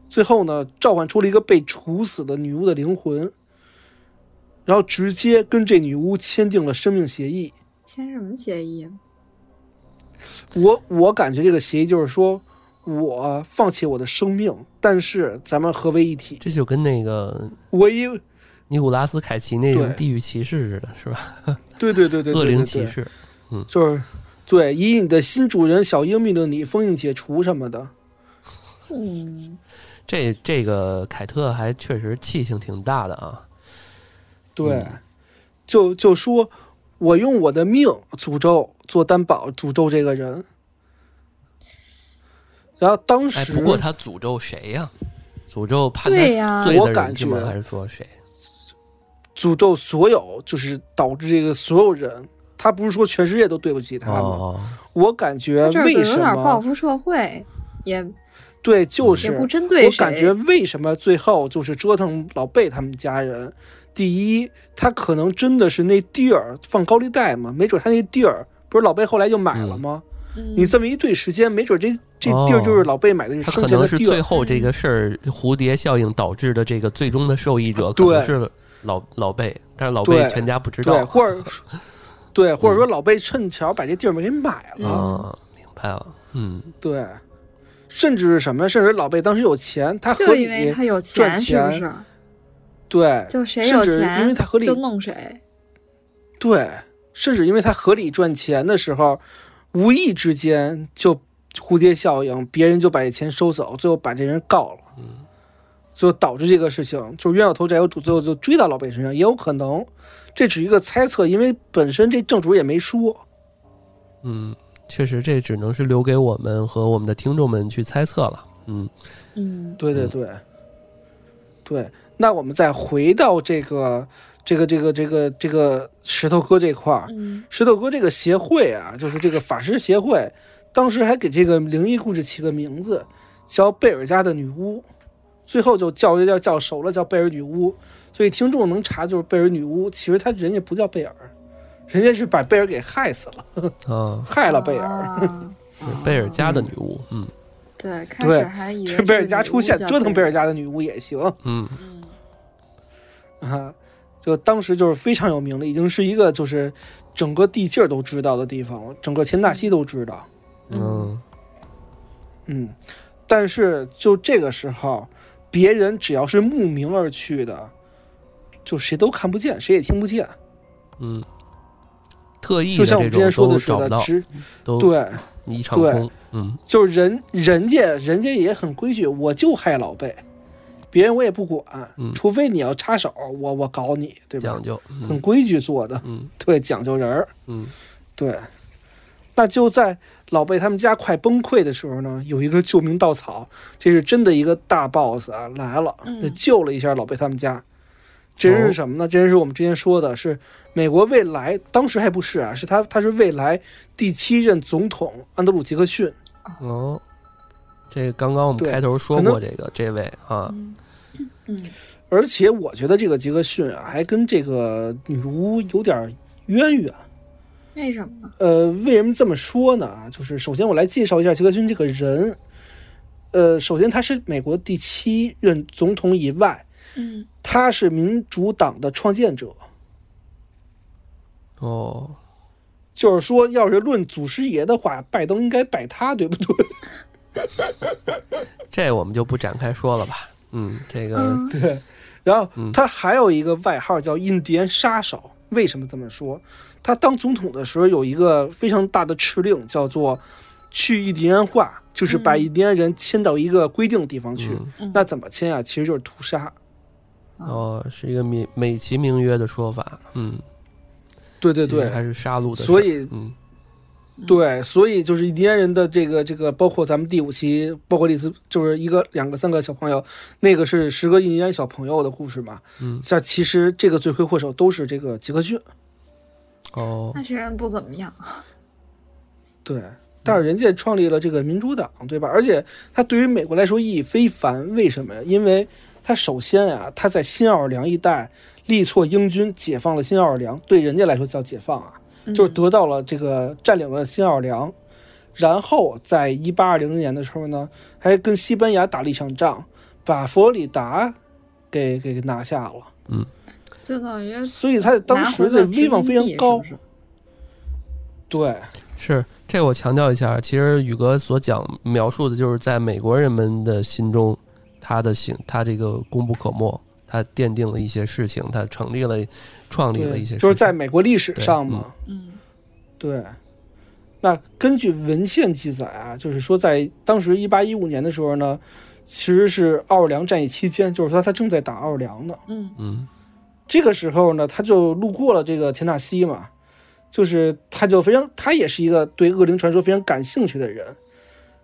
最后呢，召唤出了一个被处死的女巫的灵魂，然后直接跟这女巫签订了生命协议。
签什么协议？啊
我我感觉这个协议就是说，我放弃我的生命，但是咱们合为一体。
这就跟那个
我一
尼古拉斯凯奇那种
对
地狱骑士似的，是吧？
对对对对对对
恶灵
对
骑士，
就是对，以你的新主人小鹰命令你封印解除什么的。
嗯，
这这个凯特还确实气性挺大的啊。
对，嗯就就说我用我的命诅咒做担保，诅咒这个人。然后当
哎，
时，
不过他诅咒谁呀？诅咒判他
对呀
罪
我
的
感
人是吗？
觉
还是说谁？
诅咒所有，就是导致这个所有人。他不是说全世界都对不起他吗？
哦，
我感觉
这就
为
有
什
点报
么
复社会，也
对，就
也
是
不针对
我
谁。
感觉为什么最后就是折腾老贝他们家人？第一，他可能真的是那地儿放高利贷嘛，没准他那地儿不是老贝后来就买了吗？
嗯
你这么一对时间，没准这这地儿就是老贝买的
哦他
生
可
前
能
的嗯
是
地
最
儿。
后这个事儿蝴蝶效应导致的这个最终的受益者可
对
能是老老贝，但是老贝
对
全家不知
对，
道。嗯
或者对，或者说老贝趁巧把这地儿给买了，
啊，明白了，嗯，
对，甚至是什么？甚至老贝当时有钱，他合
就因为
理
他有
赚
钱，是不
钱
是？
对，
就谁
甚
有
至
钱，
因为他合理
就弄谁。
对，甚至因为他合理赚钱的时候，无意之间就蝴蝶效应，别人就把这钱收走，最后把这人告了，嗯，最后导致这个事情就是冤有头债有主，最后就追到老贝身上，也有可能，这只是一个猜测，因为本身这正主也没说，
嗯，确实，这只能是留给我们和我们的听众们去猜测了。嗯，
嗯
对对对，对，那我们再回到这个这个这个这个这个石头哥这块儿，
嗯
石头哥这个协会啊，就是这个法师协会，当时还给这个灵异故事起个名字，叫《贝尔家的女巫》。最后就叫这叫叫熟了，叫贝尔女巫。所以听众能查就是贝尔女巫，其实她人家不叫贝尔，人家是把贝尔给害死了，
啊，
害了贝尔。
啊
是 贝尔家的女巫，嗯
对，开始
对
还以为
这
是
贝尔家
女
出
巫
现，
叫
折腾贝
贝
尔家的女巫也行
嗯，
啊。就当时就是非常有名了，已经是一个就是整个地界儿都知道的地方了，整个田纳西都知道。
嗯
嗯，但是就这个时候，别人只要是慕名而去的，就谁都看不见，谁也听不见。
嗯，特意
就
的
像我们
这
之前说的
种都
似
找不
的，
到，
只
都
对，
一场空，嗯
就是人人家人家也很规矩，我就害老贝，别人我也不管，
嗯
除非你要插手，我我搞你，对吧
讲？究，嗯
很规矩做的，
嗯
对，讲究人儿，
嗯
对。那就在老贝他们家快崩溃的时候呢，有一个救命稻草，这是真的一个大 boss 啊来了，
嗯
就救了一下老贝他们家。这人是什么呢？这人是我们之前说的，是美国未来，当时还不是啊，是他，他是未来第七任总统安德鲁·杰克逊。
哦，这刚刚我们
对
开头说
可能
过这个这位啊，
而且我觉得这个杰克逊啊，还跟这个女巫有点渊源。
为什么呢？
呃，为什么这么说呢？啊，就是首先我来介绍一下杰克逊这个人。呃，首先他是美国第七任总统以外，
嗯
他是民主党的创建者。
哦，
就是说，要是论祖师爷的话，拜登应该拜他，对不对？
这我们就不展开说了吧，嗯，这个
嗯
对，然后
嗯
他还有一个外号叫印第安杀手。为什么这么说？他当总统的时候有一个非常大的敕令，叫做“去印第安化”，就是把
嗯
印第安人迁到一个规定的地方去。
嗯
嗯
那怎么迁啊？其实就是屠杀。
哦，是一个美美其名曰的说法，嗯，
对对
其实
对，
还是杀戮的事儿，
所以
嗯
对，所以就是印第安人的这个这个，包括咱们第五期，包括丽丝，就是一个、两个、三个小朋友，那个是十个印第安小朋友的故事嘛。
嗯，
像其实这个罪魁祸首都是这个杰克逊。
哦
那这人不怎么样。
对，但是人家创立了这个民主党，对吧？而且他对于美国来说意义非凡，为什么呀？因为他首先啊，他在新奥尔良一带力挫英军，解放了新奥尔良，对人家来说叫解放啊，
嗯
就是得到了这个占领了新奥尔良。然后在一八二零年的时候呢，还跟西班牙打了一场仗，把佛罗里达给给给拿下了。
就等于
所以他当
拿
时
回
的
了殖
威望
民
非常
地是
高
不。是
对，
是，这我强调一下，其实宇哥所讲描述的就是在美国人们的心中，他的行，他这个功不可没，他奠定了一些事情，他成立了，创立了一
对，
些事情，
就是在美国历史
对
上
嗯
嘛。
嗯
对，那根据文献记载啊，就是说在当时一八一五年的时候呢，其实是奥尔良战役期间，就是说他正在打奥尔良呢。
嗯
嗯
这个时候呢，他就路过了这个田纳西嘛，就是他就非常，他也是一个对恶灵传说非常感兴趣的人，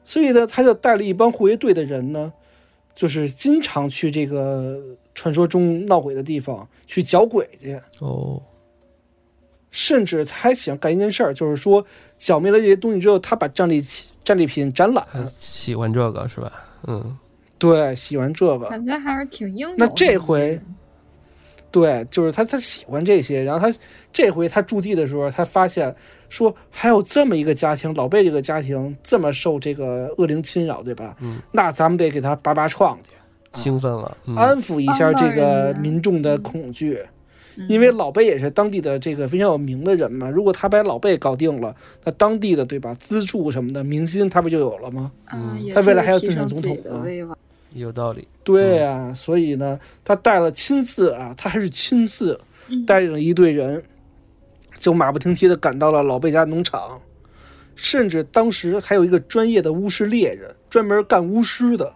所以呢，他就带了一帮护卫队的人呢，就是经常去这个传说中闹鬼的地方去搅鬼去。
哦
甚至他还想干一件事儿，就是说剿灭了这些东西之后，他把战利品战利品展览，
他喜欢这个是吧？
啊
嗯
对，喜欢这个，
感觉还是挺英勇的。
那这回对，就是他他喜欢这些。然后他这回他驻地的时候，他发现说还有这么一个家庭，老贝这个家庭这么受这个恶灵侵扰，对吧？
嗯，
那咱们得给他拔拔创去，
兴奋了，嗯
安抚一下这个
帮帮人家嗯
民众的恐惧。因为老贝也是当地的这个非常有名的人嘛，如果他把老贝搞定了，那当地的对吧，资助什么的明星他不就有了吗？
嗯，也
他未
是
来还要
提
竞选
升
总
自己
统啊
的
呢
威望。
有道理，
对啊，所以呢，他带了亲自啊，他还是亲自
嗯
带领一队人，就马不停蹄地赶到了老贝家农场，甚至当时还有一个专业的巫师猎人，专门干巫师的。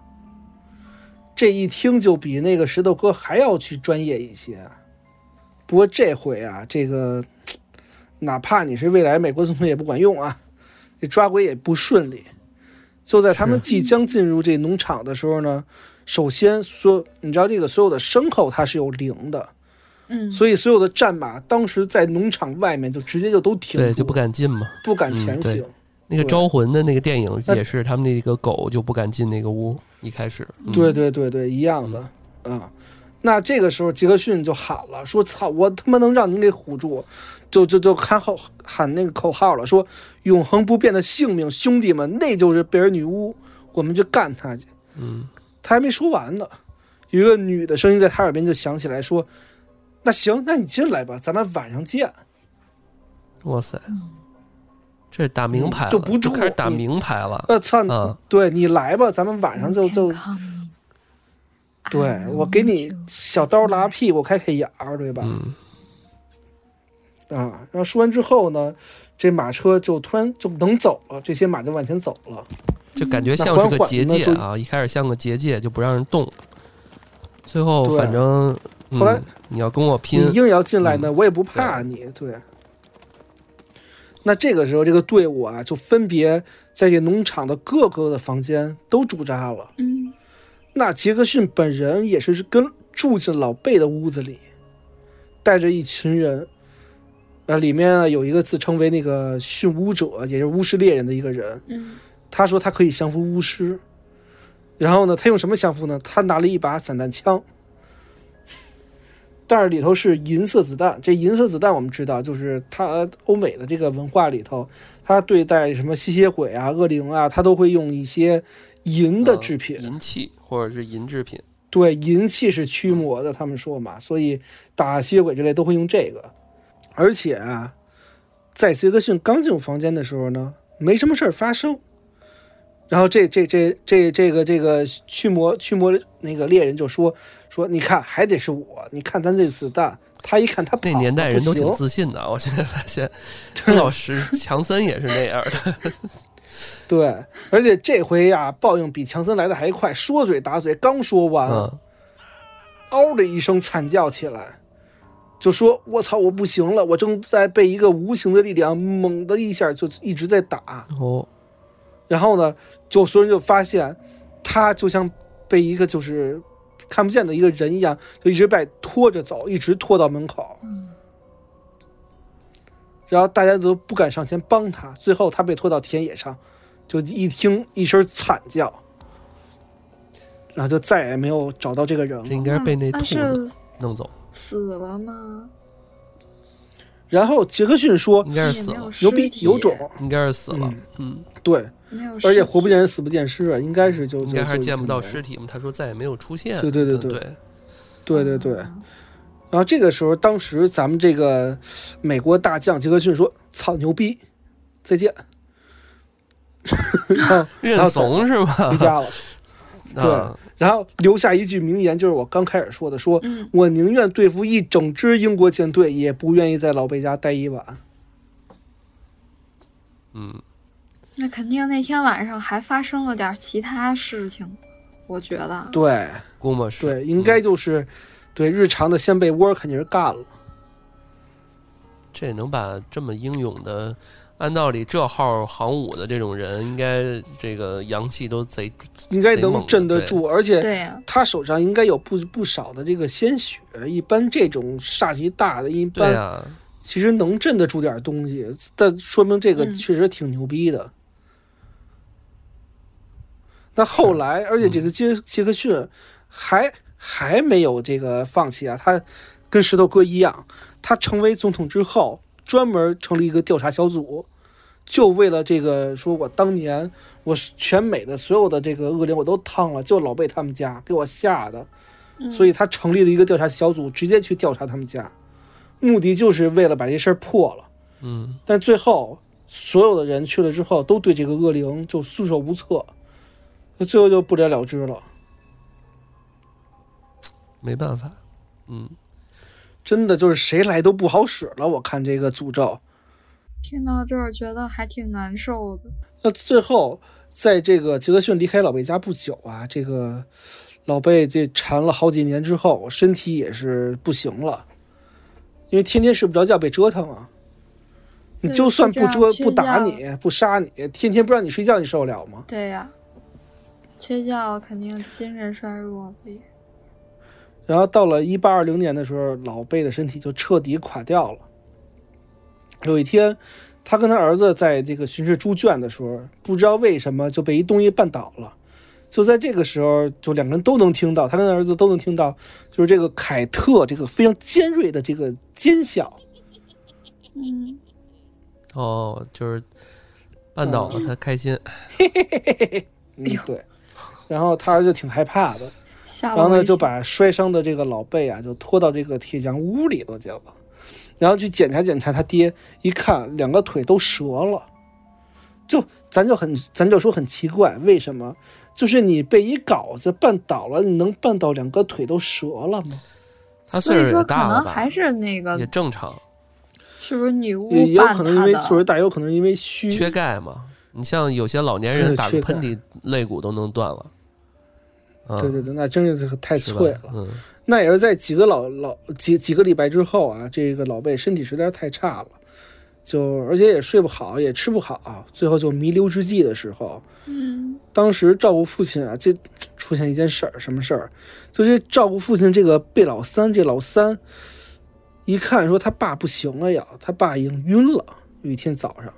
这一听就比那个石头哥还要去专业一些啊。不过这回啊，这个哪怕你是未来美国总统也不管用啊，这抓鬼也不顺利。就在他们
是
即将进入这农场的时候呢，首先所你知道这个所有的牲口它是有灵的，
嗯，
所以所有的战马当时在农场外面就直接就都停住，
对，就不敢进嘛，
不敢前
嗯
行。
对那个
对
招魂的那个电影
那
也是，他们那个狗就不敢进那个屋，一开始。嗯
对对对对，一样的啊。那这个时候，杰克逊就喊了，说：“操，我他妈能让您给唬住！”就就就喊口喊那个口号了，说：“永恒不变的性命，兄弟们，那就是贝尔女巫，我们去干她去。”
嗯，
他还没说完呢，有一个女的声音在他耳边就响起来，说：“那行，那你进来吧，咱们晚上见。
哇塞，这是打明牌
嗯
了，
就不住
开始打
你
明牌了。
呃，操，
嗯
对你来吧，咱们晚上就就
Come in.
对
I
我给
want
你
you.
小刀拉屁股，开开眼儿，对吧？
嗯，
啊，然后说完之后呢，这马车就突然就能走了，这些马就往前走了。
就感觉
嗯那
像
缓
是个
缓
结
地
界
就
啊，一开始像个结界，就不让人动。最后
对
反正，
后来
嗯，你要跟我拼嗯
你，硬要进来呢，我也不怕你。对。那这个时候，这个队伍啊，就分别在这农场的各个的房间都驻扎了。
嗯，
那杰克逊本人也是跟住进老贝的屋子里，带着一群人，呃，里面啊有一个自称为那个驯巫者，也就是巫师猎人的一个人，
嗯，
他说他可以降服巫师，然后呢，他用什么降服呢？他拿了一把散弹枪，但是里头是银色子弹。这银色子弹我们知道，就是他欧美的这个文化里头，他对待什么吸血鬼啊、恶灵啊，他都会用一些银的
嗯
制品。
银器或者是银制品。
对，银器是驱魔的，他们说嘛，所以打吸血鬼之类都会用这个。而且啊，在杰克逊刚进入房间的时候呢，没什么事儿发生。然后这这这这这个这个驱魔驱魔那个猎人就说说，你看还得是我，你看咱这子弹，他一看他跑
那年代人都挺
啊不行
自信的啊，我现在发 现，老师强森也是那样的。
对，而且这回呀、报应比强森来的还快，说嘴打嘴，刚说完，
嗯，
嗷的一声惨叫起来，就说：“我操，我不行了！我正在被一个无形的力量猛的一下就一直在打。
哦，”
然后呢，就所有人就发现，他就像被一个就是看不见的一个人一样，就一直被拖着走，一直拖到门口。然后大家都不敢上前帮他，最后他被拖到田野上，就一听一声惨叫，然后就再也没有找到这个人了
这。应该是被那
他
兔
嗯是
子弄走，
死了吗？
然后杰克逊说：“
应该是
也
死
没
了，
牛
尸
逼
体
有种，
应该是死了。嗯，
对，
没有尸体，
而且活不见人死不见尸啊，应该是就
应
就
该还是
就
见不到
就
尸体嘛。他说再也没有出现。
对对对
对
对对对对。然后这个时候，当时咱们这个美国大将杰克逊说：“操牛逼，再见。”然后然
认
后走
怂是吧？
回 家了，
啊
然后留下一句名言，就是我刚开始说的，说
嗯
我宁愿对付一整支英国舰队，也不愿意在老贝家待一晚。
哦
嗯，
那肯定那天晚上还发生了点其他事情，我觉得。
对
估摸是
对，
嗯
应该就是、对日常的掀被窝肯定是干了。
这能把这么英勇的，按道理这号航母的这种人，应该这个阳气都贼
应该
贼猛
能
的
镇得
对
住，而且
对呀、
他手上应该有不不少的这个鲜血，一般这种煞气大的，一
对
般
啊，
其实能镇得住点东西，但说明这个
嗯
确实挺牛逼的。那后来，而且这个杰杰克逊还还没有这个放弃啊，他跟石头哥一样，他成为总统之后，专门成立一个调查小组，就为了这个，说我当年我全美的所有的这个恶灵我都趟了，就老贝他们家给我吓的，
嗯
所以他成立了一个调查小组，直接去调查他们家，目的就是为了把这事儿破了。
嗯，
但最后所有的人去了之后，都对这个恶灵就束手无策，最后就不了了之了。
没办法，嗯，
真的就是谁来都不好使了。我看这个诅咒，
听到这儿觉得还挺难受的。
那最后，在这个杰克逊离开老贝家不久啊，这个老贝这缠了好几年之后，身体也是不行了，因为天天睡不着觉，被折腾啊。你就算不折
这
不
样
打你不杀你，天天不让你睡觉，你受得了吗？
对呀、缺觉肯定精神衰弱呗。
然后到了一八二零年的时候，老贝的身体就彻底垮掉了。有一天，他跟他儿子在这个巡视猪圈的时候，不知道为什么就被一东西绊倒了。就在这个时候，就两个人都能听到，他跟他儿子都能听到，就是这个凯特这个非常尖锐的这个尖笑。
嗯，
哦，就是绊倒了他开心，
嗯，对。然后他儿子挺害怕的，
吓
然后
我
呢
一
就
跳
把摔伤的这个老贝啊就拖到这个铁匠屋里头去了，然后去检查检查他爹，一看两个腿都折了，就咱就很咱就说很奇怪，为什么？就是你被一镐子绊倒了，你能绊到两个腿都折了吗？
他
所
岁
以
数
说
也
可
大了
能
吧
还是那个
也正常，
是不是女巫
也也有
扮
可能因
他
为
的？
岁数大，也有可能因为虚。
缺钙嘛。你像有些老年
真
人
是
打
缺
个
钙
喷嚏，肋骨都能断了。嗯、
对对对，那真是太
是吧
脆了。
嗯，
那也是在几个老老几几个礼拜之后啊，这个老贝身体实在是太差了，就而且也睡不好，也吃不好，最后就弥留之际的时候，
嗯，
当时照顾父亲啊，这出现一件事儿，什么事儿？就是照顾父亲这个贝老三，这老三一看说他爸不行了呀，他爸已经晕了。有一天早上，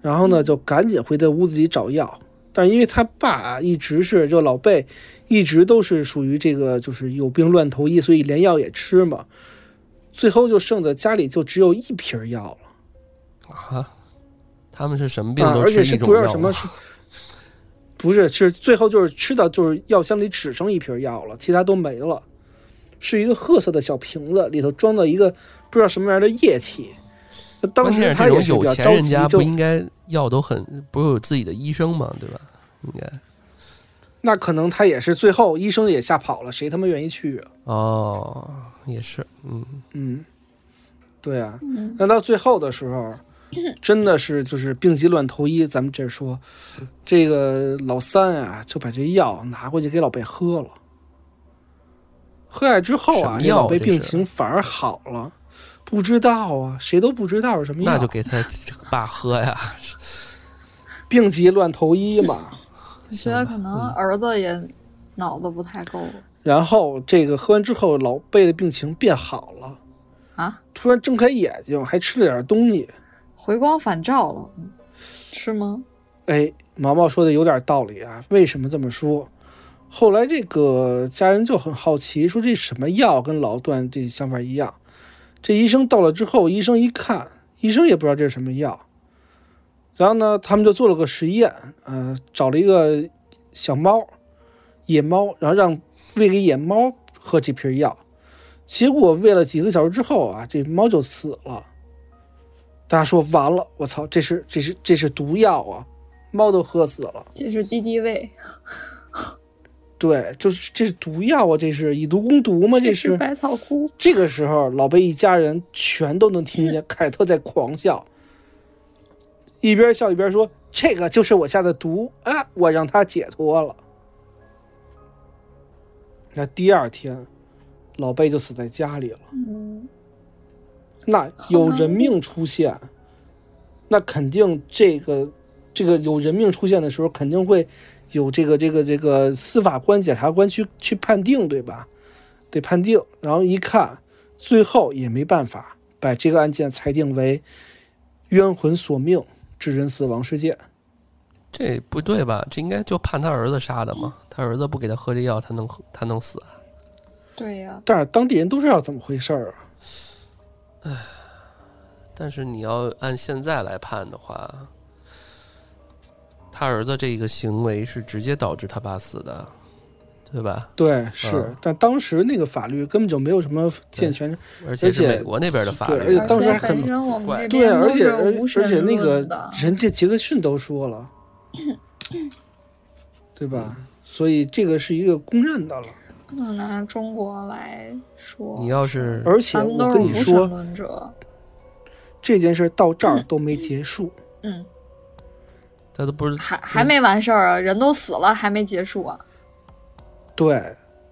然后呢就赶紧回到屋子里找药，但因为他爸啊一直是就老贝，一直都是属于这个就是有病乱投医，所以连药也吃嘛。最后就剩的家里就只有一瓶药了。
啊，他们是什么病
啊，
都
而且
吃
是
一
不
种
知道
药
什么
吗？
是，不是是最后就是吃到就是药箱里只剩一瓶药了，其他都没了，是一个褐色的小瓶子，里头装了一个不知道什么玩意儿的液体。那当
关键
时
是
他
这
也
种
是比
有
较
钱
着
人
急
家，不
就
应该药都很，不是有自己的医生嘛，对吧？应该
那可能他也是最后医生也吓跑了，谁他妈愿意去啊？
哦，也是，嗯，
嗯，对啊，
嗯，
那到最后的时候，真的是就是病急乱投医。咱们这说，这个老三啊，就把这药拿过去给老贝喝了。喝下之后啊，
什么
这
药啊
老贝
这是
病情反而好了。不知道啊，谁都不知道是什么药。
那就给他 这个爸喝呀，
病急乱投医嘛。
我觉得可能
嗯
儿子也脑子不太够
然后这个喝完之后，老贝的病情变好了，
啊，
突然睁开眼睛，还吃了点东西。
回光返照了，嗯是吗？
哎，毛毛说的有点道理啊。为什么这么说？后来这个家人就很好奇，说这什么药跟老段这想法一样。这医生到了之后，医生一看，医生也不知道这是什么药。然后呢，他们就做了个实验，呃，找了一个小猫，野猫，然后让喂给野猫喝这瓶药。结果喂了几个小时之后啊，这猫就死了。大家说完了，我操，这是这是这是毒药啊！猫都喝死了。
这是敌敌畏，
对，就是这是毒药啊，这是以毒攻毒吗？这
是
是。
百草枯，
这个时候，老贝一家人全都能听见凯特在狂笑，一边笑一边说：“这个就是我下的毒啊，我让他解脱了。”那第二天，老贝就死在家里了。
嗯，
那有人命出现，那肯定这个这个有人命出现的时候，肯定会有这个这个这个司法官、检察官去去判定，对吧？得判定，然后一看，最后也没办法把这个案件裁定为冤魂索命、致人死亡事件。
这不对吧？这应该就判他儿子杀的嘛，
嗯
他儿子不给他喝这药，他能喝他能死啊？
对呀、
但是当地人都知道怎么回事儿啊，
但是你要按现在来判的话，他儿子这个行为是直接导致他爸死的，对吧？
对，是，
嗯
但当时那个法律根本就没有什么健全
而且是
而且
美国那边的法
对
律
而且，当时还
而且
很
本身我们这
对，
边
啊而
都
且
是
而
无神
而且那个
论的
人家杰克逊都说了，对吧？所以这个是一个公认的了。
不能拿中国来说，
你要是
而且
咱们都
我
是
跟你
无神
说，
论者，
这件事到这儿都没结束，
嗯，
他都不是
还还没完事儿啊，人都死了还没结束啊，
对，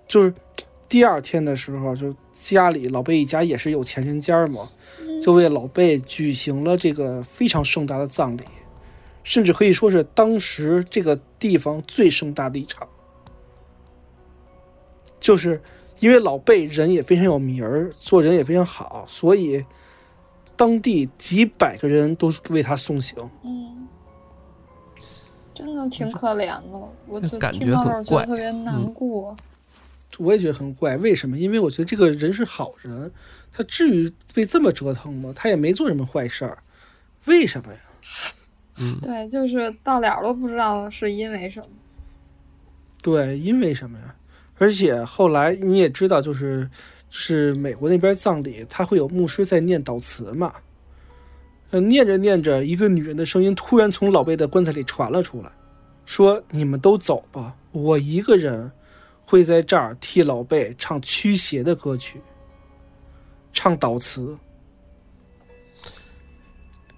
就是第二天的时候，就家里老贝一家也是有钱人家嘛，就为老贝举行了这个非常盛大的葬礼，甚至可以说是当时这个地方最盛大的一场。就是因为老贝人也非常有名儿，做人也非常好，所以当地几百个人都为他送行。
嗯，真的挺可怜的，我
就
就
感
听
觉
到
很
这儿觉
怪
得特别难过。
我也觉得很怪，为什么？因为我觉得这个人是好人，他至于被这么折腾吗？他也没做什么坏事儿，为什么呀？
对，就是到了都不知道是因为什么。
对，因为什么呀？而且后来你也知道，就是是美国那边葬礼，他会有牧师在念悼词嘛。呃，念着念着，一个女人的声音突然从老贝的棺材里传了出来，说：“你们都走吧，我一个人会在这儿替老贝唱驱邪的歌曲，唱悼词。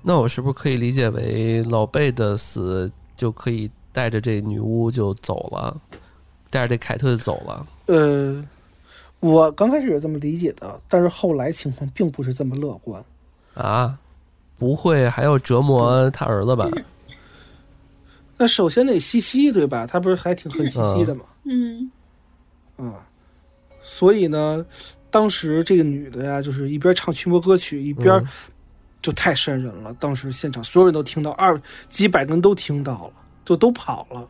那我是不是可以理解为老贝的死就可以带着这女巫就走了，带着这凯特就走了？”
呃，我刚开始也这么理解的，但是后来情况并不是这么乐观。
啊？不会还要折磨他儿子吧？
那首先那西西对吧？他不是还挺恨西西的吗？
嗯
啊，所以呢，当时这个女的呀，就是一边唱驱魔歌曲，一边
嗯
就太瘆人了。当时现场所有人都听到，二几百个人都听到了，就都跑了，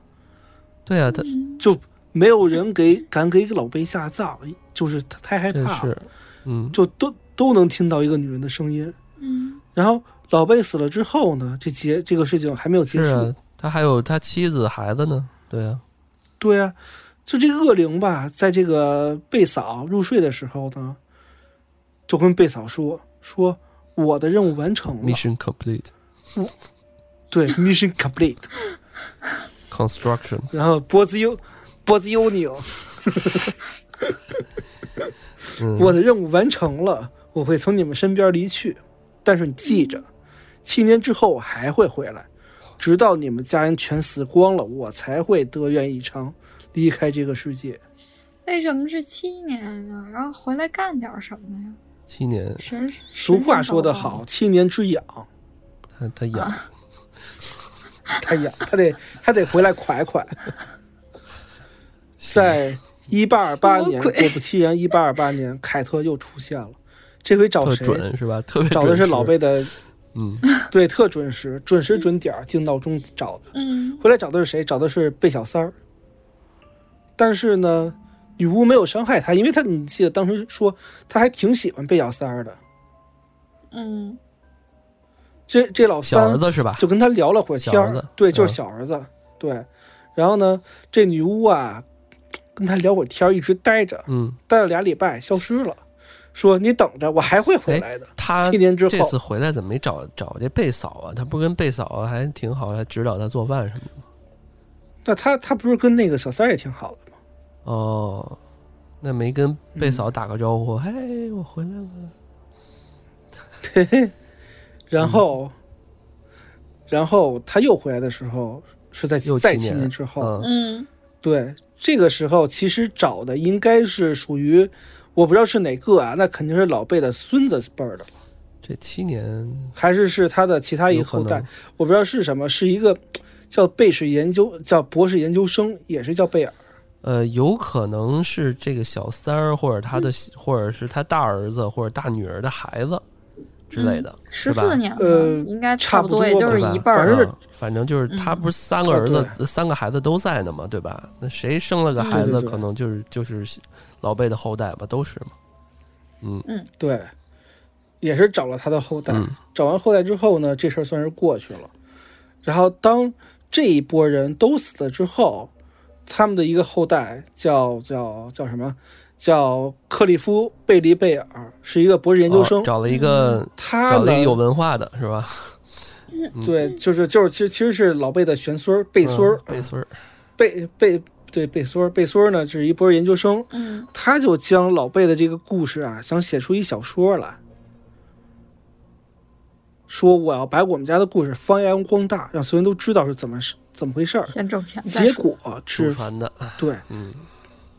对啊，他
就没有人给敢给老贝下葬，就是他太害
真
怕了
是，，嗯，
就都都能听到一个女人的声音。
嗯
然后老贝死了之后呢，这结这个事情还没有
是
结束，
啊，他还有他妻子孩子呢，对啊，
对啊，就这个恶灵吧，在这个贝嫂入睡的时候呢，就跟贝嫂说说我的任务完成了
Mission complete
对 mission complete，
construction。
然后脖子又脖子又拧，
嗯
我的任务完成了，我会从你们身边离去，但是你记着，七年之后我还会回来，直到你们家人全死光了，我才会得愿以偿离开这个世界。
为什么是七年呀？然后回来干点什么呀？
七年，
神
俗话说得好，，七年之痒。
他他养，
啊他养，他得他得回来快快。在一八二八年，
什么
果
鬼
不其然，一八二八年，凯特又出现了。这回找
特
哦谁？
准是吧？特别
找的
准
是老
时，
贝的，
嗯，
对，特准时，准时准点儿定闹钟找的。
嗯
回来找的是谁？找的是贝小三儿。但是呢，女巫没有伤害他，因为他你记得当时说他还挺喜欢贝小三儿的。
嗯
这这老
小
三
儿子是吧？
就跟他聊了会儿天
小儿
儿
子，
对，就是
嗯
小儿子，对。然后呢，这女巫啊，跟他聊会儿天儿，一直待着，
嗯，
待了俩礼拜，消失了。说你等着，我还会回来的。
哎他
七年之
这
后
次，回来怎么没找找这贝嫂啊？他不是跟贝嫂还挺好，还指导他做饭什么的吗。
那他他不是跟那个小三儿也挺好的吗？
哦，那没跟贝嫂打个招
嗯
呼，嘿，我回来了。
嘿嘿。然
嗯
后，然后他又回来的时候是在
又
在
七
七
年
年之后，
嗯，
嗯
对，这个时候其实找的应该是属于，我不知道是哪个啊，那肯定是老贝的孙子辈儿的。
这七年
还是是他的其他一
有
个
可
后代
能，，
我不知道是什么，是一个叫贝氏研究，叫博士研究生，也是叫贝尔。
呃，有可能是这个小三儿，或者他
嗯
的，或者是他大儿子或者大女儿的孩子之类的，
嗯十
是吧
四年吧
呃，
嗯应该
差
不
不多
也就是
对吧
一辈儿
反正
了。
是
啊反正就是他不是三个
啊
儿子、三个孩子都在呢嘛，对吧？那谁生了个
对
孩子，
对对
可能就是就是老辈的后代吧，都是嘛。
对，也是找了他的后代。
嗯
找完后代之后呢，这事儿算是过去了。然后当这一波人都死了之后，他们的一个后代叫叫叫什么？叫克利夫·贝利贝尔，是一个博士研究生。嗯
哦找了一个、
他
找了一
呢
个有文化的是吧？
对，就是就是，其实其实是老贝的玄孙儿贝孙儿
嗯，贝孙儿，
贝贝对贝索尔，贝索尔呢是一波研究生，
嗯
他就将老贝的这个故事啊，想写出一小说来，说我要把我们家的故事发扬光大，让所有人都知道是怎么是怎么回事儿。
先挣钱再
结
说。
果
祖
只
传的，
对
嗯，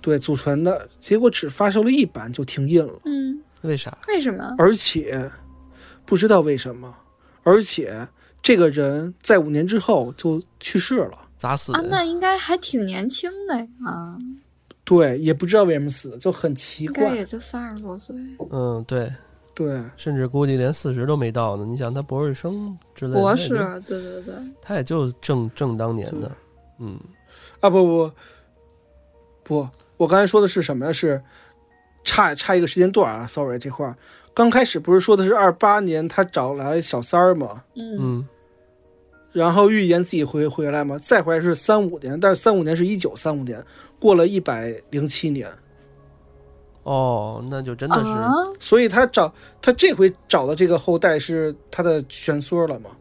对祖传的，结果只发售了一版就停印了，
嗯，
为啥？
为什么？
而且不知道为什么，而且这个人在五年之后就去世了。
咋死
啊，
的？
那应该还挺年轻的呀，
对，也不知道为什么死，就很奇
应该
怪。
也就三十多岁。
嗯，对，
对，
甚至估计连四十都没到呢。你想他博士生之类的，
博
他也就
士，对对对，
他也就正正当年的，嗯，
啊不不不，我刚才说的是什么呀？是差差一个时间段啊，sorry 这话。刚开始不是说的是二八年他找来小三儿吗？
嗯
嗯，
然后预言自己回回来吗？再回来是三五年，但是三五年是一九三五年，过了一百零七年，
哦，那就真的是，
啊，
所以他找他这回找的这个后代是他的玄孙了吗？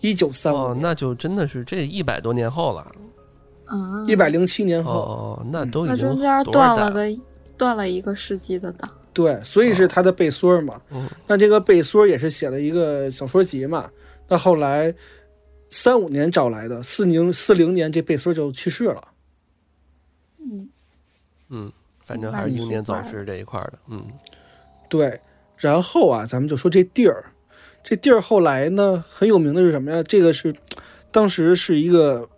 一九三五
哦，
年，
那就真的是这一百多年后了，
啊，
一百零七年后，
哦，那都
嗯那
已经
中间
多少
断
代
了？个断了一个世纪的档，
对，所以是他的贝孙儿嘛。
嗯
那这个贝孙儿也是写了一个小说集嘛。那后来三五年找来的，四零四零年这贝孙儿就去世了。
嗯，反正还是英年早逝这一块儿的，嗯，
对，然后啊，咱们就说这地儿，这地儿后来呢很有名的是什么呀？这个是当时是一个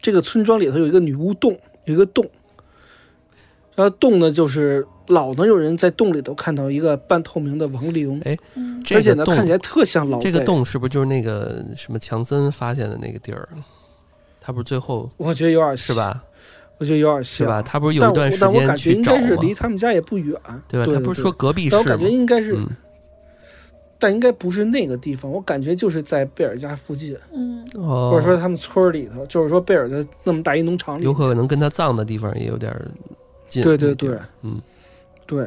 这个村庄里头有一个女巫洞，有一个洞，然后洞呢就是老能有人在洞里头看到一个半透明的亡灵，
哎
嗯
这
而且
个
呢
洞
看起来特像老
这个
贝
洞是不是就是那个什么强森发现的那个地儿？他不是最后
我觉得有点
是
像？
吧？
我觉得有点
是
像
吧？？他不是有
啊但
一段
我
时
但我
间
感觉
去
应
找
该是
吗？
离他们家也不远，
对吧？
对
他不是说隔
对
壁
但我
市
感觉
吗？
应该是，
嗯
但应该不是那个地方，我感觉就是在贝尔家附近，
嗯，
哦，
或者说他们村儿里头，就是说贝尔的那么大一农场里
有，可能跟他葬的地方也有点儿近。
对对
那地儿
对，
嗯，
对。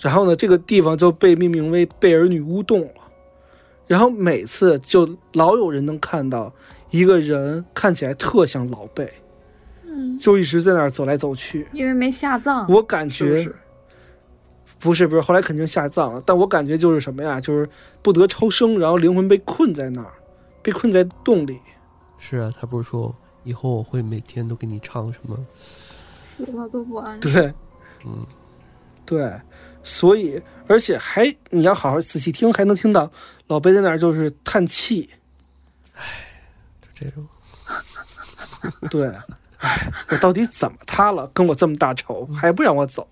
然后呢，这个地方就被命名为贝尔女巫洞了。然后每次就老有人能看到一个人看起来特像老贝，
嗯
就一直在那儿走来走去。
因为没下葬，
我感
嗯是不
觉
是？
不是不是，后来肯定下葬了。但我感觉就是什么呀，就是不得超生，然后灵魂被困在那儿，被困在洞里。
是啊，他不是说以后我会每天都给你唱什么？
死了都不安生，
对，
嗯，
对，所以而且还你要好好仔细听，还能听到老贝在那儿就是叹气。
就这种。
对，哎，我到底怎么他了？跟我这么大仇，
嗯
还不让我走？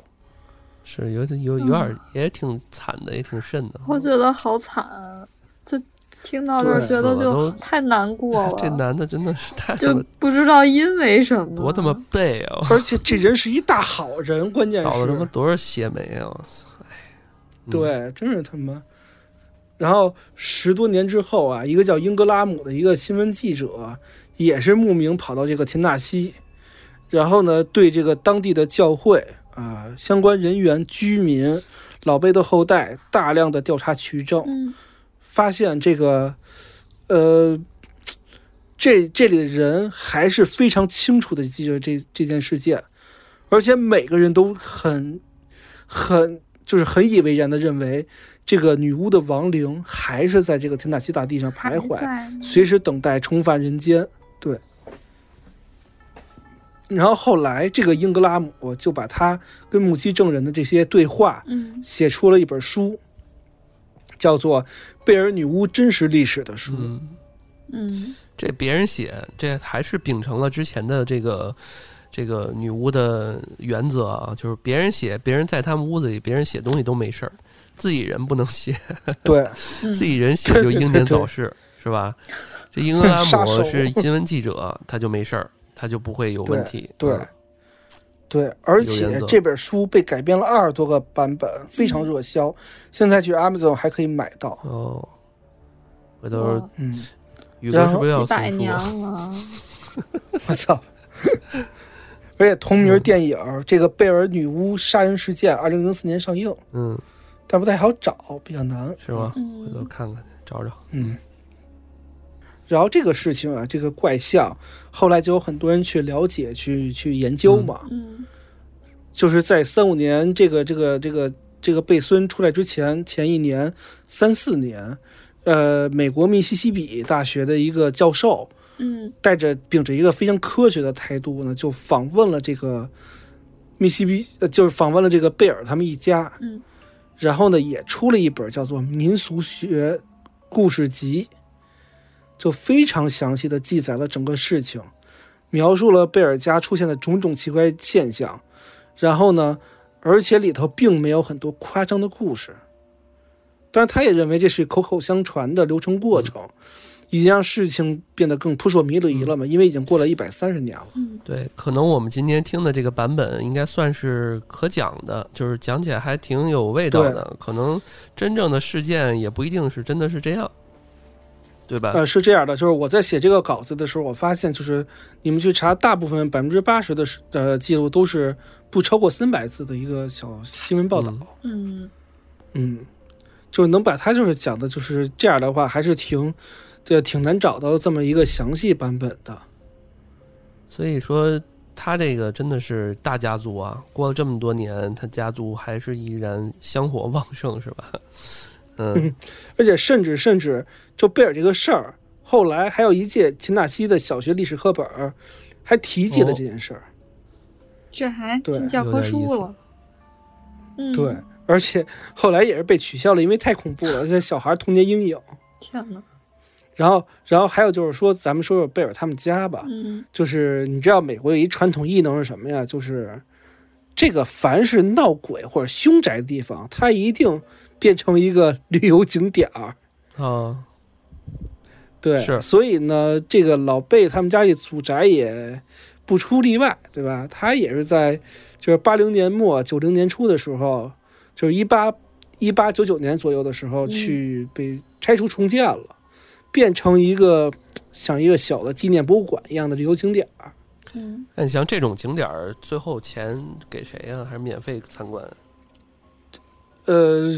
是有点有有点儿也挺惨的，也挺瘆的。
我觉得好惨啊，就听到这儿
对
觉得
死了
就
都
太难过
这
了，
男的真的是太他
就
嗯
妈
不知道因为什么，
多他妈背啊！
而且这人是一大好人，关键
倒了他妈
是，
多少血霉啊！我操！嗯
对，真是他妈。然后十多年之后啊，一个叫英格拉姆的一个新闻记者，也是慕名跑到这个田纳西，然后呢，对这个当地的教会啊、相关人员、居民、老贝的后代大量的调查取证，
嗯
发现这个，呃，这这里的人还是非常清楚的记着这这件事件，而且每个人都很很就是很以为然的认为，这个女巫的亡灵还是在这个田纳西大地上
还
徘徊，
在呢
随时等待重返人间。对。然后后来，这个英格拉姆就把他跟目击证人的这些对话，
嗯
写出了一本书，叫做《贝尔女巫真实历史》的书。
嗯，
嗯
这别人写，这还是秉承了之前的这个这个女巫的原则啊，就是别人写，别人在他们屋子里，别人写东西都没事儿，自己人不能写，
对，
嗯，
自己人写就英年早逝，是吧？这英格 拉
杀手
姆是新闻记者，他就没 事儿，他就不会有问题。
对
嗯，
对，而
有原
且
则
这本书被改编了二十多个版本，非常热
嗯
销，现在去 Amazon 还可以买到。
哦，回头
哇
嗯，
宇哥
然后
是不是要
几
送
百
书
年
啊？
了，
我操！ 而且同名电影儿《这个贝尔女巫杀人事件》，二零零四年上映，
嗯，
但不太好找，比较难。
是吗？回头
嗯
看看找找。
嗯。然后这个事情啊，这个怪象，后来就有很多人去了解、去去研究嘛。
嗯
就是在三五年这个这个这个这个贝孙出来之前，前一年三四年，呃，美国密西西比大学的一个教授，
嗯
带着秉着一个非常科学的态度呢，就访问了这个密西比，呃，就是访问了这个贝尔他们一家，
嗯，
然后呢，也出了一本叫做《民俗学故事集》，就非常详细的记载了整个事情，描述了贝尔家出现的种种奇怪现象，然后呢，而且里头并没有很多夸张的故事，但是他也认为这是口口相传的流程过程，已经让事情变得更扑朔迷离了嘛，因为已经过了一百三十年了。
对，可能我们今天听的这个版本应该算是可讲的，就是讲起来还挺有味道的。可能真正的事件也不一定是真的是这样，对吧？
呃，是这样的，就是我在写这个稿子的时候，我发现就是你们去查，大部分百分之八十的是呃记录都是不超过三百字的一个小新闻报道，
嗯，
嗯就能把它就是讲的就是这样的话，还是挺这挺难找到这么一个详细版本的。
所以说他这个真的是大家族啊，过了这么多年，他家族还是依然香火旺盛，是吧？ 嗯，
而且甚至甚至就贝尔这个事儿，后来还有一届田纳西的小学历史课本儿还提及了这件事儿。
这还
对
进教科书
有点
了。嗯，
对，，而且后来也是被取消了，因为太恐怖了，而且小孩童年阴影。
天呐，
然后，然后还有就是说，咱们说说贝尔他们家吧，
嗯，
就是你知道美国有一传统异能是什么呀？就是这个凡是闹鬼或者凶宅的地方，它一定变成一个旅游景点儿。嗯
啊，
对，
是
所以呢，这个老贝他们家这祖宅也不出例外，对吧？他也是在就是八零年末九零年初的时候，就是一八一八九九年左右的时候
嗯
去被拆除重建了，变成一个像一个小的纪念博物馆一样的旅游景点儿。
嗯，
那你像这种景点儿，最后钱给谁呀、还是免费参观？
呃，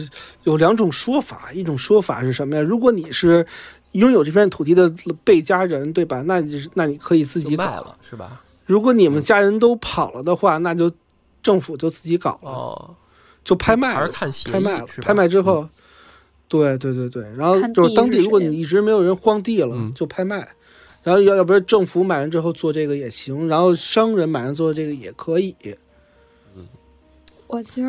有两种说法，一种说法是什么呀？如果你是拥有这片土地的贝家人，对吧？那你那你可以自己
就卖
搞
了是吧？
如果你们家人都跑了的话，那就政府就自己搞了，
哦，
就拍卖
还是
了，
看协议
拍卖了
是，吧？嗯
拍卖之后，对对对对，然后
看
就是
地
当
是
地，如果
谁的
你一直没有人荒地了，
嗯
就拍卖。然后要要不然政府买完之后做这个也行，然后商人买完做这个也可以。
我其实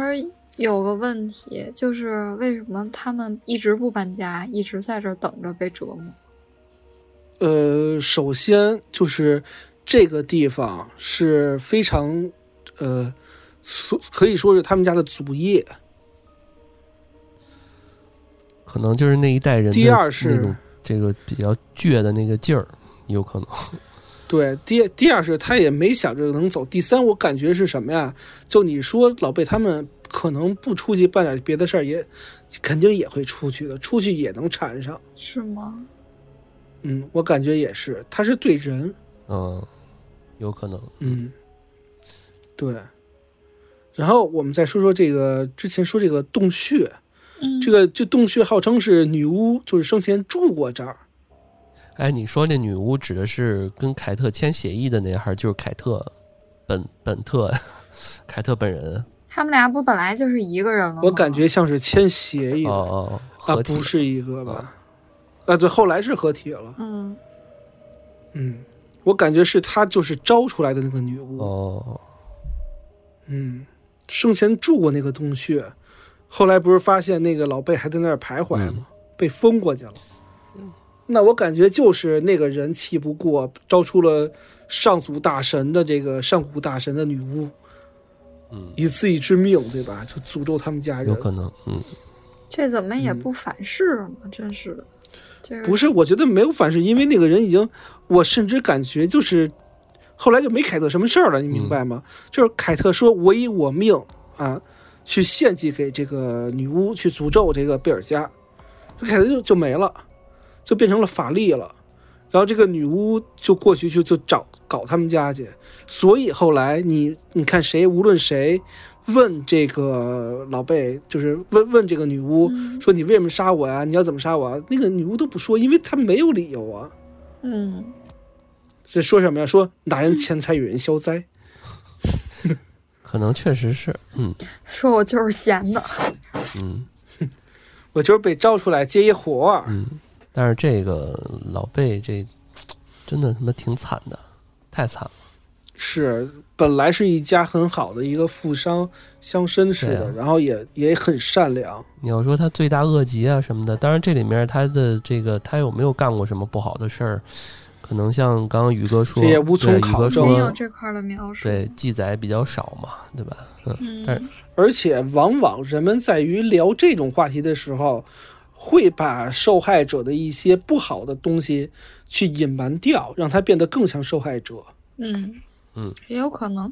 有个问题，就是为什么他们一直不搬家，一直在这儿等着被折磨？
呃，首先就是这个地方是非常呃，所可以说是他们家的祖业。
可能就是那一代人的
第二是
那种这个比较倔的那个劲儿，有可能。
对，第第二是他也没想着能走。第三，我感觉是什么呀？就你说老贝他们可能不出去办点别的事儿，也肯定也会出去的，出去也能缠上。
是吗？
嗯，我感觉也是，他是对人，
嗯，有可能。
嗯，对。然后我们再说说这个之前说这个洞穴，
嗯，
这个这洞穴号称是女巫，就是生前住过这儿。
哎，你说那女巫指的是跟凯特签协议的那还是就是凯特本本特 凯特本人？
他们俩不本来就是一个人
哦
了吗？
我感觉像是签协议
哦
的
哦，
啊，
哦合体、哦
不是一个吧？啊，对，后来是合体了。
嗯，
嗯，我感觉是她就是招出来的那个女巫。
哦，
嗯，生前住过那个洞穴，后来不是发现那个老贝还在那儿徘徊
嗯
吗？被封过去了。那我感觉就是那个人气不过，招出了上古大神的这个上古大神的女巫，
嗯，
以自己之命，对吧？就诅咒他们家
有
人。
可能。嗯，
这怎么也不反噬呢？真是的，这个
不是，我觉得没有反噬，因为那个人已经，我甚至感觉就是，后来就没凯特什么事儿了，你明白吗？就是凯特说：“我以我命啊，去献祭给这个女巫，去诅咒这个贝尔加。”凯特就就没了，就变成了法力了。然后这个女巫就过去就就找搞他们家去，所以后来你你看谁，无论谁问这个老贝，就是问问这个女巫，
嗯
说你为什么杀我呀？你要怎么杀我啊？那个女巫都不说，因为她没有理由啊。
嗯，
这说什么呀？说拿人钱财与人消灾。
可能确实是。嗯
说我就是闲的，
嗯，
我就是被招出来接一活儿。啊
嗯但是这个老贝这真的他妈挺惨的，太惨了。
是，本来是一家很好的一个富商乡绅似的，
对啊
然后也也很善良。
你要说他罪大恶极啊什么的，当然这里面他的这个他有没有干过什么不好的事儿，可能像刚刚宇哥说，
这也无从
对宇
考
哥
证
没有
说
这块儿的描述。
对记载比较少嘛，对吧？嗯，
嗯，
但是
而且往往人们在于聊这种话题的时候，会把受害者的一些不好的东西去隐瞒掉，让他变得更像受害者。
嗯
嗯，
也有可能。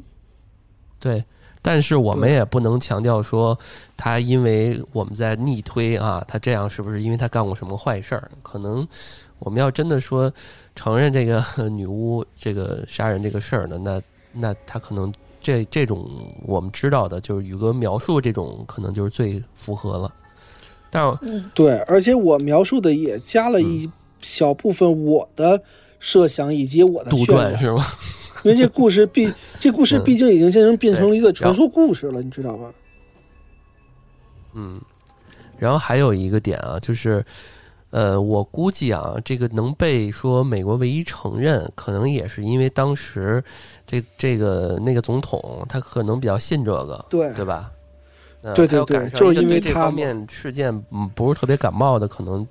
对，但是我们也不能强调说他因为我们在逆推啊，他这样是不是因为他干过什么坏事儿？可能我们要真的说承认这个 呃女巫这个杀人这个事儿呢，那那他可能这这种我们知道的，就是宇哥描述这种可能就是最符合了。但
嗯
对，而且我描述的也加
嗯
了一小部分我的设想以及我的
杜
渲
撰
染，
是吗？
因为这故事 毕这故事
嗯
毕竟已经现成变成了一个
然
传
后
说故事了，你知道吗？
嗯，然后还有一个点啊，就是，呃，我估计啊，这个能被说美国唯一承认，可能也是因为当时这这个那个总统他可能比较信这个，
对
对吧？呃
对
他要
对
赶
对
上
就是
一个
因为
对这
他
方
嘛
面事件嗯不是特别感冒的，可能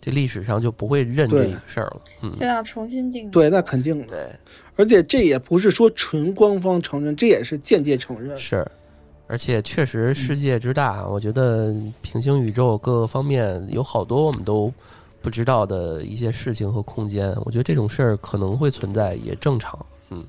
这历史上就不会认这
对
个事儿了。嗯，
就要重新定义。
对，那肯定的。
对。
而且这也不是说纯官方承认，这也是间接承认。
是，而且确实世界之大，我觉得平行宇宙各个方面有好多我们都不知道的一些事情和空间。我觉得这种事儿可能会存在，也正常。嗯，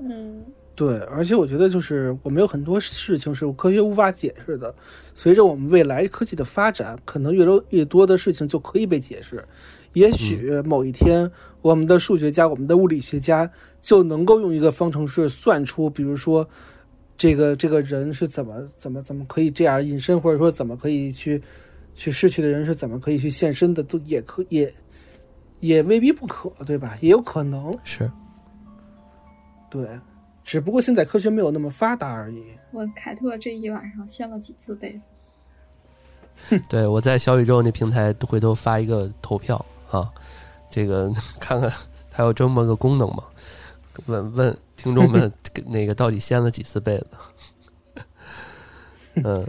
嗯
对，而且我觉得就是我们有很多事情是科学无法解释的。随着我们未来科技的发展，可能越多越多的事情就可以被解释。也许某一天，我们的数学家、我们的物理学家就能够用一个方程式算出，比如说这个这个人是怎么怎么怎么可以这样隐身，或者说怎么可以去去逝去的人是怎么可以去现身的，都也可也也未必不可，对吧？也有可能。
是，
对，只不过现在科学没有那么发达而已。
我凯特这一晚上掀了几次被子。
对我在小宇宙那平台回头发一个投票啊，这个 看看它有这么个功能吗？问问听众们那个到底掀了几次被子？嗯，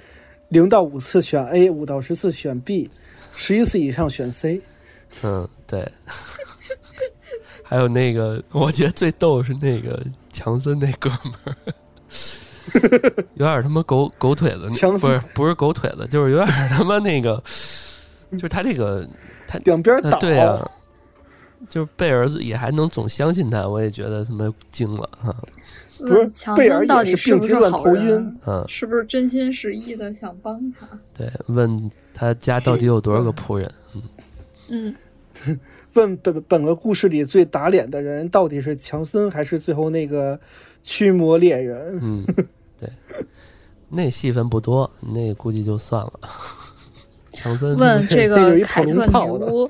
零到五次选 A，五到十次选 B，十一次以上选 C。
嗯，对。 还有那个，我觉得最逗是那个强森那哥们儿，有点他妈狗狗腿子，
强
不
森
是不是狗腿子，就是有点他妈那个，就是他这个，
两边
呃
倒，
对啊，就是贝尔也还能总相信他，我也觉得他妈惊了啊，
是
问强
贝尔
森
也
到底
是
是
病
不
急
是
乱
好
投
人
医？
嗯，
是不是真心实意的想帮他？
对，问他家到底有 多少个仆人，
嗯，
问本本个故事里最打脸的人到底是强森还是最后那个驱魔猎人？
嗯，对，那戏份不多，那估计就算了。 强
嗯
森
问这
这
个
有一
凯
跑龙
特
套
女
的
巫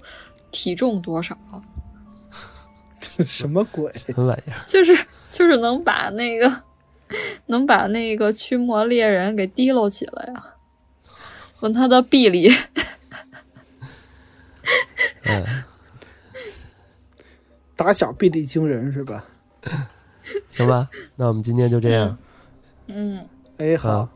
体重多少？啊
什么鬼？
什么玩意儿？
就是就是能把那个能把那个驱魔猎人给提溜起来呀、往他的臂里，
嗯。
打小臂力惊人是吧？
行吧，那我们今天就这样
嗯。嗯，
哎，好
好，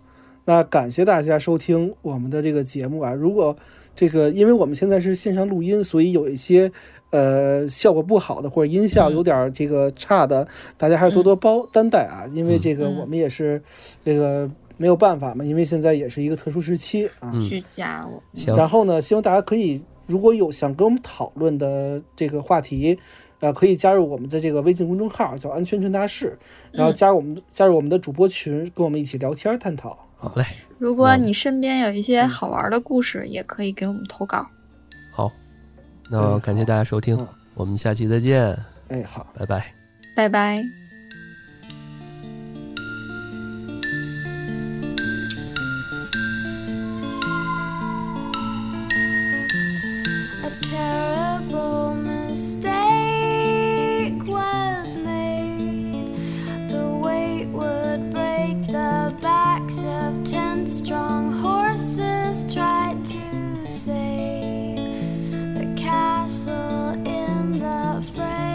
那感谢大家收听我们的这个节目啊。如果这个，因为我们现在是线上录音，所以有一些呃效果不好的或者音效
嗯
有点儿这个差的，大家还是多多包担待啊。因为这个
嗯
我们也是这个没有办法嘛，因为现在也是一个特殊时期啊。
嗯
居家我
行，
然后呢，希望大家可以如果有想跟我们讨论的这个话题，呃，可以加入我们的这个微信公众号，叫“安全传达室”，然后
嗯
加我们、加入我们的主播群，跟我们一起聊天探讨。
好嘞，
如果
嗯
你身边有一些好玩的故事，也可以给我们投稿。
好，那感谢大家收听
嗯，
我们下期再见，
哎，好。
拜拜。
拜拜。
A terrible mistake was made. The weight would break the backs of ten strong horses tried to save the castle in the fray.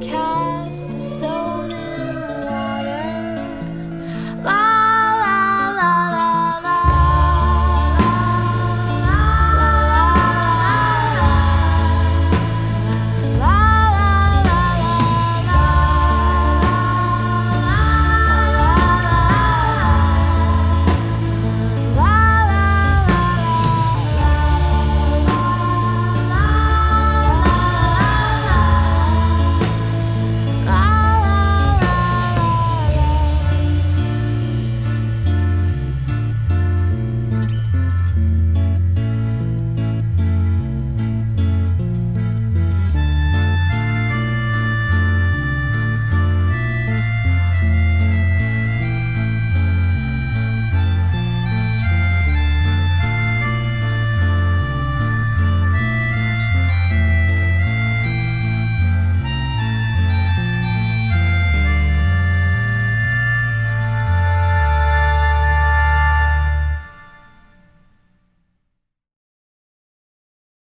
just a stone.